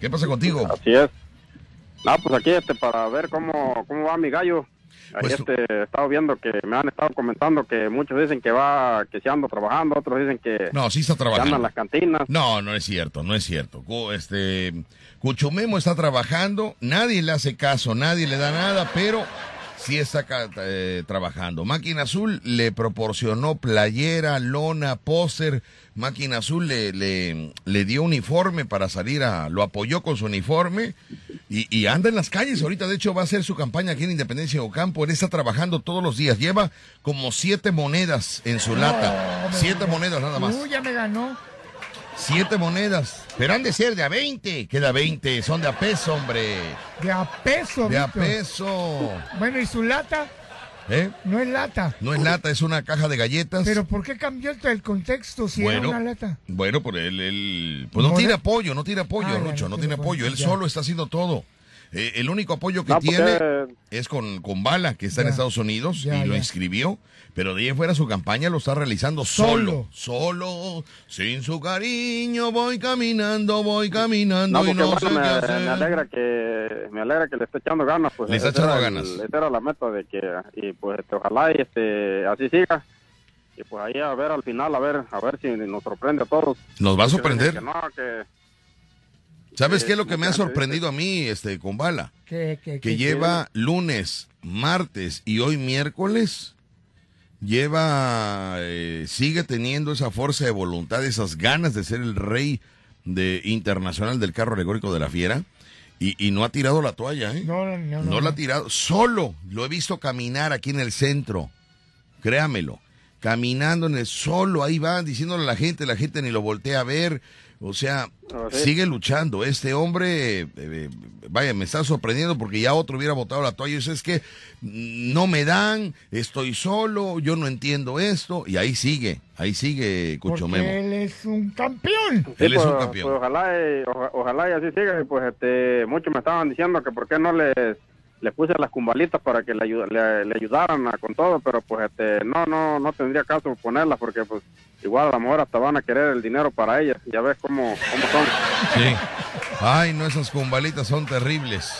Speaker 2: ¿Qué pasa contigo?
Speaker 12: Así es. No, pues aquí este, para ver cómo, cómo va mi gallo. Ahí
Speaker 2: Pues
Speaker 12: este, he estado viendo que me han estado comentando que muchos dicen que va, que se ando trabajando, otros dicen que...
Speaker 2: No, sí está
Speaker 12: que anda
Speaker 2: trabajando.
Speaker 12: en las cantinas.
Speaker 2: No, no es cierto, no es cierto. Cu- Este, Cuchumemo está trabajando, nadie le hace caso, nadie le da nada, pero sí está ca- eh, trabajando. Máquina Azul le proporcionó playera, lona, póster. Máquina Azul le, le- le dio uniforme para salir a, lo apoyó con su uniforme y, y anda en las calles. Ahorita, de hecho, va a hacer su campaña aquí en Independencia de Ocampo. Él está trabajando todos los días. Lleva como siete monedas en su lata. Siete monedas nada más.
Speaker 4: Uy, ya me ganó.
Speaker 2: Siete monedas. Pero han de ser de a 20. Queda 20. Son de a peso, hombre.
Speaker 4: De a peso,
Speaker 2: De a
Speaker 4: Víctor.
Speaker 2: peso.
Speaker 4: Bueno, ¿y su lata?
Speaker 2: ¿Eh?
Speaker 4: No es lata.
Speaker 2: No es lata, es una caja de galletas.
Speaker 4: Pero ¿por qué cambió el- el contexto si
Speaker 2: Bueno.
Speaker 4: era una lata?
Speaker 2: Bueno, por él, él- Pues no
Speaker 4: Moneda.
Speaker 2: tiene apoyo, no tiene apoyo,
Speaker 4: Ah, ya,
Speaker 2: Rucho.
Speaker 4: no
Speaker 2: No
Speaker 4: tiene
Speaker 2: tiene
Speaker 4: apoyo,
Speaker 2: apoyo. Él
Speaker 4: ya.
Speaker 2: solo está haciendo todo. Eh, el único apoyo que
Speaker 12: No, porque-
Speaker 2: tiene es con, con Bala, que está en Estados Unidos y
Speaker 12: Ya,
Speaker 2: lo
Speaker 12: ya.
Speaker 2: inscribió. Pero de ahí fuera su campaña lo está realizando solo. Solo, sin su cariño, voy caminando, voy caminando
Speaker 12: No,
Speaker 2: y
Speaker 12: porque
Speaker 2: no sé
Speaker 12: bueno, me,
Speaker 2: qué hacer.
Speaker 12: me alegra que me alegra que le esté echando ganas, pues.
Speaker 2: Le está
Speaker 12: esa
Speaker 2: echando
Speaker 12: era el-
Speaker 2: ganas.
Speaker 12: esa era la meta de que y pues este, ojalá y este así siga. Y pues ahí a ver al final a ver a ver si nos sorprende a todos.
Speaker 2: Nos va a
Speaker 12: Porque
Speaker 2: sorprender.
Speaker 12: dicen que no, que-
Speaker 2: ¿Sabes
Speaker 12: Eh,
Speaker 2: qué es lo que me ha
Speaker 12: mucha gente
Speaker 2: sorprendido a mí, este, con bala?
Speaker 4: Que,
Speaker 2: Que lleva lunes, martes y hoy miércoles, lleva, eh, sigue teniendo esa fuerza de voluntad, esas ganas de ser el rey de internacional del carro alegórico de la fiera. Y, y no ha tirado la toalla, ¿eh?
Speaker 4: No, no, no.
Speaker 2: No la ha tirado. Solo lo he visto caminar aquí en el centro. Créamelo. Caminando en el solo, ahí va, diciéndole a la gente, la gente ni lo voltea a ver. O sea,
Speaker 12: Pues sí.
Speaker 2: sigue luchando. Este hombre, eh, eh, vaya, me está sorprendiendo porque ya otro hubiera botado la toalla. Y dice, es que mm, no me dan, estoy solo, yo no entiendo esto. Y ahí sigue, ahí sigue Cuchomemo.
Speaker 4: Porque él es un campeón.
Speaker 2: Él es un
Speaker 12: pues,
Speaker 2: campeón.
Speaker 12: pues, ojalá y oja- ojalá y así siga y pues este muchos me estaban diciendo que por qué no les les puse las cumbalitas para que le, ayu- le- le ayudaran a- con todo, pero pues este no no no tendría caso ponerlas porque pues igual a lo mejor hasta van a querer el dinero para ellas, ya ves cómo cómo son.
Speaker 2: Ay, no, esas cumbalitas son terribles.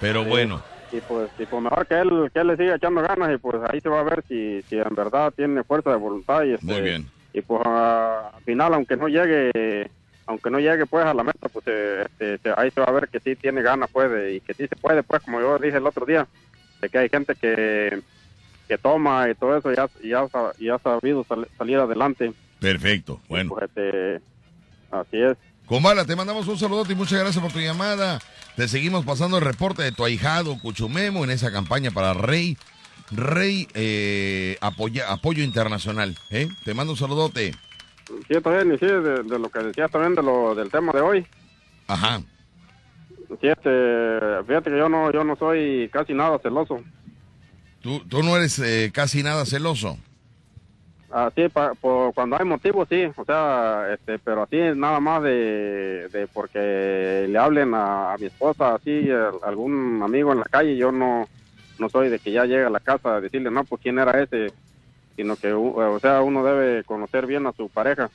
Speaker 2: Pero bueno,
Speaker 12: y pues, y pues mejor que él, que él le siga echando ganas y pues ahí se va a ver si, si en verdad tiene fuerza de voluntad y este,
Speaker 2: Muy bien.
Speaker 12: y pues a- al final aunque no llegue aunque no llegue pues a la meta pues eh, este, se- ahí se va a ver que sí tiene ganas pues de- y que sí se puede pues como yo dije el otro día de que hay gente que, que toma y todo eso y ha, y ha sa- y ha sabido sal- salir adelante
Speaker 2: Perfecto, bueno.
Speaker 12: pues este, así es
Speaker 2: Comala, te mandamos un saludote y muchas gracias por tu llamada. Te seguimos pasando el reporte de tu ahijado Cuchumemo en esa campaña para Rey, Rey eh, apoya- Apoyo Internacional. ¿eh? Te mando un saludote.
Speaker 12: Sí, también, y sí, de, de lo que decías también de lo, del tema de hoy.
Speaker 2: Ajá.
Speaker 12: Sí, este, fíjate que yo no, yo no soy casi nada celoso.
Speaker 2: Tú, tú no eres eh, casi nada celoso.
Speaker 12: Así, pa- por- cuando hay motivos, sí, o sea, este, pero así nada más de, de porque le hablen a, a mi esposa, así, a algún amigo en la calle, yo no, no soy de que ya llega a la casa a decirle, no, pues quién era ese, sino que, u- o sea, uno debe conocer bien a su pareja.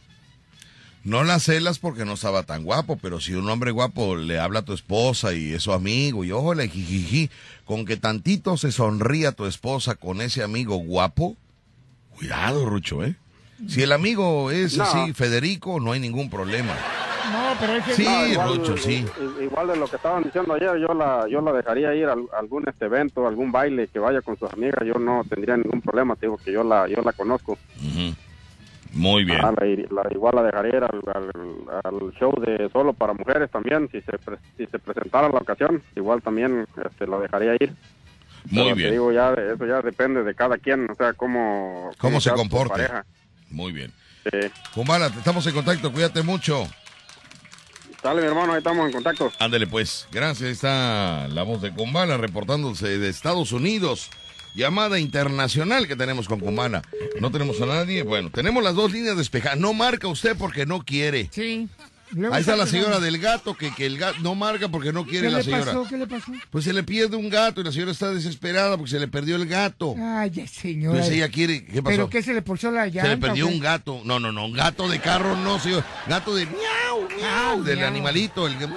Speaker 2: No la celas porque no estaba tan guapo, pero si un hombre guapo le habla a tu esposa y es su amigo, y ojo, le jijiji, con que tantito se sonría tu esposa con ese amigo guapo, cuidado, Rucho, ¿eh? Si el amigo es
Speaker 12: No.
Speaker 2: así, Federico, no hay ningún problema.
Speaker 4: No, pero es que...
Speaker 2: Sí,
Speaker 12: No,
Speaker 2: Rucho, sí.
Speaker 12: i- Igual de lo que estaban diciendo ayer, yo la, yo la dejaría ir a al- algún este evento, algún baile que vaya con sus amigas, yo no tendría ningún problema, te digo que yo la, yo la conozco.
Speaker 2: Muy bien.
Speaker 12: Ah, la ir- la- igual la dejaría ir al, al- al show de solo para mujeres también, si se, pre- si se presentara la ocasión, igual también este, la dejaría ir.
Speaker 2: Muy
Speaker 12: Pero
Speaker 2: bien.
Speaker 12: Te digo, ya, eso ya depende de cada quien, o sea, cómo,
Speaker 2: Cómo se
Speaker 12: sea su
Speaker 2: comporte.
Speaker 12: pareja. Eh,
Speaker 2: Muy bien.
Speaker 12: Sí.
Speaker 2: Comala, te- estamos en contacto, cuídate mucho.
Speaker 12: Dale, mi hermano, ahí estamos en contacto.
Speaker 2: Ándale pues, gracias. Ahí Está Ah, la voz de Kumbala reportándose de Estados Unidos. Llamada internacional que tenemos con Kumbala. No tenemos a nadie. Bueno, tenemos las dos líneas despejadas. No marca usted porque no quiere.
Speaker 4: Sí.
Speaker 2: Ahí está la señora del gato, que, que el gato no marca porque no
Speaker 4: ¿Qué
Speaker 2: quiere la
Speaker 4: le
Speaker 2: señora.
Speaker 4: pasó? ¿Qué le pasó?
Speaker 2: Pues se le pierde un gato y la señora está desesperada porque se le perdió el gato.
Speaker 4: Ay, ya, señora.
Speaker 2: Entonces ella quiere... ¿Qué pasó?
Speaker 4: ¿Pero qué se le porció la llanta?
Speaker 2: Se le perdió
Speaker 4: o qué?
Speaker 2: un gato. No, no, no, un gato de carro no, señor. Gato de miau, miau, del
Speaker 4: miau.
Speaker 2: animalito. El, que-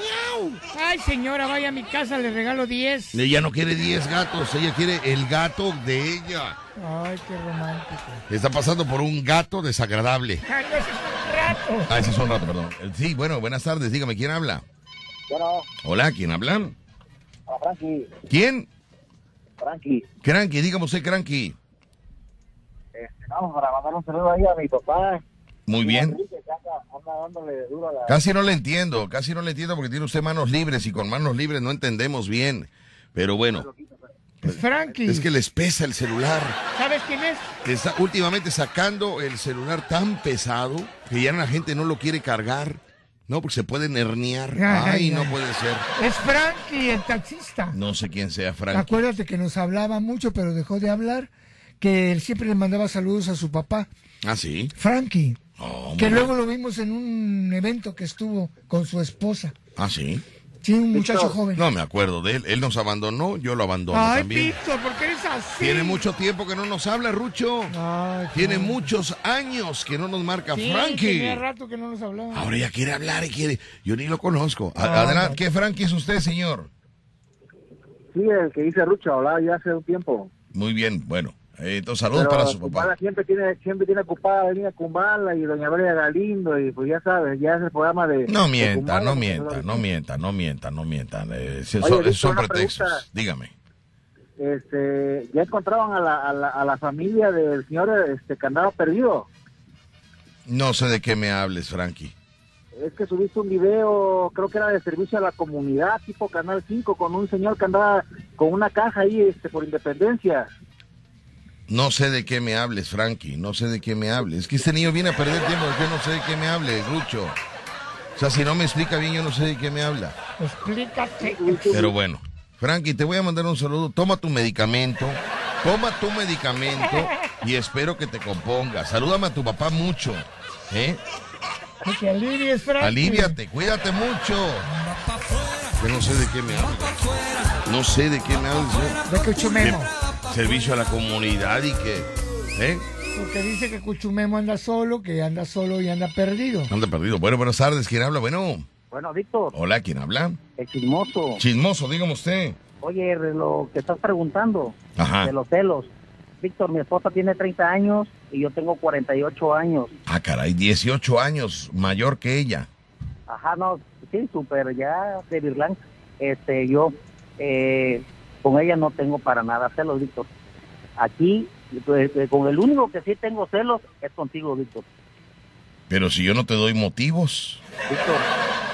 Speaker 4: Ay, señora, vaya a mi casa, le regalo 10.
Speaker 2: ella no quiere 10 gatos, ella quiere el gato de ella.
Speaker 4: Ay, qué romántico.
Speaker 2: Está pasando por un gato desagradable.
Speaker 4: Ay, no, ese es un rato.
Speaker 2: Ah, ese es un rato, perdón. Eh, Sí, bueno, buenas tardes, dígame, ¿quién habla?
Speaker 6: Bueno,
Speaker 2: Hola, ¿quién habla?
Speaker 6: a Frankie,
Speaker 2: ¿Quién?
Speaker 6: Frankie,
Speaker 2: Cranky, dígame usted, Cranky.
Speaker 6: este, vamos para mandar un saludo ahí a mi papá.
Speaker 2: Muy bien.
Speaker 6: Enrique, que anda, anda dándole duro a la...
Speaker 2: Casi no le entiendo, casi no le entiendo porque tiene usted manos libres y con manos libres no entendemos bien. Pero bueno,
Speaker 4: Es Frankie.
Speaker 2: es que les pesa el celular.
Speaker 4: ¿Sabes quién es?
Speaker 2: Te está últimamente sacando el celular tan pesado que ya la gente no lo quiere cargar. No, porque se pueden herniar. Ay,
Speaker 4: Ay,
Speaker 2: no
Speaker 4: ay.
Speaker 2: puede ser.
Speaker 4: Es Frankie, el taxista.
Speaker 2: No sé quién sea Frank.
Speaker 4: Acuérdate que nos hablaba mucho, pero dejó de hablar. Que él siempre le mandaba saludos a su papá,
Speaker 2: Ah, sí.
Speaker 4: Frankie.
Speaker 2: Oh,
Speaker 4: Que
Speaker 2: mira.
Speaker 4: luego lo vimos en un evento que estuvo con su esposa.
Speaker 2: Ah, sí.
Speaker 4: Sí, un muchacho joven.
Speaker 2: No me acuerdo de él. Él nos abandonó, yo lo abandono
Speaker 4: Ay,
Speaker 2: también.
Speaker 4: Víctor, ¿por qué eres así?
Speaker 2: Tiene mucho tiempo que no nos habla, Rucho.
Speaker 4: Ay,
Speaker 2: Tiene
Speaker 4: joder.
Speaker 2: muchos años que no nos marca
Speaker 4: Sí,
Speaker 2: Frankie.
Speaker 4: Tenía rato que no nos hablaba.
Speaker 2: Ahora ya quiere hablar y quiere. Yo ni lo conozco. A-
Speaker 4: Ah,
Speaker 2: Adelante,
Speaker 4: no.
Speaker 2: ¿qué Frankie es usted, señor?
Speaker 6: Sí, el que dice Rucho, hablaba ya hace un tiempo.
Speaker 2: Muy bien, bueno. eh, Entonces, saludos
Speaker 6: Pero
Speaker 2: para su
Speaker 6: Kumbala
Speaker 2: papá.
Speaker 6: Siempre tiene, siempre tiene ocupada la línea Kumbala y Doña Aurelia Galindo y pues ya sabes, ya es el programa de...
Speaker 2: No
Speaker 6: de
Speaker 2: mientan,
Speaker 6: Kumbala,
Speaker 2: no
Speaker 6: que
Speaker 2: mientan, no mientan, no mientan, no mientan. Eh, si-
Speaker 6: Oye,
Speaker 2: son,
Speaker 6: Víctor,
Speaker 2: son
Speaker 6: una
Speaker 2: pretextos.
Speaker 6: pregunta.
Speaker 2: Dígame.
Speaker 6: Este, ya encontraron a la, a la, a la familia del señor este, que andaba perdido.
Speaker 2: No sé de qué me hables, Frankie.
Speaker 6: Es que subiste un video, creo que era de servicio a la comunidad, tipo Canal 5, con un señor que andaba con una caja ahí este, por independencia.
Speaker 2: No sé de qué me hables, Frankie. No sé de qué me hables. Es que este niño viene a perder tiempo. Yo no sé de qué me hable, Rucho. O sea, si no me explica bien, yo no sé de qué me habla.
Speaker 4: Explícate.
Speaker 2: Pero bueno, Frankie, te voy a mandar un saludo. Toma tu medicamento. Toma tu medicamento y espero que te compongas. Salúdame a tu papá mucho. ¿eh?
Speaker 4: Que te alivies, Frankie.
Speaker 2: Aliviate, cuídate mucho. Yo no sé de qué me hablas. No sé de qué me hablas. ¿eh?
Speaker 4: De Cuchumemo.
Speaker 2: Servicio a la comunidad y que. ¿Eh?
Speaker 4: Porque dice que Cuchumemo anda solo, que anda solo y anda perdido.
Speaker 2: Anda perdido. Bueno, buenas tardes. ¿Quién habla? Bueno.
Speaker 13: Bueno, Víctor,
Speaker 2: Hola, ¿quién habla?
Speaker 13: el chismoso.
Speaker 2: Chismoso, dígame usted.
Speaker 13: Oye, de lo que estás preguntando
Speaker 2: Ajá.
Speaker 13: de los celos. Víctor, mi esposa tiene 30 años y yo tengo 48 años.
Speaker 2: Ah, caray, 18 años mayor que ella.
Speaker 13: Ajá, no, sí, súper, ya de Virlán. Este, yo eh, con ella no tengo para nada celos, Víctor. Aquí, pues, eh, con el único que sí tengo celos es contigo, Víctor.
Speaker 2: Pero si yo no te doy motivos.
Speaker 13: Víctor,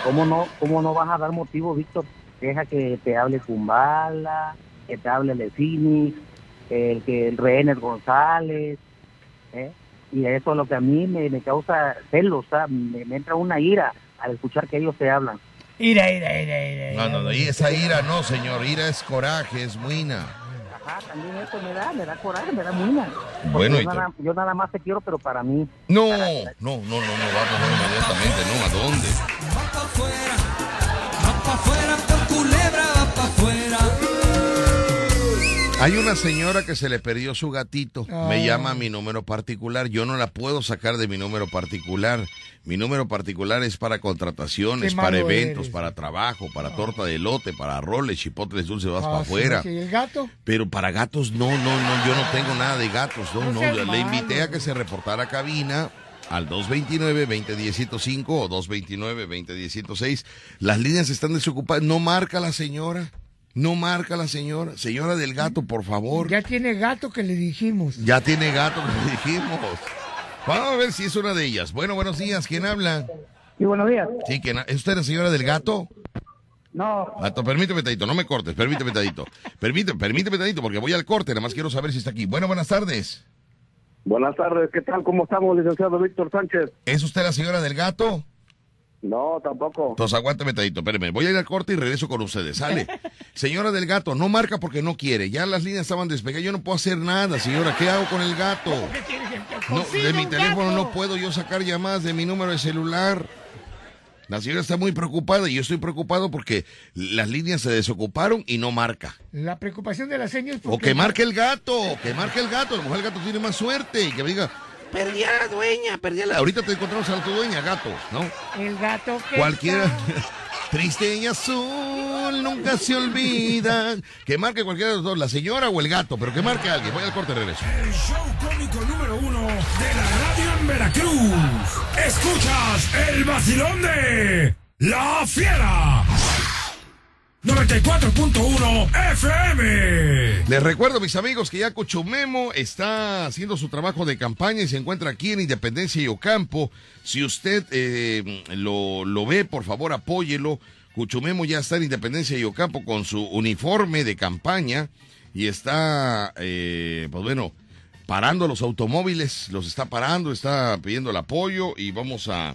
Speaker 13: ¿cómo no, ¿cómo no vas a dar motivo, Víctor? Deja que te hable Kumbala, que te hable el Phoenix, el, que el Rehenes González, ¿eh? y eso es lo que a mí me, me causa celos, o sea, me, me entra una ira al escuchar que ellos te hablan.
Speaker 4: Ira, ira, ira, ira.
Speaker 2: No, no, no, y esa ira no, señor. Ira es coraje, es muina.
Speaker 13: Ajá, también eso me da, me da coraje, me da muina. Porque
Speaker 2: Bueno, y
Speaker 13: yo,
Speaker 2: te-
Speaker 13: nada, yo nada más te quiero, pero para mí.
Speaker 2: No, no, no, no, no, vamos no, inmediatamente, no, ¿a dónde?
Speaker 8: Culebra va pa' afuera.
Speaker 2: Hay una señora que se le perdió su gatito.
Speaker 8: Ah.
Speaker 2: Me llama a mi número particular. Yo no la puedo sacar de mi número particular. Mi número particular es para contrataciones,
Speaker 4: Qué
Speaker 2: para
Speaker 4: malo
Speaker 2: eventos,
Speaker 4: eres.
Speaker 2: para trabajo, para torta de lote, para roles, chipotles dulces, vas
Speaker 4: Ah,
Speaker 2: para
Speaker 4: sí,
Speaker 2: afuera.
Speaker 4: sí, el gato?
Speaker 2: Pero para gatos, no, no, no, yo no tengo nada de gatos, no,
Speaker 4: No
Speaker 2: no.
Speaker 4: seas
Speaker 2: yo Le
Speaker 4: malo.
Speaker 2: invité a que se reportara a cabina al 229-2010-105 o 229-2010-106. Las líneas están desocupadas. No marca la señora. No marca la señora. Señora del gato, por favor.
Speaker 4: Ya tiene gato que le dijimos.
Speaker 2: Ya tiene gato, le dijimos. Vamos a ver si es una de ellas. Bueno, buenos días. ¿Quién habla?
Speaker 14: Sí, buenos días.
Speaker 2: Sí, ¿quién ha- ¿Es usted la señora del gato?
Speaker 14: No,
Speaker 2: Gato, permíteme, Tadito, no me cortes, permíteme, Tadito. Permíteme, permíteme, Tadito, porque voy al corte, nada más quiero saber si está aquí. Bueno, buenas tardes.
Speaker 15: Buenas tardes, ¿qué tal? ¿Cómo estamos, licenciado Víctor Sánchez?
Speaker 2: ¿Es usted la señora del gato?
Speaker 15: No, tampoco.
Speaker 2: Entonces aguántame, Tadito, espérame, voy a ir al corte y regreso con ustedes, sale. Señora del gato, no marca porque no quiere, ya las líneas estaban despegadas, yo no puedo hacer nada, señora, ¿qué hago con el gato? No, de mi teléfono no puedo yo sacar llamadas de mi número de celular. La señora está muy preocupada y yo estoy preocupado porque las líneas se desocuparon y no marca.
Speaker 4: La preocupación de la seña es
Speaker 2: O
Speaker 4: porque...
Speaker 2: que marque el gato, que marque el gato, a lo mejor el gato tiene más suerte y que me diga, perdí a la dueña, perdí a la... Ahorita te encontramos a tu dueña, gato, ¿no?
Speaker 4: El gato que...
Speaker 2: Cualquiera... Triste y azul, nunca se olvida. Que marque cualquiera de los dos, la señora o el gato, pero que marque a alguien. Voy al corte de regreso.
Speaker 8: El show cómico número uno de la radio en Veracruz. Escuchas el vacilón de La Fiera. 94.1 FM.
Speaker 2: Les recuerdo, mis amigos, que ya Cochumemo está haciendo su trabajo de campaña y se encuentra aquí en Independencia y Ocampo. Si usted eh, lo, lo ve, por favor, apóyelo. Cochumemo ya está en Independencia y Ocampo con su uniforme de campaña y está, eh, pues bueno, parando los automóviles, los está parando, está pidiendo el apoyo y vamos a,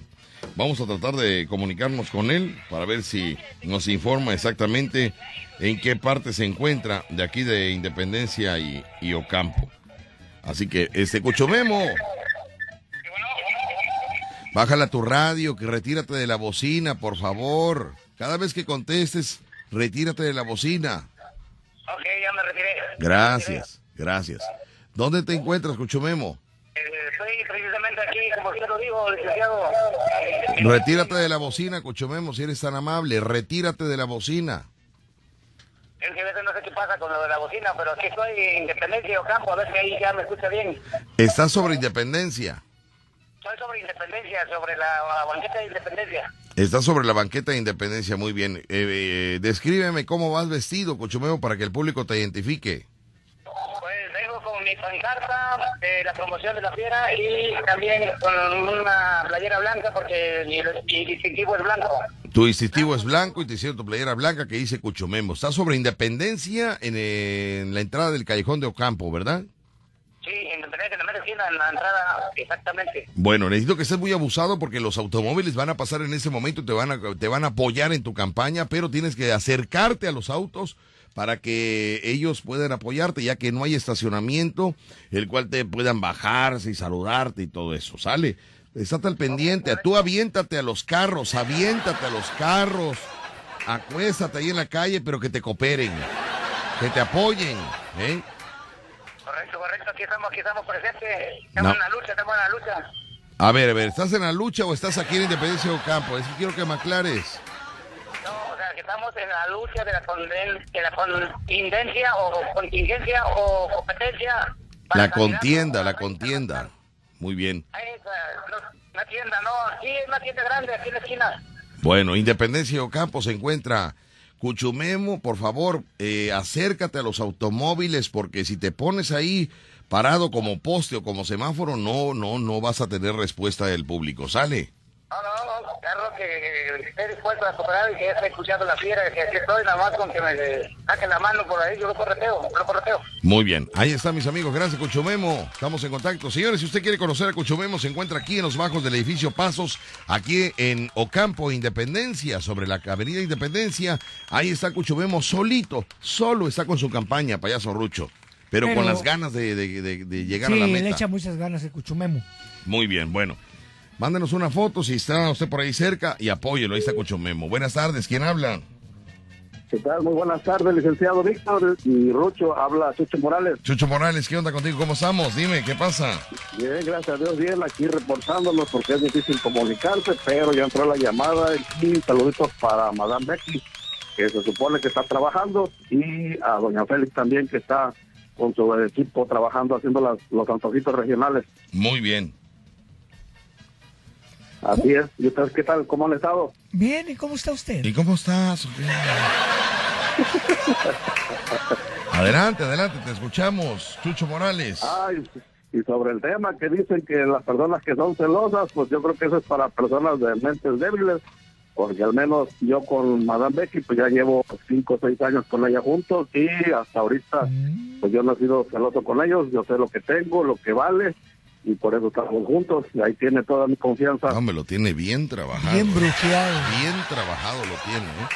Speaker 2: vamos a tratar de comunicarnos con él para ver si nos informa exactamente en qué parte se encuentra de aquí de Independencia y, y Ocampo. Así que, este Cuchomemo, bájala tu radio, que retírate de la bocina, por favor. Cada vez que contestes, retírate de la bocina.
Speaker 9: Ok, ya me retiré.
Speaker 2: Gracias, gracias. ¿Dónde te encuentras, Cuchomemo?
Speaker 9: Eh, Estoy precisamente aquí, como yo lo digo, licenciado.
Speaker 2: Retírate de la bocina, Cuchomemo, si eres tan amable, retírate de la bocina.
Speaker 9: Es que a veces no sé qué pasa con lo de la bocina, pero aquí estoy, Independencia y Ocampo, a ver si ahí ya me escucha bien.
Speaker 2: Estás sobre Independencia.
Speaker 9: Estoy sobre Independencia, sobre la, la banqueta de Independencia.
Speaker 2: Estás sobre la banqueta de Independencia, muy bien. Eh, eh, descríbeme cómo vas vestido, Cuchumemo, para que el público te identifique.
Speaker 9: Pues vengo con mi pancarta de la promoción de la fiera y también con una playera blanca porque mi, mi distintivo es blanco.
Speaker 2: Tu distintivo es blanco y te hicieron tu playera blanca que dice Cuchumemo. Estás sobre Independencia en, eh, en la entrada del Callejón de Ocampo, ¿verdad?
Speaker 9: Sí, Independencia, en la mera esquina, en la entrada, exactamente.
Speaker 2: Bueno, necesito que estés muy abusado porque los automóviles van a pasar en ese momento, te van a, te van a apoyar en tu campaña, pero tienes que acercarte a los autos para que ellos puedan apoyarte, ya que no hay estacionamiento, el cual te puedan bajarse y saludarte y todo eso, ¿sale? Estate al pendiente, tú aviéntate a los carros, aviéntate a los carros, acuéstate ahí en la calle, pero que te cooperen, que te apoyen, ¿eh?
Speaker 9: Correcto, correcto, aquí estamos, aquí estamos presentes.
Speaker 2: No.
Speaker 9: Estamos en la lucha, estamos en la lucha.
Speaker 2: A ver, a ver, ¿estás en la lucha o estás aquí en Independencia Ocampo? Es que quiero que me aclares.
Speaker 9: estamos en la lucha de la, conden- de la contingencia o contingencia o competencia.
Speaker 2: La contienda, la contienda. Muy bien.
Speaker 9: Ahí está, no, una tienda, no, aquí es una tienda grande, aquí en la esquina.
Speaker 2: Bueno, Independencia y Ocampo se encuentra. Cuchumemo, por favor, eh, acércate a los automóviles porque si te pones ahí parado como poste o como semáforo, no, no, no vas a tener respuesta del público. Sale.
Speaker 9: No, no, no, Carlos, que, que esté dispuesto a cooperar y que ya está escuchando la fiera, que aquí estoy, nada más con que me saque la mano por ahí, yo lo correteo, lo correteo.
Speaker 2: Muy bien, ahí están mis amigos, gracias Cuchumemo, estamos en contacto. Señores, si usted quiere conocer a Cuchumemo, se encuentra aquí en los bajos del edificio Pasos, aquí en Ocampo Independencia, sobre la avenida Independencia, ahí está Cuchumemo solito, solo está con su campaña, payaso Rucho, pero,
Speaker 4: Pero-
Speaker 2: con las ganas de, de- de- de llegar
Speaker 4: sí,
Speaker 2: a la
Speaker 4: le
Speaker 2: meta.
Speaker 4: echa muchas ganas el Cuchumemo.
Speaker 2: Muy bien, bueno, mándenos una foto si está usted por ahí cerca y apóyelo, ahí está Cuchumemo. Buenas tardes, ¿quién habla?
Speaker 6: ¿Qué tal? Muy buenas tardes, licenciado Víctor y Rucho. Habla Chucho Morales.
Speaker 2: Chucho Morales, ¿qué onda contigo? ¿Cómo estamos? Dime, ¿qué pasa?
Speaker 6: Bien, gracias a Dios, bien, aquí reportándonos porque es difícil comunicarse, pero ya entró la llamada y saluditos para Madame Becky, que se supone que está trabajando, y a Doña Félix también, que está con su equipo trabajando, haciendo las- los antojitos regionales.
Speaker 2: Muy bien.
Speaker 6: Así es. ¿Y ustedes qué tal? ¿Cómo han estado?
Speaker 4: Bien, ¿y cómo está usted?
Speaker 2: ¿Y cómo estás? Adelante, adelante, te escuchamos, Chucho Morales.
Speaker 4: Ah,
Speaker 6: Ay, y sobre el tema que dicen que las personas que son celosas, pues yo creo que eso es para personas de mentes débiles, porque al menos yo con Madame Becky, pues ya llevo cinco o seis años con ella juntos y hasta ahorita,
Speaker 2: Mm.
Speaker 6: pues yo no he sido celoso con ellos, yo sé lo que tengo, lo que vale, y por eso estamos juntos, y ahí tiene toda mi confianza.
Speaker 2: No, me lo tiene bien trabajado. Bien
Speaker 4: brujeado.
Speaker 2: Bien trabajado lo tiene, ¿eh?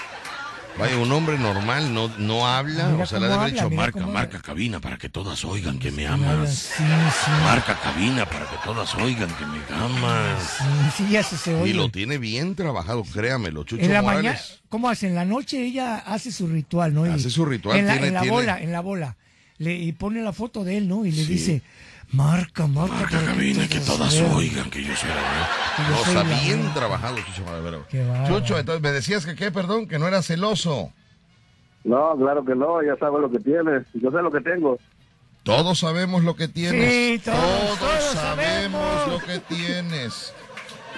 Speaker 2: Vaya, un hombre normal no, no habla,
Speaker 4: Mira
Speaker 2: o sea, le ha de haber
Speaker 4: cómo habla,
Speaker 2: dicho,
Speaker 4: mira
Speaker 2: marca,
Speaker 4: cómo
Speaker 2: marca cabina para que todas oigan que me
Speaker 4: Ah,
Speaker 2: amas.
Speaker 4: sí, sí.
Speaker 2: Marca cabina para que todas oigan que me amas.
Speaker 4: Sí, sí, ya se, se
Speaker 2: Y
Speaker 4: oye.
Speaker 2: lo tiene bien trabajado, créamelo, Chucho
Speaker 4: en la mañana,
Speaker 2: Morales.
Speaker 4: ¿cómo hace? En la noche ella hace su ritual, ¿no? Y-
Speaker 2: Hace su ritual,
Speaker 4: En la,
Speaker 2: tiene-
Speaker 4: en la
Speaker 2: tiene-
Speaker 4: bola, en la bola. Le- y pone la foto de él, ¿no? Y le dice, marca, marca. para
Speaker 2: cabina que
Speaker 4: todos
Speaker 2: todas
Speaker 4: vean".
Speaker 2: oigan que yo soy la verdad.
Speaker 4: Que yo
Speaker 2: No,
Speaker 4: soy
Speaker 2: está
Speaker 4: la
Speaker 2: bien
Speaker 4: verdad.
Speaker 2: trabajado, Chucho Morales.
Speaker 4: Qué bárbaro.
Speaker 2: Chucho, entonces me decías que qué, perdón, que no era celoso.
Speaker 6: No, claro que no, ya sabe lo que tiene, yo sé lo que tengo.
Speaker 2: Todos sabemos lo que tienes.
Speaker 6: Sí,
Speaker 2: todos,
Speaker 6: todos, todos
Speaker 2: sabemos, lo que tienes.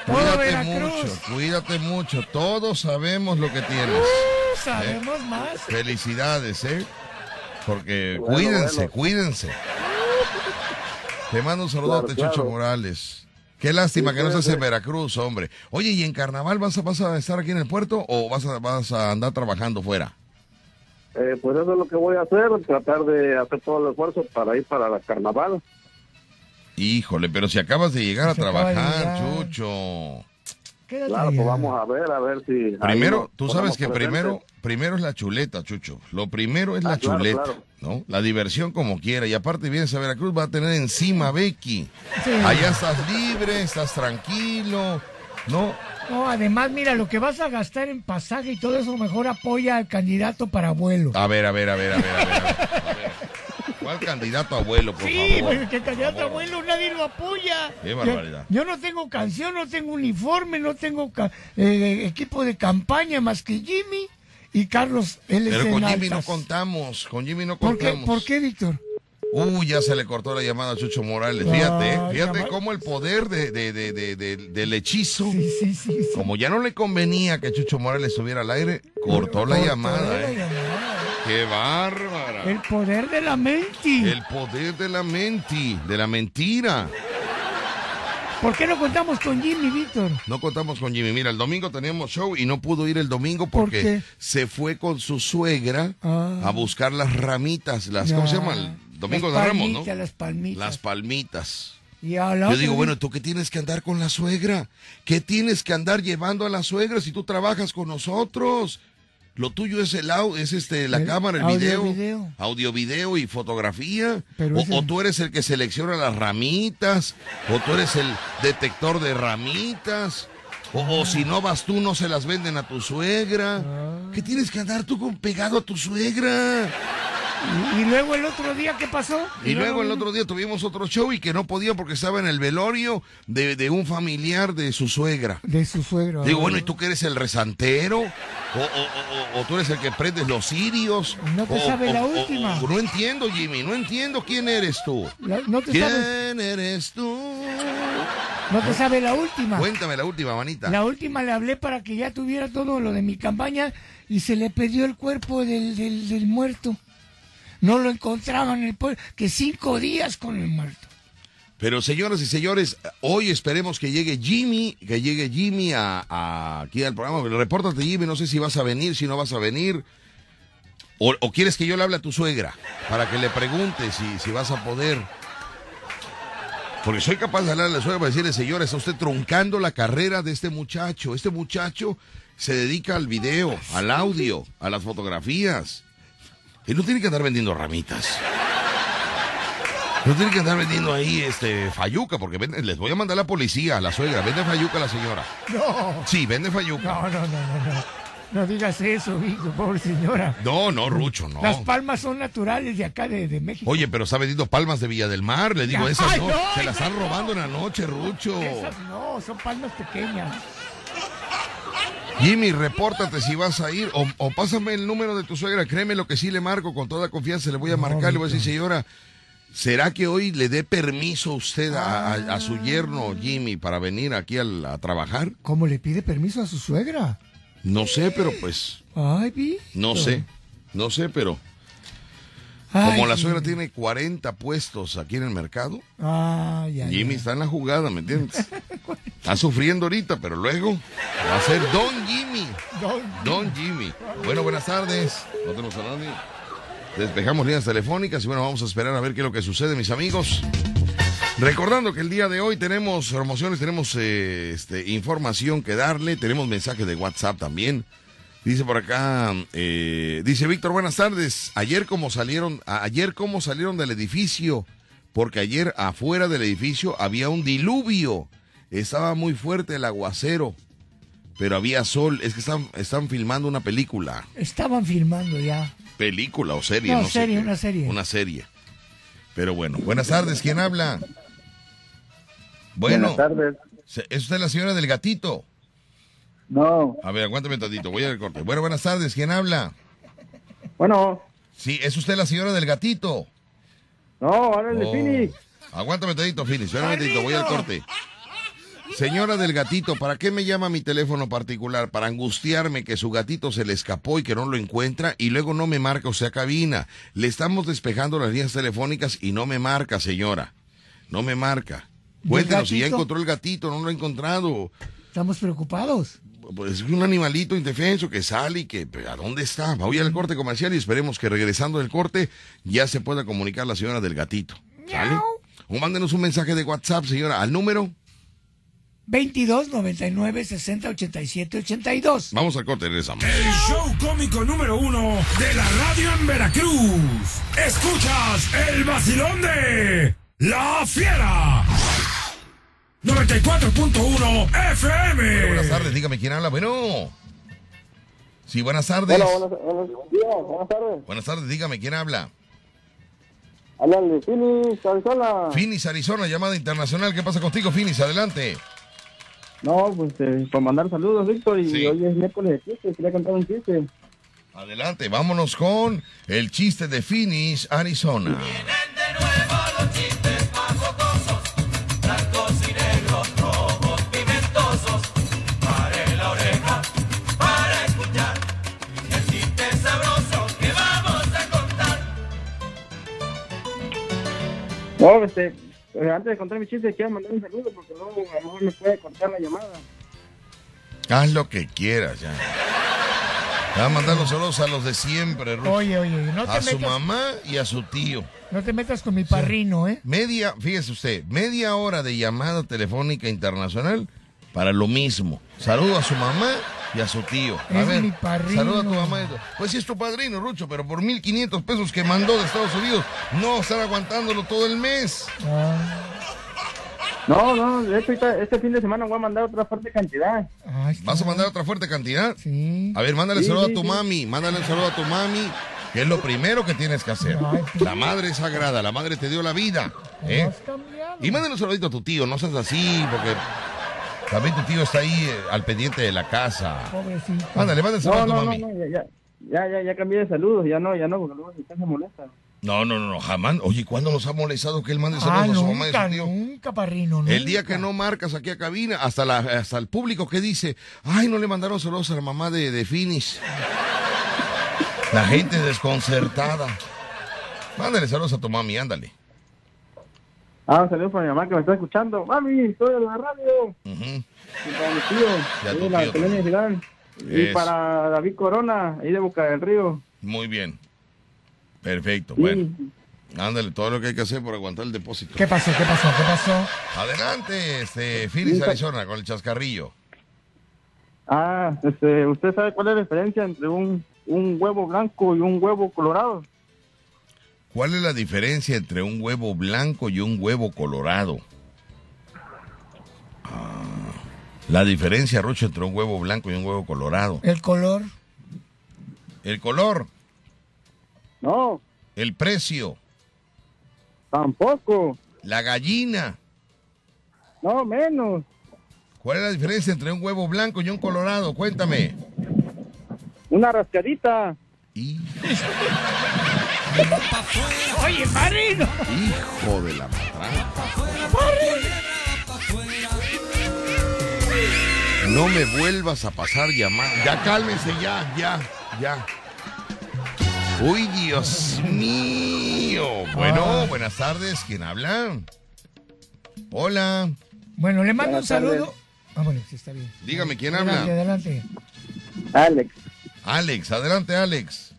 Speaker 2: Cuídate mucho, cuídate mucho. Todos sabemos lo que tienes. Eh,
Speaker 4: Uh, sabemos más.
Speaker 2: Felicidades, ¿eh? Porque
Speaker 4: Bueno,
Speaker 2: cuídense,
Speaker 4: bueno.
Speaker 2: cuídense. Te mando un saludote,
Speaker 4: Claro,
Speaker 2: Chucho
Speaker 4: claro.
Speaker 2: Morales. Qué lástima
Speaker 4: Sí,
Speaker 2: que no estés en
Speaker 4: cuídate.
Speaker 2: Veracruz, hombre. Oye, ¿y en carnaval vas a, vas a estar aquí en el puerto o vas a, vas a andar trabajando fuera?
Speaker 6: Eh, pues eso es lo que voy a hacer, tratar de hacer todo el esfuerzo para ir para la carnaval.
Speaker 2: Híjole, pero si acabas de llegar a
Speaker 6: Se acaba de
Speaker 2: trabajar,
Speaker 6: llegar.
Speaker 2: Chucho.
Speaker 6: Claro, pues vamos a ver, a ver si...
Speaker 2: Primero,
Speaker 6: ahí
Speaker 2: tú
Speaker 6: nos
Speaker 2: sabes
Speaker 6: ponemos
Speaker 2: que
Speaker 6: presentes.
Speaker 2: primero, primero es la chuleta, Chucho. Lo primero es la
Speaker 6: ¿eh? Ah, claro,
Speaker 2: chuleta,
Speaker 6: claro.
Speaker 2: ¿no? La diversión como quiera. Y aparte vienes a Veracruz, va a tener encima a Becky.
Speaker 4: Sí.
Speaker 2: Allá estás libre, estás tranquilo, ¿no?
Speaker 4: No, además, mira, lo que vas a gastar en pasaje y todo eso, mejor apoya al candidato para abuelo.
Speaker 2: A ver, a ver, a ver, a ver, a ver. a ver. ¿Cuál candidato abuelo, por
Speaker 4: Sí, pues.
Speaker 2: favor?
Speaker 4: porque el candidato abuelo nadie lo apoya.
Speaker 2: Qué barbaridad.
Speaker 4: Yo, yo no tengo canción, no tengo uniforme, no tengo ca- eh, equipo de campaña más que Jimmy y Carlos. Él es
Speaker 2: Pero
Speaker 4: en
Speaker 2: con Jimmy no
Speaker 4: altas.
Speaker 2: contamos, con Jimmy no
Speaker 4: ¿Por qué,
Speaker 2: contamos.
Speaker 4: ¿Por qué, Víctor?
Speaker 2: Uy, ya se le cortó la llamada a Chucho Morales.
Speaker 4: Ay,
Speaker 2: Fíjate, eh,
Speaker 4: llamar-
Speaker 2: fíjate cómo el poder de, de- de- de- de- del hechizo.
Speaker 4: sí.
Speaker 2: Como ya no le convenía que Chucho Morales estuviera al aire, cortó la llamada. eh. ¡Qué bárbara!
Speaker 4: El poder de la mente.
Speaker 2: El poder de la menti, de la mentira.
Speaker 4: ¿Por qué no contamos con Jimmy, Víctor?
Speaker 2: No contamos con Jimmy. Mira, el domingo teníamos show y no pudo ir el domingo
Speaker 4: ¿Por
Speaker 2: porque
Speaker 4: qué?
Speaker 2: se fue con su suegra
Speaker 4: Ah.
Speaker 2: a buscar las ramitas, las ¿cómo se llama? El domingo
Speaker 4: Las
Speaker 2: de Ramos, ¿no?
Speaker 4: palmitas, Las palmitas.
Speaker 2: Las palmitas.
Speaker 4: Y a la
Speaker 2: Yo
Speaker 4: otra
Speaker 2: digo,
Speaker 4: vez-
Speaker 2: bueno, ¿tú qué tienes que andar con la suegra? ¿Qué tienes que andar llevando a la suegra si tú trabajas con nosotros? Lo tuyo es el au- es este la
Speaker 4: El
Speaker 2: cámara, el
Speaker 4: audio,
Speaker 2: video,
Speaker 4: video.
Speaker 2: audio, video y fotografía.
Speaker 4: Pero
Speaker 2: o,
Speaker 4: ese-
Speaker 2: o tú eres el que selecciona las ramitas, o tú eres el detector de ramitas, o, o si no vas tú no se las
Speaker 4: Ah.
Speaker 2: venden a tu suegra. ¿Qué tienes que andar tú con pegado a tu suegra?
Speaker 4: Y luego el otro día, ¿qué pasó?
Speaker 2: Y luego el otro día tuvimos otro show y que no podía porque estaba en el velorio de, de un familiar de su suegra.
Speaker 4: De su suegro.
Speaker 2: Digo,
Speaker 4: a
Speaker 2: bueno, ¿y
Speaker 4: ver.
Speaker 2: tú que eres el rezantero? ¿O, o- o- o- o tú eres el que prendes los cirios?
Speaker 4: No te
Speaker 2: O-
Speaker 4: sabe
Speaker 2: o-
Speaker 4: la
Speaker 2: o- o-
Speaker 4: última.
Speaker 2: no entiendo, Jimmy, no entiendo quién eres tú.
Speaker 4: La- no te
Speaker 2: ¿Quién
Speaker 4: sabes,
Speaker 2: eres tú?
Speaker 4: no te sabe la última.
Speaker 2: Cuéntame la última, manita.
Speaker 4: La última le hablé para que ya tuviera todo lo de mi campaña y se le perdió el cuerpo del, del- del muerto. No lo encontraban en el pueblo, que cinco días con el muerto.
Speaker 2: Pero señoras y señores, hoy esperemos que llegue Jimmy, que llegue Jimmy a, a- aquí al programa. Repórtate Jimmy, no sé si vas a venir, si no vas a venir. O, o quieres que yo le hable a tu suegra para que le pregunte si, si vas a poder. Porque soy capaz de hablarle a la suegra para decirle, señora, está usted truncando la carrera de este muchacho. Este muchacho se dedica al video, al audio, a las fotografías. Y no tiene que andar vendiendo ramitas. No tiene que andar vendiendo ahí este fayuca, porque vende- les voy a mandar a la policía, a la suegra. Vende fayuca a la señora.
Speaker 4: No,
Speaker 2: Sí, vende fayuca.
Speaker 4: no, no, no, no. No, No digas eso, Vico, pobre señora.
Speaker 2: No, no, Rucho, no.
Speaker 4: Las palmas son naturales de acá, de, de México.
Speaker 2: Oye, pero está vendiendo palmas de Villa del Mar. Le digo,
Speaker 4: Ya.
Speaker 2: esas
Speaker 4: Ay,
Speaker 2: no.
Speaker 4: no,
Speaker 2: se las
Speaker 4: esas
Speaker 2: están robando en la noche, Rucho.
Speaker 4: Esas no, son palmas pequeñas.
Speaker 2: Jimmy, repórtate si vas a ir o, o pásame el número de tu suegra. Créeme lo que sí le marco con toda confianza. Le voy a marcar, le voy a decir, señora, ¿será que hoy le dé permiso usted a, a- a su yerno
Speaker 4: Ah.
Speaker 2: Jimmy para venir aquí al- a trabajar?
Speaker 4: ¿Cómo le pide permiso a su suegra?
Speaker 2: No sé, pero pues...
Speaker 4: Ay, vi.
Speaker 2: No sé, no sé, pero
Speaker 4: Ay,
Speaker 2: como la
Speaker 4: sí.
Speaker 2: suegra tiene 40 puestos aquí en el mercado,
Speaker 4: Ah, ya.
Speaker 2: Jimmy está en la jugada, ¿me entiendes? Está sufriendo ahorita, pero luego va a ser Don Jimmy. Don Jimmy. Bueno, buenas tardes. No tenemos a nadie. Despejamos líneas telefónicas y bueno, vamos a esperar a ver qué es lo que sucede, mis amigos. Recordando que el día de hoy tenemos promociones, tenemos eh, este, información que darle, tenemos mensajes de WhatsApp también. Dice por acá, eh, dice Víctor, buenas tardes. Ayer como salieron, a- ayer cómo salieron del edificio, porque ayer afuera del edificio había un diluvio. Estaba muy fuerte el aguacero, pero había sol. Es que están, están filmando una película,
Speaker 4: Estaban filmando ya.
Speaker 2: película o serie,
Speaker 4: no,
Speaker 2: no sé
Speaker 4: serie,
Speaker 2: qué.
Speaker 4: una serie.
Speaker 2: Una serie. Pero bueno, buenas tardes, ¿quién habla? Bueno,
Speaker 15: Buenas tardes.
Speaker 2: se- ¿es usted la señora del gatito?
Speaker 15: No.
Speaker 2: A ver, aguántame tantito, voy al corte. Bueno, buenas tardes, ¿quién habla?
Speaker 15: Bueno.
Speaker 2: Sí, ¿es usted la señora del gatito?
Speaker 15: No, órale,
Speaker 2: Oh.
Speaker 15: Fini.
Speaker 2: Aguántame tantito, Fini, espérame tantito, voy al corte. Señora del gatito, ¿para qué me llama mi teléfono particular? Para angustiarme que su gatito se le escapó y que no lo encuentra y luego no me marca, o sea, cabina. Le estamos despejando las líneas telefónicas y no me marca, señora. No me marca.
Speaker 4: ¿Y el
Speaker 2: Cuéntenos si ya
Speaker 4: gatito?
Speaker 2: encontró el gatito, no lo ha encontrado.
Speaker 4: Estamos preocupados.
Speaker 2: Pues es un animalito indefenso que sale y que pero, ¿a dónde está? Voy al corte comercial y esperemos que regresando del corte ya se pueda comunicar la señora del gatito. ¿Sale? O mándenos un mensaje de WhatsApp, señora, al número.
Speaker 4: 22 99 60 87 82.
Speaker 2: Vamos al corte, regresamos.
Speaker 8: El show cómico número uno de la radio en Veracruz. Escuchas el vacilón de La Fiera. 94.1 FM.
Speaker 2: Buenas tardes, dígame quién habla. Bueno. Sí, buenas tardes.
Speaker 6: Hola, buenas, buenos días, buenas tardes.
Speaker 2: Buenas tardes, dígame quién habla.
Speaker 6: Habla de Phoenix, Arizona.
Speaker 2: Finis, Arizona, llamada internacional. ¿Qué pasa contigo, Finis? Adelante.
Speaker 14: No, pues eh, por mandar saludos, Víctor. Y
Speaker 2: Sí.
Speaker 14: hoy es miércoles de chiste, quería contar un chiste.
Speaker 2: Adelante, vámonos con el chiste de Finis, Arizona.
Speaker 16: Blancos y negros, rojos, pimentosos, pare la oreja para escuchar el chiste sabroso que vamos a contar.
Speaker 14: No, este, eh, antes de contar mi chiste, quiero mandar un saludo porque luego a lo mejor me puede cortar la llamada.
Speaker 2: Haz lo que quieras ya. Te Va a mandar los saludos a los de siempre, Ruth.
Speaker 4: Oye, oye, no te
Speaker 2: a su
Speaker 4: metas-
Speaker 2: mamá y a su tío.
Speaker 4: No te metas con mi parrino, ¿eh?
Speaker 2: Media, fíjese usted, media hora de llamada telefónica internacional para lo mismo. Saludo a su mamá y a su tío. A
Speaker 4: Es
Speaker 2: ver,
Speaker 4: mi parrino.
Speaker 2: saludo a tu mamá. y tu- Pues sí es tu padrino, Rucho, pero por 1.500 pesos que mandó de Estados Unidos, no estar aguantándolo todo el mes.
Speaker 4: Ah.
Speaker 14: No, no, de hecho, ahorita- este fin de semana voy a mandar otra fuerte cantidad.
Speaker 2: ¿Vas a mandar otra fuerte cantidad?
Speaker 4: Sí.
Speaker 2: A ver, mándale
Speaker 14: Sí,
Speaker 2: saludo
Speaker 14: sí,
Speaker 2: a tu
Speaker 14: sí.
Speaker 2: mami, mándale un saludo a tu mami, que es lo primero que tienes que hacer. La madre es sagrada, la madre te dio la vida. ¿eh? Y mándale un saludito a tu tío, no seas así, porque también tu tío está ahí eh, al pendiente de la casa.
Speaker 4: Pobrecito.
Speaker 2: Ándale, mándale saludo a
Speaker 6: no,
Speaker 2: tu
Speaker 6: no, no,
Speaker 2: mami.
Speaker 6: no, ya, ya, ya, ya, ya cambié de saludos, ya no, ya no, porque luego mi casa molesta.
Speaker 2: No, no, no, no, jamás. Oye, ¿cuándo nos ha molestado que él mande saludos
Speaker 4: ah,
Speaker 2: a su mamá y a
Speaker 4: nunca,
Speaker 2: su tío?
Speaker 4: nunca, parrino.
Speaker 2: El día que no marcas aquí a cabina, hasta, la, hasta el público que dice, ay, no le mandaron saludos a la mamá de, de Finis. La gente desconcertada. Mándale saludos a tu mami, ándale.
Speaker 6: Ah, un saludo para mi mamá que me está escuchando. Mami, estoy en la radio. Y para mi tío,
Speaker 2: Mm. Ya
Speaker 6: ahí
Speaker 2: tu
Speaker 6: en la
Speaker 2: tío
Speaker 6: colonia Gilán. Y
Speaker 2: Eso.
Speaker 6: para David Corona, ahí de Boca del Río.
Speaker 2: Muy bien. Perfecto, bueno. Ándale, todo lo que hay que hacer por aguantar el depósito.
Speaker 4: ¿Qué pasó? ¿Qué pasó? ¿Qué pasó?
Speaker 2: Adelante, este, Phoenix, Arizona, con el chascarrillo.
Speaker 6: Ah, este, ¿usted sabe cuál es la diferencia entre un, un huevo blanco y un huevo colorado?
Speaker 2: ¿Cuál es la diferencia entre un huevo blanco y un huevo colorado? Ah, la diferencia, Rucho, entre un huevo blanco y un huevo colorado.
Speaker 4: El color.
Speaker 2: El color.
Speaker 6: No.
Speaker 2: El precio.
Speaker 6: Tampoco.
Speaker 2: La gallina.
Speaker 6: No, menos.
Speaker 2: ¿Cuál es la diferencia entre un huevo blanco y un colorado? Cuéntame.
Speaker 6: Una rascadita.
Speaker 4: Oye, parrino.
Speaker 2: Hijo de la matraca. No me vuelvas a pasar llamar. Ya cálmense, ya, ya, ya. Uy, Dios mío. Bueno, buenas tardes. ¿Quién habla? Hola.
Speaker 4: Bueno, le mando
Speaker 2: Buenas
Speaker 4: un
Speaker 2: tardes.
Speaker 4: saludo. Ah, bueno, sí, está bien.
Speaker 2: Dígame, ¿quién
Speaker 4: adelante,
Speaker 2: habla?
Speaker 4: adelante.
Speaker 17: Alex.
Speaker 2: Alex, adelante, Alex.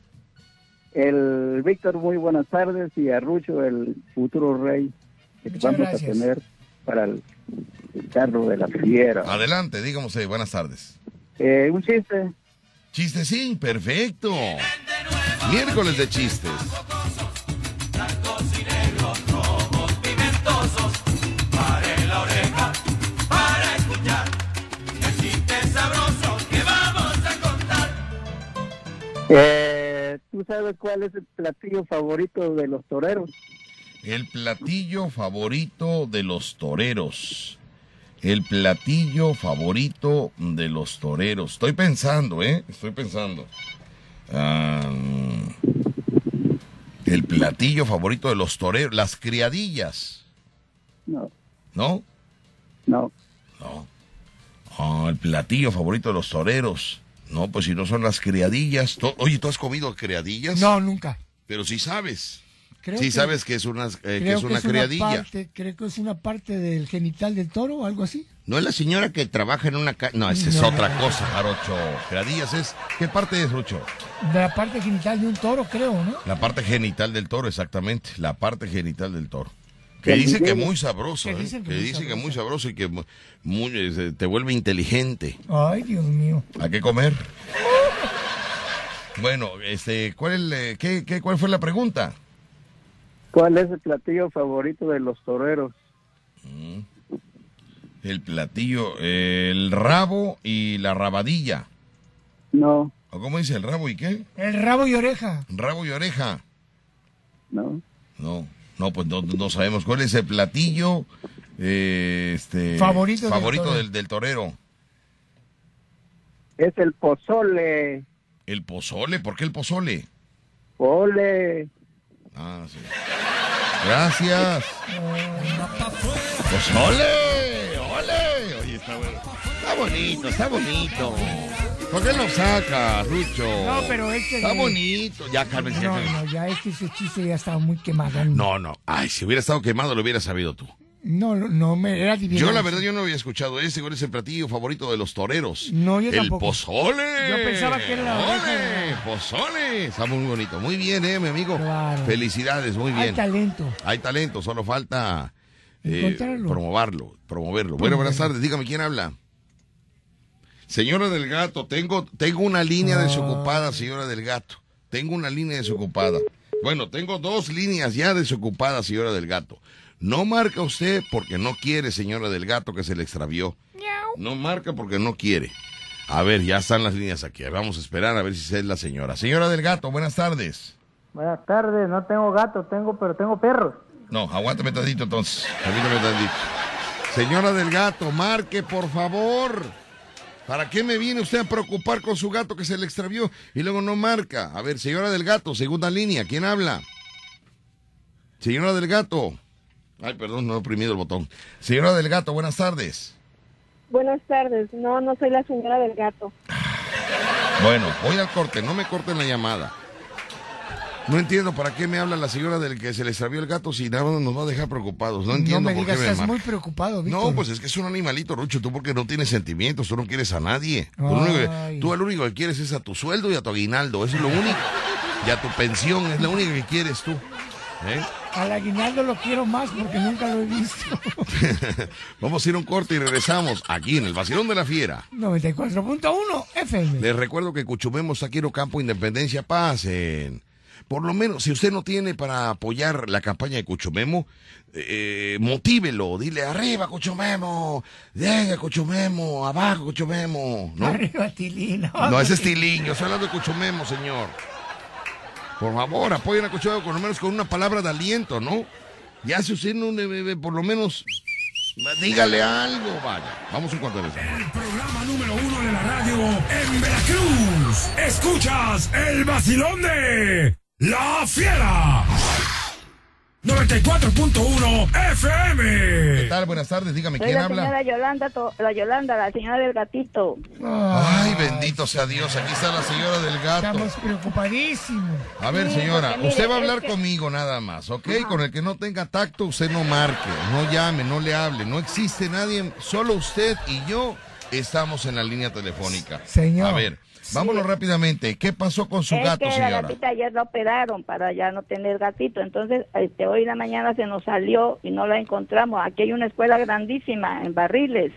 Speaker 17: El Víctor, muy buenas tardes y a Rucho, el futuro rey que
Speaker 4: Muchas
Speaker 17: vamos
Speaker 4: gracias.
Speaker 17: a tener para el, el carro de la fiera.
Speaker 2: Adelante, dígame usted. Buenas tardes.
Speaker 17: Eh, un chiste.
Speaker 2: Chiste sí, perfecto. Miércoles de chistes.
Speaker 16: Blancos y negros, rojos, pimentosos, para la oreja, para escuchar. El chiste sabroso que vamos a contar.
Speaker 17: Eh, ¿Tú sabes cuál es el platillo favorito de los toreros?
Speaker 2: El platillo favorito de los toreros. El platillo favorito de los toreros. Estoy pensando, ¿eh? Estoy pensando. Ah, el platillo favorito de los toreros. Las criadillas,
Speaker 17: No,
Speaker 2: ¿no?
Speaker 17: no.
Speaker 2: No. Ah, el platillo favorito de los toreros. No, pues si no son las criadillas. to- Oye, ¿tú has comido criadillas?
Speaker 4: No, nunca.
Speaker 2: Pero sí sabes.
Speaker 4: Creo
Speaker 2: sí
Speaker 4: que-
Speaker 2: sabes que es una, eh, que
Speaker 4: Creo
Speaker 2: es una criadilla.
Speaker 4: parte- creo que es una parte del genital del toro o algo así.
Speaker 2: No es la señora que trabaja en una ca... No, esa es
Speaker 4: No.
Speaker 2: otra cosa, Jarocho. Criadillas es... ¿Qué parte es, Rucho?
Speaker 4: De la parte genital de un toro, creo, ¿no?
Speaker 2: La parte genital del toro, exactamente. La parte genital del toro. Que
Speaker 4: Que
Speaker 2: dice que
Speaker 4: dice-
Speaker 2: muy sabroso,
Speaker 4: que
Speaker 2: ¿eh? que
Speaker 4: dicen
Speaker 2: dice
Speaker 4: que
Speaker 2: que,
Speaker 4: muy
Speaker 2: muy sabroso y que mu- muy, eh, te vuelve inteligente.
Speaker 4: Ay, Dios mío.
Speaker 2: ¿A qué comer? Bueno, este, ¿cuál, es el, eh, qué, qué- ¿cuál fue la pregunta?
Speaker 17: ¿Cuál es el platillo favorito de los toreros?
Speaker 2: Mm. El platillo, eh, el rabo y la rabadilla.
Speaker 17: No,
Speaker 2: ¿O cómo dice el rabo y qué?
Speaker 4: El rabo y oreja.
Speaker 2: Rabo y oreja.
Speaker 17: No.
Speaker 2: No, no, pues no, no sabemos cuál es el platillo eh, este,
Speaker 17: Favorito del
Speaker 2: favorito
Speaker 17: torero.
Speaker 2: del, del torero.
Speaker 17: es el pozole.
Speaker 2: El pozole, ¿por qué el pozole?
Speaker 17: Ole.
Speaker 2: Ah, sí. Gracias. ¡Pozole! ¡Ole! Oye, está bueno. Está bonito, está bonito. ¿Por qué lo sacas, Rucho?
Speaker 4: No, pero es que-
Speaker 2: Está bonito. Ya, cálmense. ya,
Speaker 4: No,
Speaker 2: cálmense.
Speaker 4: no, ya este, ese chiste ya estaba muy quemado.
Speaker 2: No, no. Ay, si hubiera estado quemado, lo hubiera sabido tú.
Speaker 4: No, no, no, me era divino.
Speaker 2: Yo, la verdad, yo no había escuchado ese. ¿Cuál es el platillo favorito de los toreros?
Speaker 4: No, yo
Speaker 2: el
Speaker 4: tampoco.
Speaker 2: pozole.
Speaker 4: Yo pensaba que era la
Speaker 2: ¡Ole!
Speaker 4: oreja.
Speaker 2: Pozole. Está muy bonito. Muy bien, eh, mi amigo.
Speaker 4: Claro.
Speaker 2: Felicidades, muy
Speaker 4: Hay
Speaker 2: bien.
Speaker 4: talento.
Speaker 2: Hay talento, solo falta eh,
Speaker 4: Encontrarlo.
Speaker 2: promoverlo, promoverlo. Bueno, buenas tardes, dígame quién habla. Señora del Gato, tengo, tengo una línea desocupada, señora del Gato. Tengo una línea desocupada. Bueno, tengo dos líneas ya desocupadas, señora del Gato. No marca usted porque no quiere, señora del Gato, que se le extravió. No marca porque no quiere. A ver, ya están las líneas aquí. Vamos a esperar a ver si es la señora. Señora del Gato, buenas tardes.
Speaker 18: Buenas tardes, no tengo gato, tengo, pero tengo perros.
Speaker 2: No, aguántame tantito entonces. Permítame tantito. Señora del gato, marque, por favor. ¿Para qué me viene usted a preocupar con su gato que se le extravió y luego no marca? A ver, señora del gato, segunda línea, ¿quién habla? Señora del gato. Ay, perdón, no he oprimido el botón. Señora del gato, buenas tardes.
Speaker 19: Buenas tardes. No, no soy la señora del gato.
Speaker 2: Bueno, voy al corte, no me corten la llamada. No entiendo para qué me habla la señora del que se le extravió el gato si nada más nos va a dejar preocupados. No entiendo
Speaker 4: No me
Speaker 2: por
Speaker 4: digas,
Speaker 2: qué me
Speaker 4: estás
Speaker 2: marca.
Speaker 4: muy preocupado, Víctor.
Speaker 2: No, pues es que es un animalito, Rucho, tú porque no tienes sentimientos, tú no quieres a nadie. Tú, lo único que,
Speaker 4: Ay.
Speaker 2: tú el único que quieres es a tu sueldo y a tu aguinaldo, eso es lo único. Y a tu pensión, es lo único que quieres tú. ¿eh?
Speaker 4: Al aguinaldo lo quiero más porque nunca lo he visto.
Speaker 2: Vamos a ir a un corte y regresamos aquí en el vacilón de la fiera.
Speaker 4: 94.1 FM.
Speaker 2: Les recuerdo que Cuchumemos, Saquiro Campo, Independencia, pasen. Por lo menos, si usted no tiene para apoyar la campaña de Cuchumemo, eh, motívelo. Dile, arriba Cuchumemo, llega Cuchumemo, abajo Cuchumemo. ¿no?
Speaker 4: Arriba, Tilino.
Speaker 2: No, ese es Tilín, yo estoy hablando de Cuchumemo, señor. Por favor, apoyen a Cuchumemo por lo menos con una palabra de aliento, ¿no? Ya si usted no le bebe, por lo menos, dígale algo, vaya. Vamos en cuanto a eso.
Speaker 8: Programa número uno de la radio en Veracruz. Escuchas el vacilón de La Fiera. 94.1 FM.
Speaker 2: ¿Qué tal? Buenas tardes, dígame,
Speaker 20: Soy
Speaker 2: ¿quién
Speaker 20: la
Speaker 2: habla?
Speaker 20: señora Yolanda, To- la Yolanda, la señora del gatito.
Speaker 2: Ay, bendito sea Dios, aquí está la señora del gato.
Speaker 4: Estamos preocupadísimos.
Speaker 2: A ver,
Speaker 4: Sí,
Speaker 2: señora,
Speaker 4: porque mire,
Speaker 2: usted va a
Speaker 4: es
Speaker 2: hablar
Speaker 4: que-
Speaker 2: conmigo nada más, ¿ok? Con el que no tenga tacto, usted no marque, no llame, no le hable, no existe nadie, solo usted y yo estamos en la línea telefónica.
Speaker 4: Señor.
Speaker 2: A ver, vámonos rápidamente. ¿Qué pasó con su
Speaker 20: es
Speaker 2: gato,
Speaker 20: que la
Speaker 2: señora?
Speaker 20: gatita ayer la operaron para ya no tener gatito. Entonces, este, hoy en la mañana se nos salió y no la encontramos. Aquí hay una escuela grandísima en Barriles.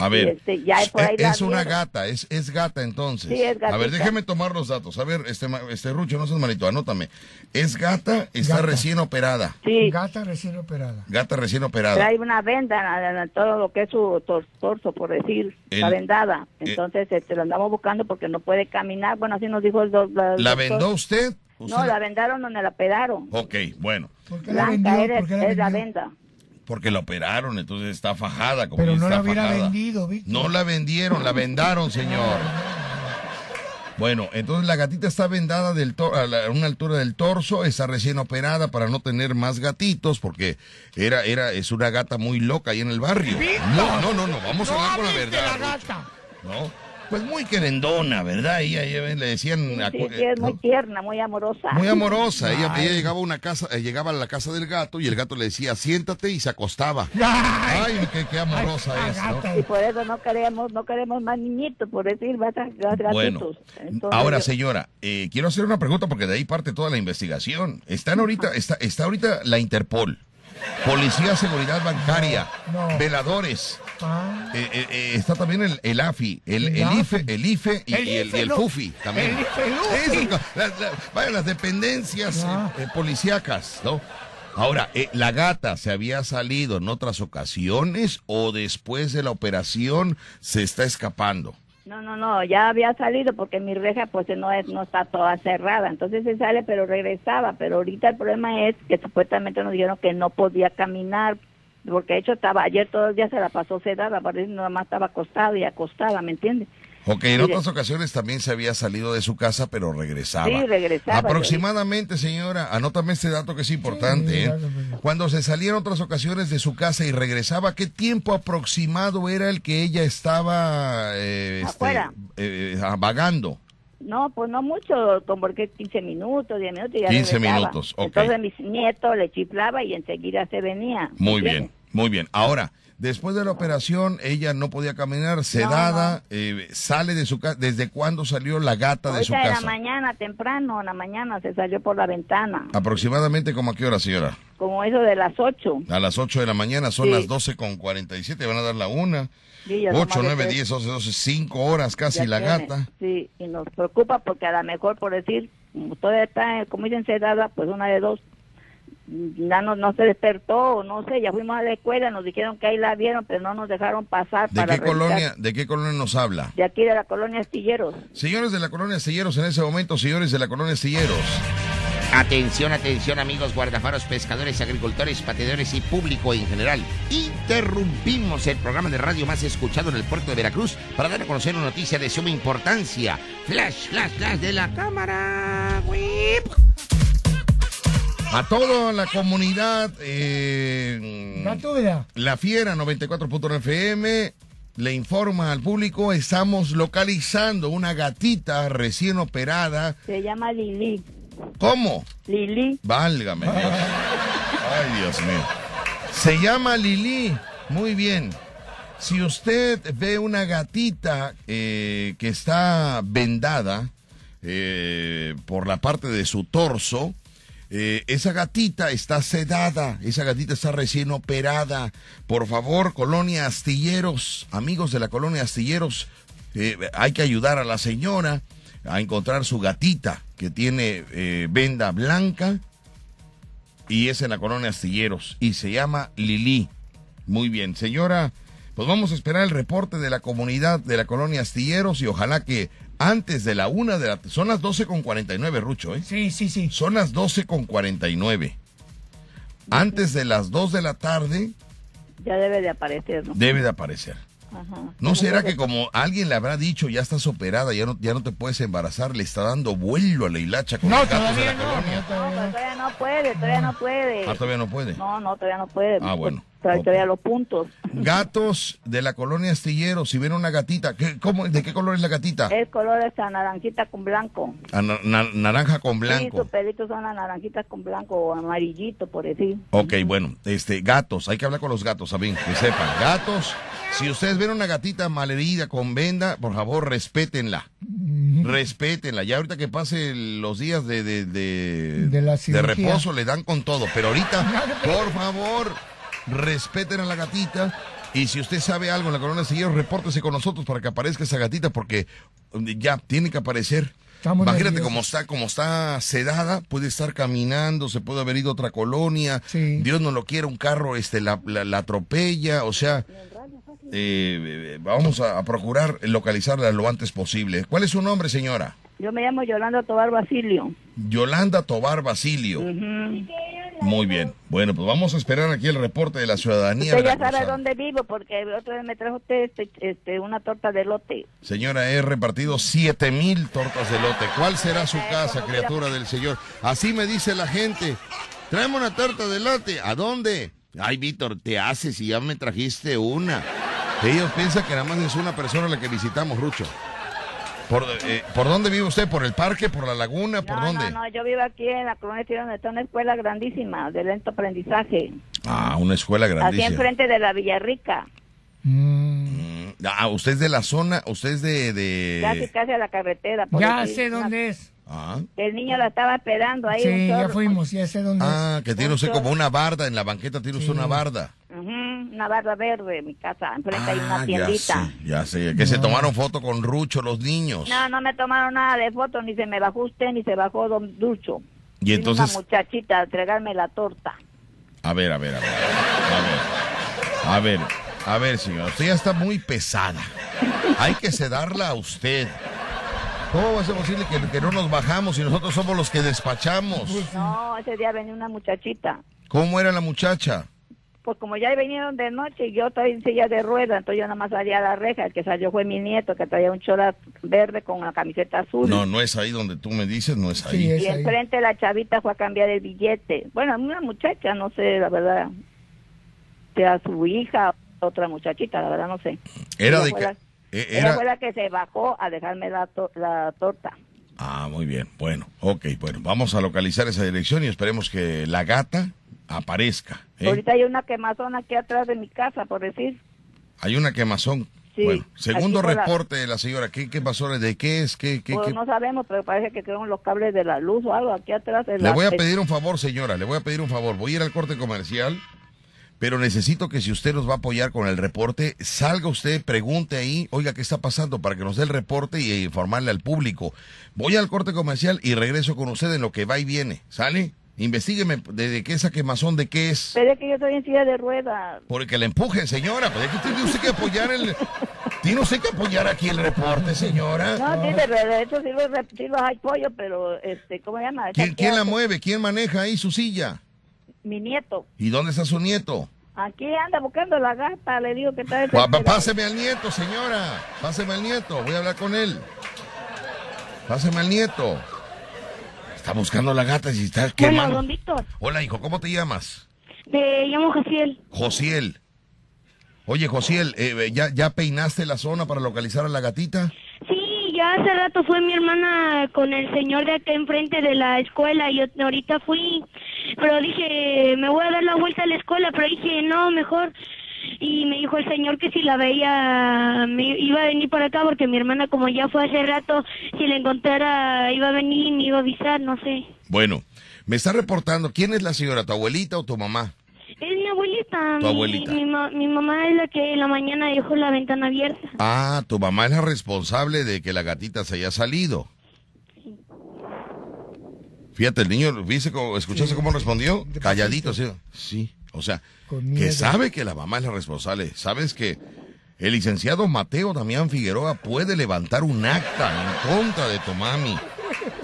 Speaker 2: A ver, e-,
Speaker 20: Este, ya por ahí la
Speaker 2: es una
Speaker 20: vieron.
Speaker 2: gata, es, es gata entonces.
Speaker 20: Sí, es
Speaker 2: A ver,
Speaker 20: gatita.
Speaker 2: déjeme tomar los datos. A ver, este, ma- este Rucho, no seas malito, anótame. Es gata, está recién operada.
Speaker 4: Gata recién operada.
Speaker 2: Gata recién operada.
Speaker 20: Trae una venda en- en- en todo lo que es su tor- torso, por decir, está
Speaker 2: El-
Speaker 20: vendada.
Speaker 2: eh.
Speaker 20: Entonces, este, la andamos buscando porque no puede caminar. Bueno, así nos dijo el do- la-
Speaker 2: ¿La
Speaker 20: doctor.
Speaker 2: vendó usted?
Speaker 20: No, la vendaron donde la operaron.
Speaker 2: Ok, bueno.
Speaker 20: Blanca era- es la venda.
Speaker 2: Porque la operaron, entonces está fajada. Como
Speaker 4: Pero
Speaker 2: ya
Speaker 4: no
Speaker 2: está
Speaker 4: la hubiera
Speaker 2: fajada.
Speaker 4: vendido, Víctor.
Speaker 2: No la vendieron, la vendaron, señor. Bueno, entonces la gatita está vendada del to- a, la- a una altura del torso, está recién operada para no tener más gatitos, porque era, era, es una gata muy loca ahí en el barrio.
Speaker 4: Víctor.
Speaker 2: No, no, no, no, vamos a
Speaker 4: No
Speaker 2: hablar con la
Speaker 4: hables de
Speaker 2: verdad,
Speaker 4: la
Speaker 2: Rucho, ¿no? Pues muy querendona, ¿verdad? Ella, ella le decían...
Speaker 20: Sí,
Speaker 2: acu-
Speaker 20: sí, es muy tierna, muy amorosa.
Speaker 2: eh, Muy amorosa. Ella, ella llegaba a una casa, eh, llegaba a la casa del gato y el gato le decía, siéntate y se acostaba. Ay, qué, qué amorosa es, ¿no?
Speaker 20: Y por eso no queremos, no queremos más niñitos, por decir, más a- más gatitos.
Speaker 2: Bueno,
Speaker 20: Entonces,
Speaker 2: Ahora,
Speaker 20: yo-
Speaker 2: señora, eh, quiero hacer una pregunta porque de ahí parte toda la investigación. Están ahorita, está, está ahorita la Interpol, Policía Seguridad Bancaria,
Speaker 4: No, no.
Speaker 2: veladores.
Speaker 4: Ah.
Speaker 2: eh, eh, eh, está también el, el AFI, el,
Speaker 4: El
Speaker 2: el
Speaker 4: AFI.
Speaker 2: IFE, el IFE y,
Speaker 4: El
Speaker 2: y el, y
Speaker 4: IFE
Speaker 2: el
Speaker 4: no.
Speaker 2: FUFI también.
Speaker 4: El E. IFE no.
Speaker 2: Esas co- las- las- vaya, las dependencias eh, eh, policíacas, ¿no? Ahora, eh, ¿la gata se había salido en otras ocasiones o después de la operación se está escapando?
Speaker 20: No, no, no, ya había salido porque mi reja pues no es, no está toda cerrada, entonces se sale pero regresaba, pero ahorita el problema es que supuestamente nos dijeron que no podía caminar, porque de hecho estaba, ayer todo el día se la pasó sedada, parece que nada más estaba acostado y acostada, ¿me entiendes?
Speaker 2: Ok, en
Speaker 20: Mire.
Speaker 2: otras ocasiones también se había salido de su casa, pero regresaba.
Speaker 20: Sí, regresaba.
Speaker 2: Aproximadamente, señora, anótame este dato que es importante. ¿eh?
Speaker 20: pues.
Speaker 2: Cuando se salía en otras ocasiones de su casa y regresaba, ¿qué tiempo aproximado era el que ella estaba eh, este,
Speaker 20: Afuera.
Speaker 2: eh, ah, vagando?
Speaker 20: No, pues no mucho, como que 15 minutos, 10 minutos y ya
Speaker 2: 15
Speaker 20: regresaba.
Speaker 2: minutos, ok.
Speaker 20: Entonces mi nieto le chiflaba y enseguida se venía.
Speaker 2: Muy bien, muy bien. Ahora, después de la operación, ella no podía caminar, sedada, eh, sale de su casa. ¿Desde cuándo salió la gata de su
Speaker 20: Ahorita en la
Speaker 2: casa?
Speaker 20: mañana, temprano, en la mañana se salió por la ventana,
Speaker 2: Aproximadamente, ¿como a qué hora, señora?
Speaker 20: como eso de las 8.
Speaker 2: A las 8 de la mañana son
Speaker 20: Sí.
Speaker 2: las 12 con 47, van a dar la 1.
Speaker 20: Sí, ya
Speaker 2: 8,
Speaker 20: nomás
Speaker 2: 9,
Speaker 20: después-
Speaker 2: 10, 11, 12, 5 horas casi
Speaker 20: Ya
Speaker 2: la
Speaker 20: tiene,
Speaker 2: gata.
Speaker 20: Sí, y nos preocupa porque a lo mejor, por decir, como todavía está, eh, como dicen, sedada, pues una de dos, mm, ya no, no se despertó, o no sé, ya fuimos a la escuela, nos dijeron que ahí la vieron, pero no nos dejaron pasar
Speaker 2: ¿De
Speaker 20: para
Speaker 2: qué,
Speaker 20: revisar.
Speaker 2: colonia, ¿De qué colonia nos habla?
Speaker 20: De aquí de la colonia Astilleros.
Speaker 2: Señores de la colonia Astilleros en ese momento, señores de la colonia Astilleros.
Speaker 1: Atención, atención amigos guardafaros, pescadores, agricultores, pateadores y público en general. Interrumpimos el programa de radio más escuchado en el puerto de Veracruz para dar a conocer una noticia de suma importancia. Flash, flash, flash de la cámara. Whip.
Speaker 2: A toda la comunidad, eh, La Fiera 94.1 FM le informa al público, estamos localizando una gatita recién operada.
Speaker 20: Se llama Lili.
Speaker 2: ¿Cómo?
Speaker 20: Lili.
Speaker 2: Válgame Dios. Ay, Dios mío. Se llama Lili. Muy bien. Si usted ve una gatita eh, que está vendada eh, por la parte de su torso, eh, esa gatita está sedada, esa gatita está recién operada. Por favor, colonia Astilleros, amigos de la colonia Astilleros, eh, hay que ayudar a la señora a encontrar su gatita que tiene eh, venda blanca y es en la colonia Astilleros y se llama Lili. Muy bien, señora, pues vamos a esperar el reporte de la comunidad de la colonia Astilleros y ojalá que antes de la una de la... Son las 12 con 49, Rucho, ¿eh?
Speaker 4: Sí, sí, sí.
Speaker 2: Son las 12 con 49. Antes de las 2 de la tarde
Speaker 20: Ya debe de aparecer, ¿no?
Speaker 2: debe de aparecer.
Speaker 20: Ajá.
Speaker 2: ¿No será que como alguien le habrá dicho, ya estás operada, ya no, ya no te puedes embarazar, le está dando vuelo a la hilacha con los gatos de la colonia?
Speaker 20: No, pero todavía no puede, todavía no puede.
Speaker 2: Ah, todavía no puede.
Speaker 20: No, no, todavía no puede.
Speaker 2: Ah, bueno.
Speaker 20: Trae todavía los puntos.
Speaker 2: Gatos de la colonia Astillero, si ven una gatita, ¿qué- cómo- ¿de qué color es la gatita?
Speaker 20: El color es a naranjita con blanco.
Speaker 2: A na- na- naranja con
Speaker 20: Sí, sus
Speaker 2: blanco.
Speaker 20: pelitos son a naranjitas con blanco o amarillito, por decir.
Speaker 2: Ok, bueno, este, gatos, hay que hablar con los gatos, Sabín, que sepan. Gatos, si ustedes ven una gatita malherida con venda, por favor, respétenla.
Speaker 4: Mm-hmm.
Speaker 2: Respétenla. Ya ahorita que pase los días de, de, de,
Speaker 4: De la cirugía.
Speaker 2: reposo le dan con todo, pero ahorita, por favor, respeten a la gatita. Y si usted sabe algo en la corona de Silleros, repórtese con nosotros para que aparezca esa gatita, porque eh, ya tiene que aparecer.
Speaker 4: Estamos
Speaker 2: Imagínate
Speaker 4: nerviosos.
Speaker 2: cómo está, como está sedada, puede estar caminando, se puede haber ido a otra colonia, Dios no lo quiera, un carro este la, la- la atropella, o sea, eh, eh, vamos a, a procurar localizarla lo antes posible. ¿Cuál es su nombre, señora?
Speaker 20: Yo me llamo Yolanda Tobar Basilio.
Speaker 2: Yolanda Tobar Basilio.
Speaker 20: Ujú.
Speaker 2: Muy bien. Bueno, pues vamos a esperar aquí el reporte de la ciudadanía.
Speaker 20: Usted ya
Speaker 2: veracruzana.
Speaker 20: sabe dónde vivo porque otra vez me trajo usted este, este, una torta de lote.
Speaker 2: Señora, he repartido siete mil tortas de lote. ¿Cuál será su casa, criatura del Señor? Así me dice la gente. Traeme una torta de lote. ¿A dónde? Ay, Víctor, te haces y ya me trajiste una. Ellos piensan que nada más es una persona la que visitamos, Rucho. ¿Por, eh, ¿por dónde vive usted? ¿Por el parque? ¿Por la laguna? ¿Por
Speaker 20: No,
Speaker 2: dónde?
Speaker 20: no, no, yo vivo aquí en la colonia Tiro, donde está una escuela grandísima de lento aprendizaje.
Speaker 2: Ah, una escuela
Speaker 20: Aquí
Speaker 2: grandísima.
Speaker 20: enfrente de la Villarrica,
Speaker 2: Ah, usted es de la zona, usted es de... de-
Speaker 20: casi casi a la carretera. por
Speaker 4: Ya
Speaker 20: decir,
Speaker 4: sé
Speaker 20: una-
Speaker 4: dónde es.
Speaker 2: Ah.
Speaker 20: El niño la estaba esperando ahí.
Speaker 4: Sí,
Speaker 20: un
Speaker 4: ya
Speaker 20: chorro.
Speaker 4: fuimos, ya sé dónde
Speaker 2: Ah, que tiene usted como una barda, en la banqueta tiene usted una barda.
Speaker 20: Ujú, una barra verde, mi casa, enfrente hay
Speaker 2: Ah,
Speaker 20: una
Speaker 2: ya
Speaker 20: tiendita.
Speaker 2: sé, ya sé, que se tomaron foto con Rucho los niños.
Speaker 20: No, no me tomaron nada de fotos, ni se me bajó usted, ni se bajó don Ducho.
Speaker 2: Y
Speaker 20: Vino
Speaker 2: entonces-
Speaker 20: Una muchachita a entregarme la torta.
Speaker 2: A ver, a ver, a ver. A ver, a ver, a ver, señora, usted ya está muy pesada. Hay que sedarla a usted. ¿Cómo va a ser posible que, que no nos bajamos y nosotros somos los que despachamos?
Speaker 20: No, ese día venía una muchachita.
Speaker 2: ¿Cómo era la muchacha?
Speaker 20: Pues como ya vinieron de noche y yo estoy en silla de ruedas, entonces yo nada más salí a la reja. El que salió fue mi nieto, que traía un chola verde con una camiseta azul.
Speaker 2: No, no es ahí donde tú me dices, no es ahí.
Speaker 20: y enfrente la chavita fue a cambiar el billete. Bueno, una muchacha, no sé, la verdad, sea su hija, otra muchachita, la verdad no sé.
Speaker 2: Era
Speaker 20: Ella
Speaker 2: de
Speaker 20: fue
Speaker 2: ca-
Speaker 20: la-
Speaker 2: eh,
Speaker 20: Ella
Speaker 2: era
Speaker 20: fue la que se bajó a dejarme la, to- la torta.
Speaker 2: Ah, muy bien. Bueno, ok, bueno, vamos a localizar esa dirección y esperemos que la gata aparezca. ¿eh?
Speaker 20: Ahorita hay una quemazón aquí atrás de mi casa, por decir.
Speaker 2: Hay una quemazón.
Speaker 20: Sí,
Speaker 2: bueno, segundo
Speaker 20: aquí por la-
Speaker 2: reporte de la señora, ¿qué, qué pasó? ¿De qué es? ¿Qué, qué,
Speaker 20: Pues
Speaker 2: qué?
Speaker 20: no sabemos, pero parece que quedaron los cables de la luz o algo aquí atrás. en
Speaker 2: Le
Speaker 20: la-
Speaker 2: voy a pedir un favor, señora, le voy a pedir un favor. Voy a ir al corte comercial, pero necesito que si usted nos va a apoyar con el reporte, salga usted, pregunte ahí, oiga, ¿qué está pasando? Para que nos dé el reporte y informarle al público. Voy al corte comercial y regreso con usted en lo que va y viene. ¿Sale? Investígueme de, de qué esa quemazón, de qué es.
Speaker 20: Pero es que yo estoy en silla de ruedas.
Speaker 2: Porque le empujen, señora. Pues es que tiene usted que apoyar el. Tiene usted que apoyar aquí el reporte, señora.
Speaker 20: No, sí, de, de hecho sí los, re- sí los hay pollo, pero, este, ¿cómo se llama?
Speaker 2: ¿Quién,
Speaker 20: Esa
Speaker 2: quién
Speaker 20: tía-
Speaker 2: la mueve? ¿Quién maneja ahí su silla?
Speaker 20: Mi nieto.
Speaker 2: ¿Y dónde está su nieto?
Speaker 20: Aquí anda buscando la gata, le digo que está
Speaker 2: Pa-
Speaker 20: desesperado.
Speaker 2: pa- Páseme al nieto, señora. Páseme al nieto. Voy a hablar con él. Páseme al nieto. Está buscando la gata y está
Speaker 21: Bueno,
Speaker 2: quemando.
Speaker 21: don Víctor,
Speaker 2: Hola, hijo, ¿cómo te llamas?
Speaker 21: me llamo Jaciel.
Speaker 2: Josiel. Oye, Josiel, eh, ¿ya, ¿ya peinaste la zona para localizar a la gatita?
Speaker 21: Sí, ya hace rato fue mi hermana con el señor de acá enfrente de la escuela. Yo ahorita fui, pero dije, me voy a dar la vuelta a la escuela, pero dije, no, mejor. Y me dijo el señor que si la veía, me iba a venir para acá porque mi hermana, como ya fue hace rato, si la encontrara, iba a venir y me iba a avisar, no sé.
Speaker 2: Bueno, me está reportando. ¿Quién es la señora? ¿Tu abuelita o tu mamá?
Speaker 21: Es mi abuelita.
Speaker 2: Tu
Speaker 21: mi-
Speaker 2: abuelita.
Speaker 21: Mi, ma- mi mamá es la que en la mañana dejó la ventana abierta.
Speaker 2: Ah, tu mamá es la responsable de que la gatita se haya salido. Fíjate, el niño, ¿viste cómo, ¿escuchaste cómo respondió? Calladito, sí. Sí, o sea, que sabe que la mamá es la responsable. Sabes que el licenciado Mateo Damián Figueroa puede levantar un acta en contra de tu mami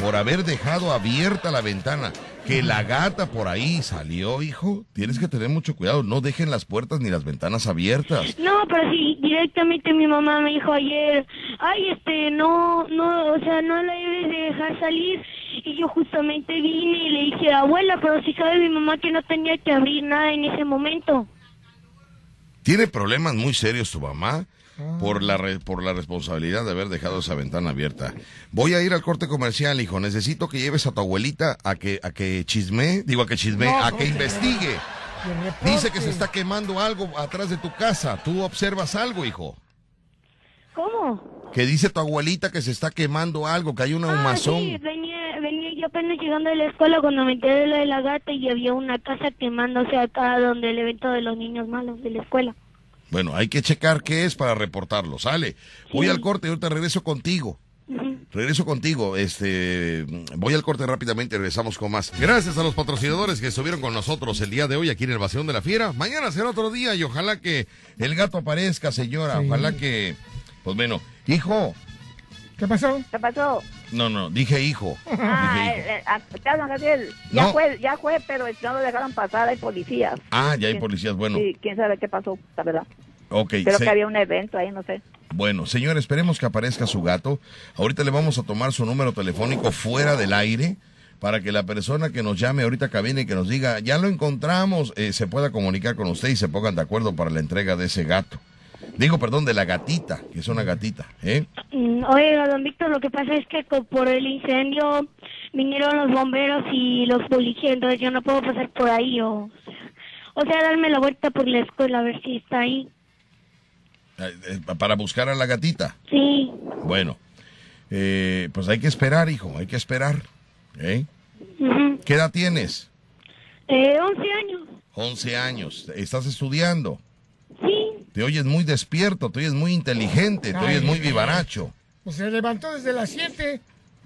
Speaker 2: por haber dejado abierta la ventana. Que la gata por ahí salió, hijo. Tienes que tener mucho cuidado. No dejen las puertas ni las ventanas abiertas.
Speaker 21: No, pero sí, directamente mi mamá me dijo ayer, ay, este, no, no, o sea, no la debes de dejar salir. Y yo justamente vine y le dije, abuela, pero si sabe mi mamá que no tenía que abrir nada en ese momento.
Speaker 2: Tiene problemas muy serios tu mamá por la, re- por la responsabilidad de haber dejado esa ventana abierta. Voy a ir al corte comercial, hijo. Necesito que lleves a tu abuelita a que, a que chisme, digo a que chisme,
Speaker 3: No,
Speaker 2: a
Speaker 3: no,
Speaker 2: que
Speaker 3: no.
Speaker 2: investigue. Dice que se está quemando algo atrás de tu casa. Tú observas algo, hijo.
Speaker 21: ¿Cómo?
Speaker 2: Que dice tu abuelita que se está quemando algo, que hay una
Speaker 21: Ah,
Speaker 2: humazón.
Speaker 21: sí, venía, venía yo apenas llegando de la escuela cuando me enteré de lo de la gata y había una casa quemándose acá donde el evento de los niños malos de la escuela.
Speaker 2: Bueno, hay que checar qué es para reportarlo. Sale. Voy al corte y ahorita regreso contigo. Regreso contigo, este voy al corte rápidamente, regresamos con más.
Speaker 3: Gracias a los patrocinadores que estuvieron con nosotros el día de hoy aquí en el Vacilón de la Fiera. Mañana será otro día y ojalá que
Speaker 2: el gato aparezca, señora. Ojalá que. Pues bueno, hijo.
Speaker 4: ¿Qué pasó?
Speaker 20: ¿Qué pasó?
Speaker 2: No, no, dije hijo.
Speaker 20: Ah, eh, eh, ah, está, don Jaciel, ya
Speaker 2: No.
Speaker 20: fue, ya fue, pero no lo dejaron pasar, hay policías.
Speaker 2: Ah, ya hay
Speaker 20: ¿Quién-
Speaker 2: policías. Bueno,
Speaker 20: Sí, quién sabe qué pasó, la verdad.
Speaker 2: ok.
Speaker 20: Creo
Speaker 2: se-
Speaker 20: que había un evento ahí, no sé.
Speaker 2: Bueno, señora, esperemos que aparezca su gato. Ahorita le vamos a tomar su número telefónico fuera del aire para que la persona que nos llame ahorita que viene y que nos diga, ya lo encontramos, eh, se pueda comunicar con usted y se pongan de acuerdo para la entrega de ese gato. Digo, perdón, de la gatita, que es una gatita, ¿eh?
Speaker 21: Mm, Oiga, don Víctor, lo que pasa es que co- por el incendio vinieron los bomberos y los policías, entonces yo no puedo pasar por ahí o, o sea, darme la vuelta por la escuela a ver si está ahí.
Speaker 2: Eh, eh, Para buscar a la gatita.
Speaker 21: Sí,
Speaker 2: Bueno, eh, pues hay que esperar, hijo, hay que esperar. ¿eh?
Speaker 21: ujú.
Speaker 2: ¿Qué edad tienes?
Speaker 21: eh, 11 años.
Speaker 2: 11 años. ¿Estás estudiando?
Speaker 21: Sí.
Speaker 2: Te oyes muy despierto, te oyes muy inteligente, te
Speaker 4: Ay,
Speaker 2: oyes muy
Speaker 4: ay.
Speaker 2: vivaracho.
Speaker 4: Pues se levantó desde las 7.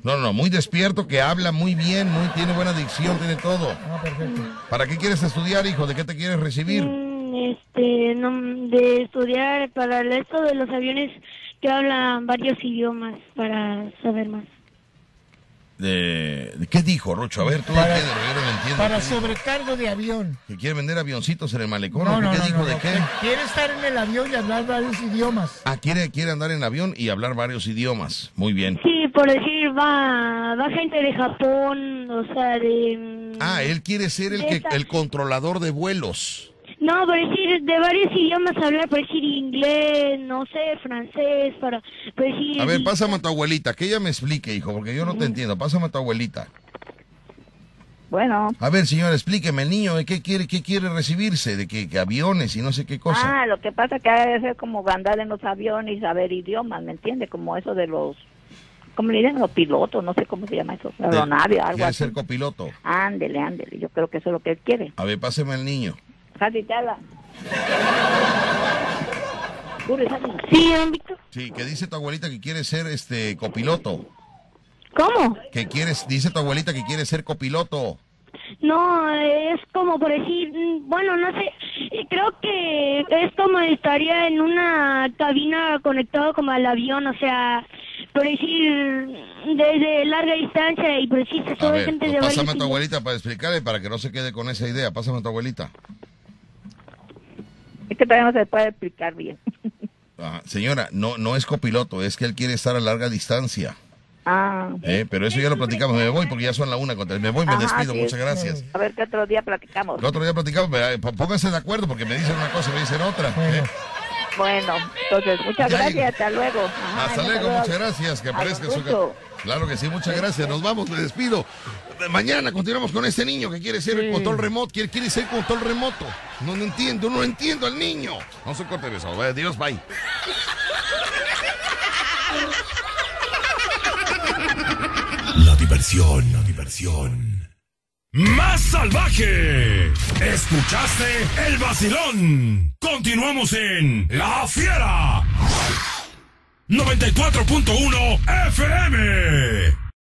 Speaker 2: No, no, muy despierto, que habla muy bien, muy, tiene buena dicción, tiene todo.
Speaker 4: Ah, perfecto.
Speaker 2: ¿Para qué quieres estudiar, hijo? ¿De qué te quieres recibir?
Speaker 21: Mm, Este, no, de estudiar para el resto de los aviones que hablan varios idiomas para saber más.
Speaker 2: Eh, ¿Qué dijo, Rocho? A ver, tú
Speaker 4: Para-
Speaker 2: ¿qué de verdad no entiendo?
Speaker 4: Para
Speaker 2: ¿Qué dijo?
Speaker 4: sobrecargo de avión.
Speaker 2: ¿Que quiere vender avioncitos en el malecón?
Speaker 4: No, no,
Speaker 2: ¿Qué
Speaker 4: no,
Speaker 2: dijo
Speaker 4: no,
Speaker 2: de
Speaker 4: no.
Speaker 2: qué?
Speaker 4: Quiere estar en el avión y hablar varios idiomas.
Speaker 2: Ah, quiere, quiere andar en avión y hablar varios idiomas. Muy bien.
Speaker 21: Sí, por decir, va, va gente de Japón, o sea, de... mm,
Speaker 2: Ah, él quiere ser el, que,
Speaker 21: Esa-
Speaker 2: el controlador de vuelos.
Speaker 21: No, por decir, de varios idiomas hablar, por decir inglés, no sé, francés, para... Por decir,
Speaker 2: A ver, pásame a tu abuelita, que ella me explique, hijo, porque yo no te entiendo. Pásame a tu abuelita.
Speaker 20: Bueno.
Speaker 2: A ver, señora, explíqueme, el niño, ¿de qué quiere, qué quiere recibirse? ¿De qué, que aviones y no sé qué cosa?
Speaker 20: Ah, lo que pasa que hay que ser como andar en los aviones y saber idiomas, ¿me entiende? Como eso de los, ¿cómo le dicen? Los pilotos, no sé cómo se llama eso,
Speaker 2: De-
Speaker 20: aeronave, algo
Speaker 2: quiere
Speaker 20: así.
Speaker 2: ser copiloto.
Speaker 20: Ándele, ándele, yo creo que eso es lo que él quiere.
Speaker 2: A ver, páseme al niño.
Speaker 20: Casi te habla. Puro, casi.
Speaker 2: Sí, que dice tu abuelita que quiere ser este copiloto.
Speaker 21: ¿Cómo?
Speaker 2: Que quieres, dice tu abuelita que quiere ser copiloto.
Speaker 21: No, es como por decir, mm, bueno, no sé, eh, creo que es como estaría en una cabina conectado como al avión, o sea, por decir, desde larga distancia y por decir, se
Speaker 2: A
Speaker 21: sube
Speaker 2: ver,
Speaker 21: gente
Speaker 2: pues
Speaker 21: de
Speaker 2: pásame a
Speaker 21: varios-
Speaker 2: tu abuelita para explicarle, para que no se quede con esa idea. Pásame a tu abuelita.
Speaker 20: Es que todavía no se puede explicar bien.
Speaker 2: Ajá. Ah, Señora, no, no es copiloto, es que él quiere estar a larga distancia.
Speaker 20: Ah.
Speaker 2: ¿eh? Pero eso ya lo platicamos. Me voy porque ya son la una. con tres. Me voy, me
Speaker 20: Ajá,
Speaker 2: despido.
Speaker 20: sí.
Speaker 2: Muchas gracias.
Speaker 20: A ver qué otro día platicamos.
Speaker 2: El otro día platicamos, pero, eh, p- pónganse de acuerdo porque me dicen una cosa y me dicen otra. ¿eh?
Speaker 20: Bueno, entonces, muchas
Speaker 2: Ya.
Speaker 20: gracias, hasta luego. Ajá,
Speaker 2: Hasta
Speaker 20: nos
Speaker 2: luego,
Speaker 20: saluda-
Speaker 2: muchas gracias. Que
Speaker 20: a
Speaker 2: aparezca
Speaker 20: don
Speaker 2: su
Speaker 20: Rucho.
Speaker 2: Claro que sí, muchas gracias. Nos vamos, me despido. Eh, Mañana continuamos con este niño que quiere ser
Speaker 22: Sí.
Speaker 2: control remoto. Quiere, quiere ser control remoto. No lo entiendo, no lo entiendo al niño. No se corte eso. Dios, bye.
Speaker 5: La diversión, la diversión. Más salvaje. ¿Escuchaste el vacilón? Continuamos en La Fiera. 94.1 FM.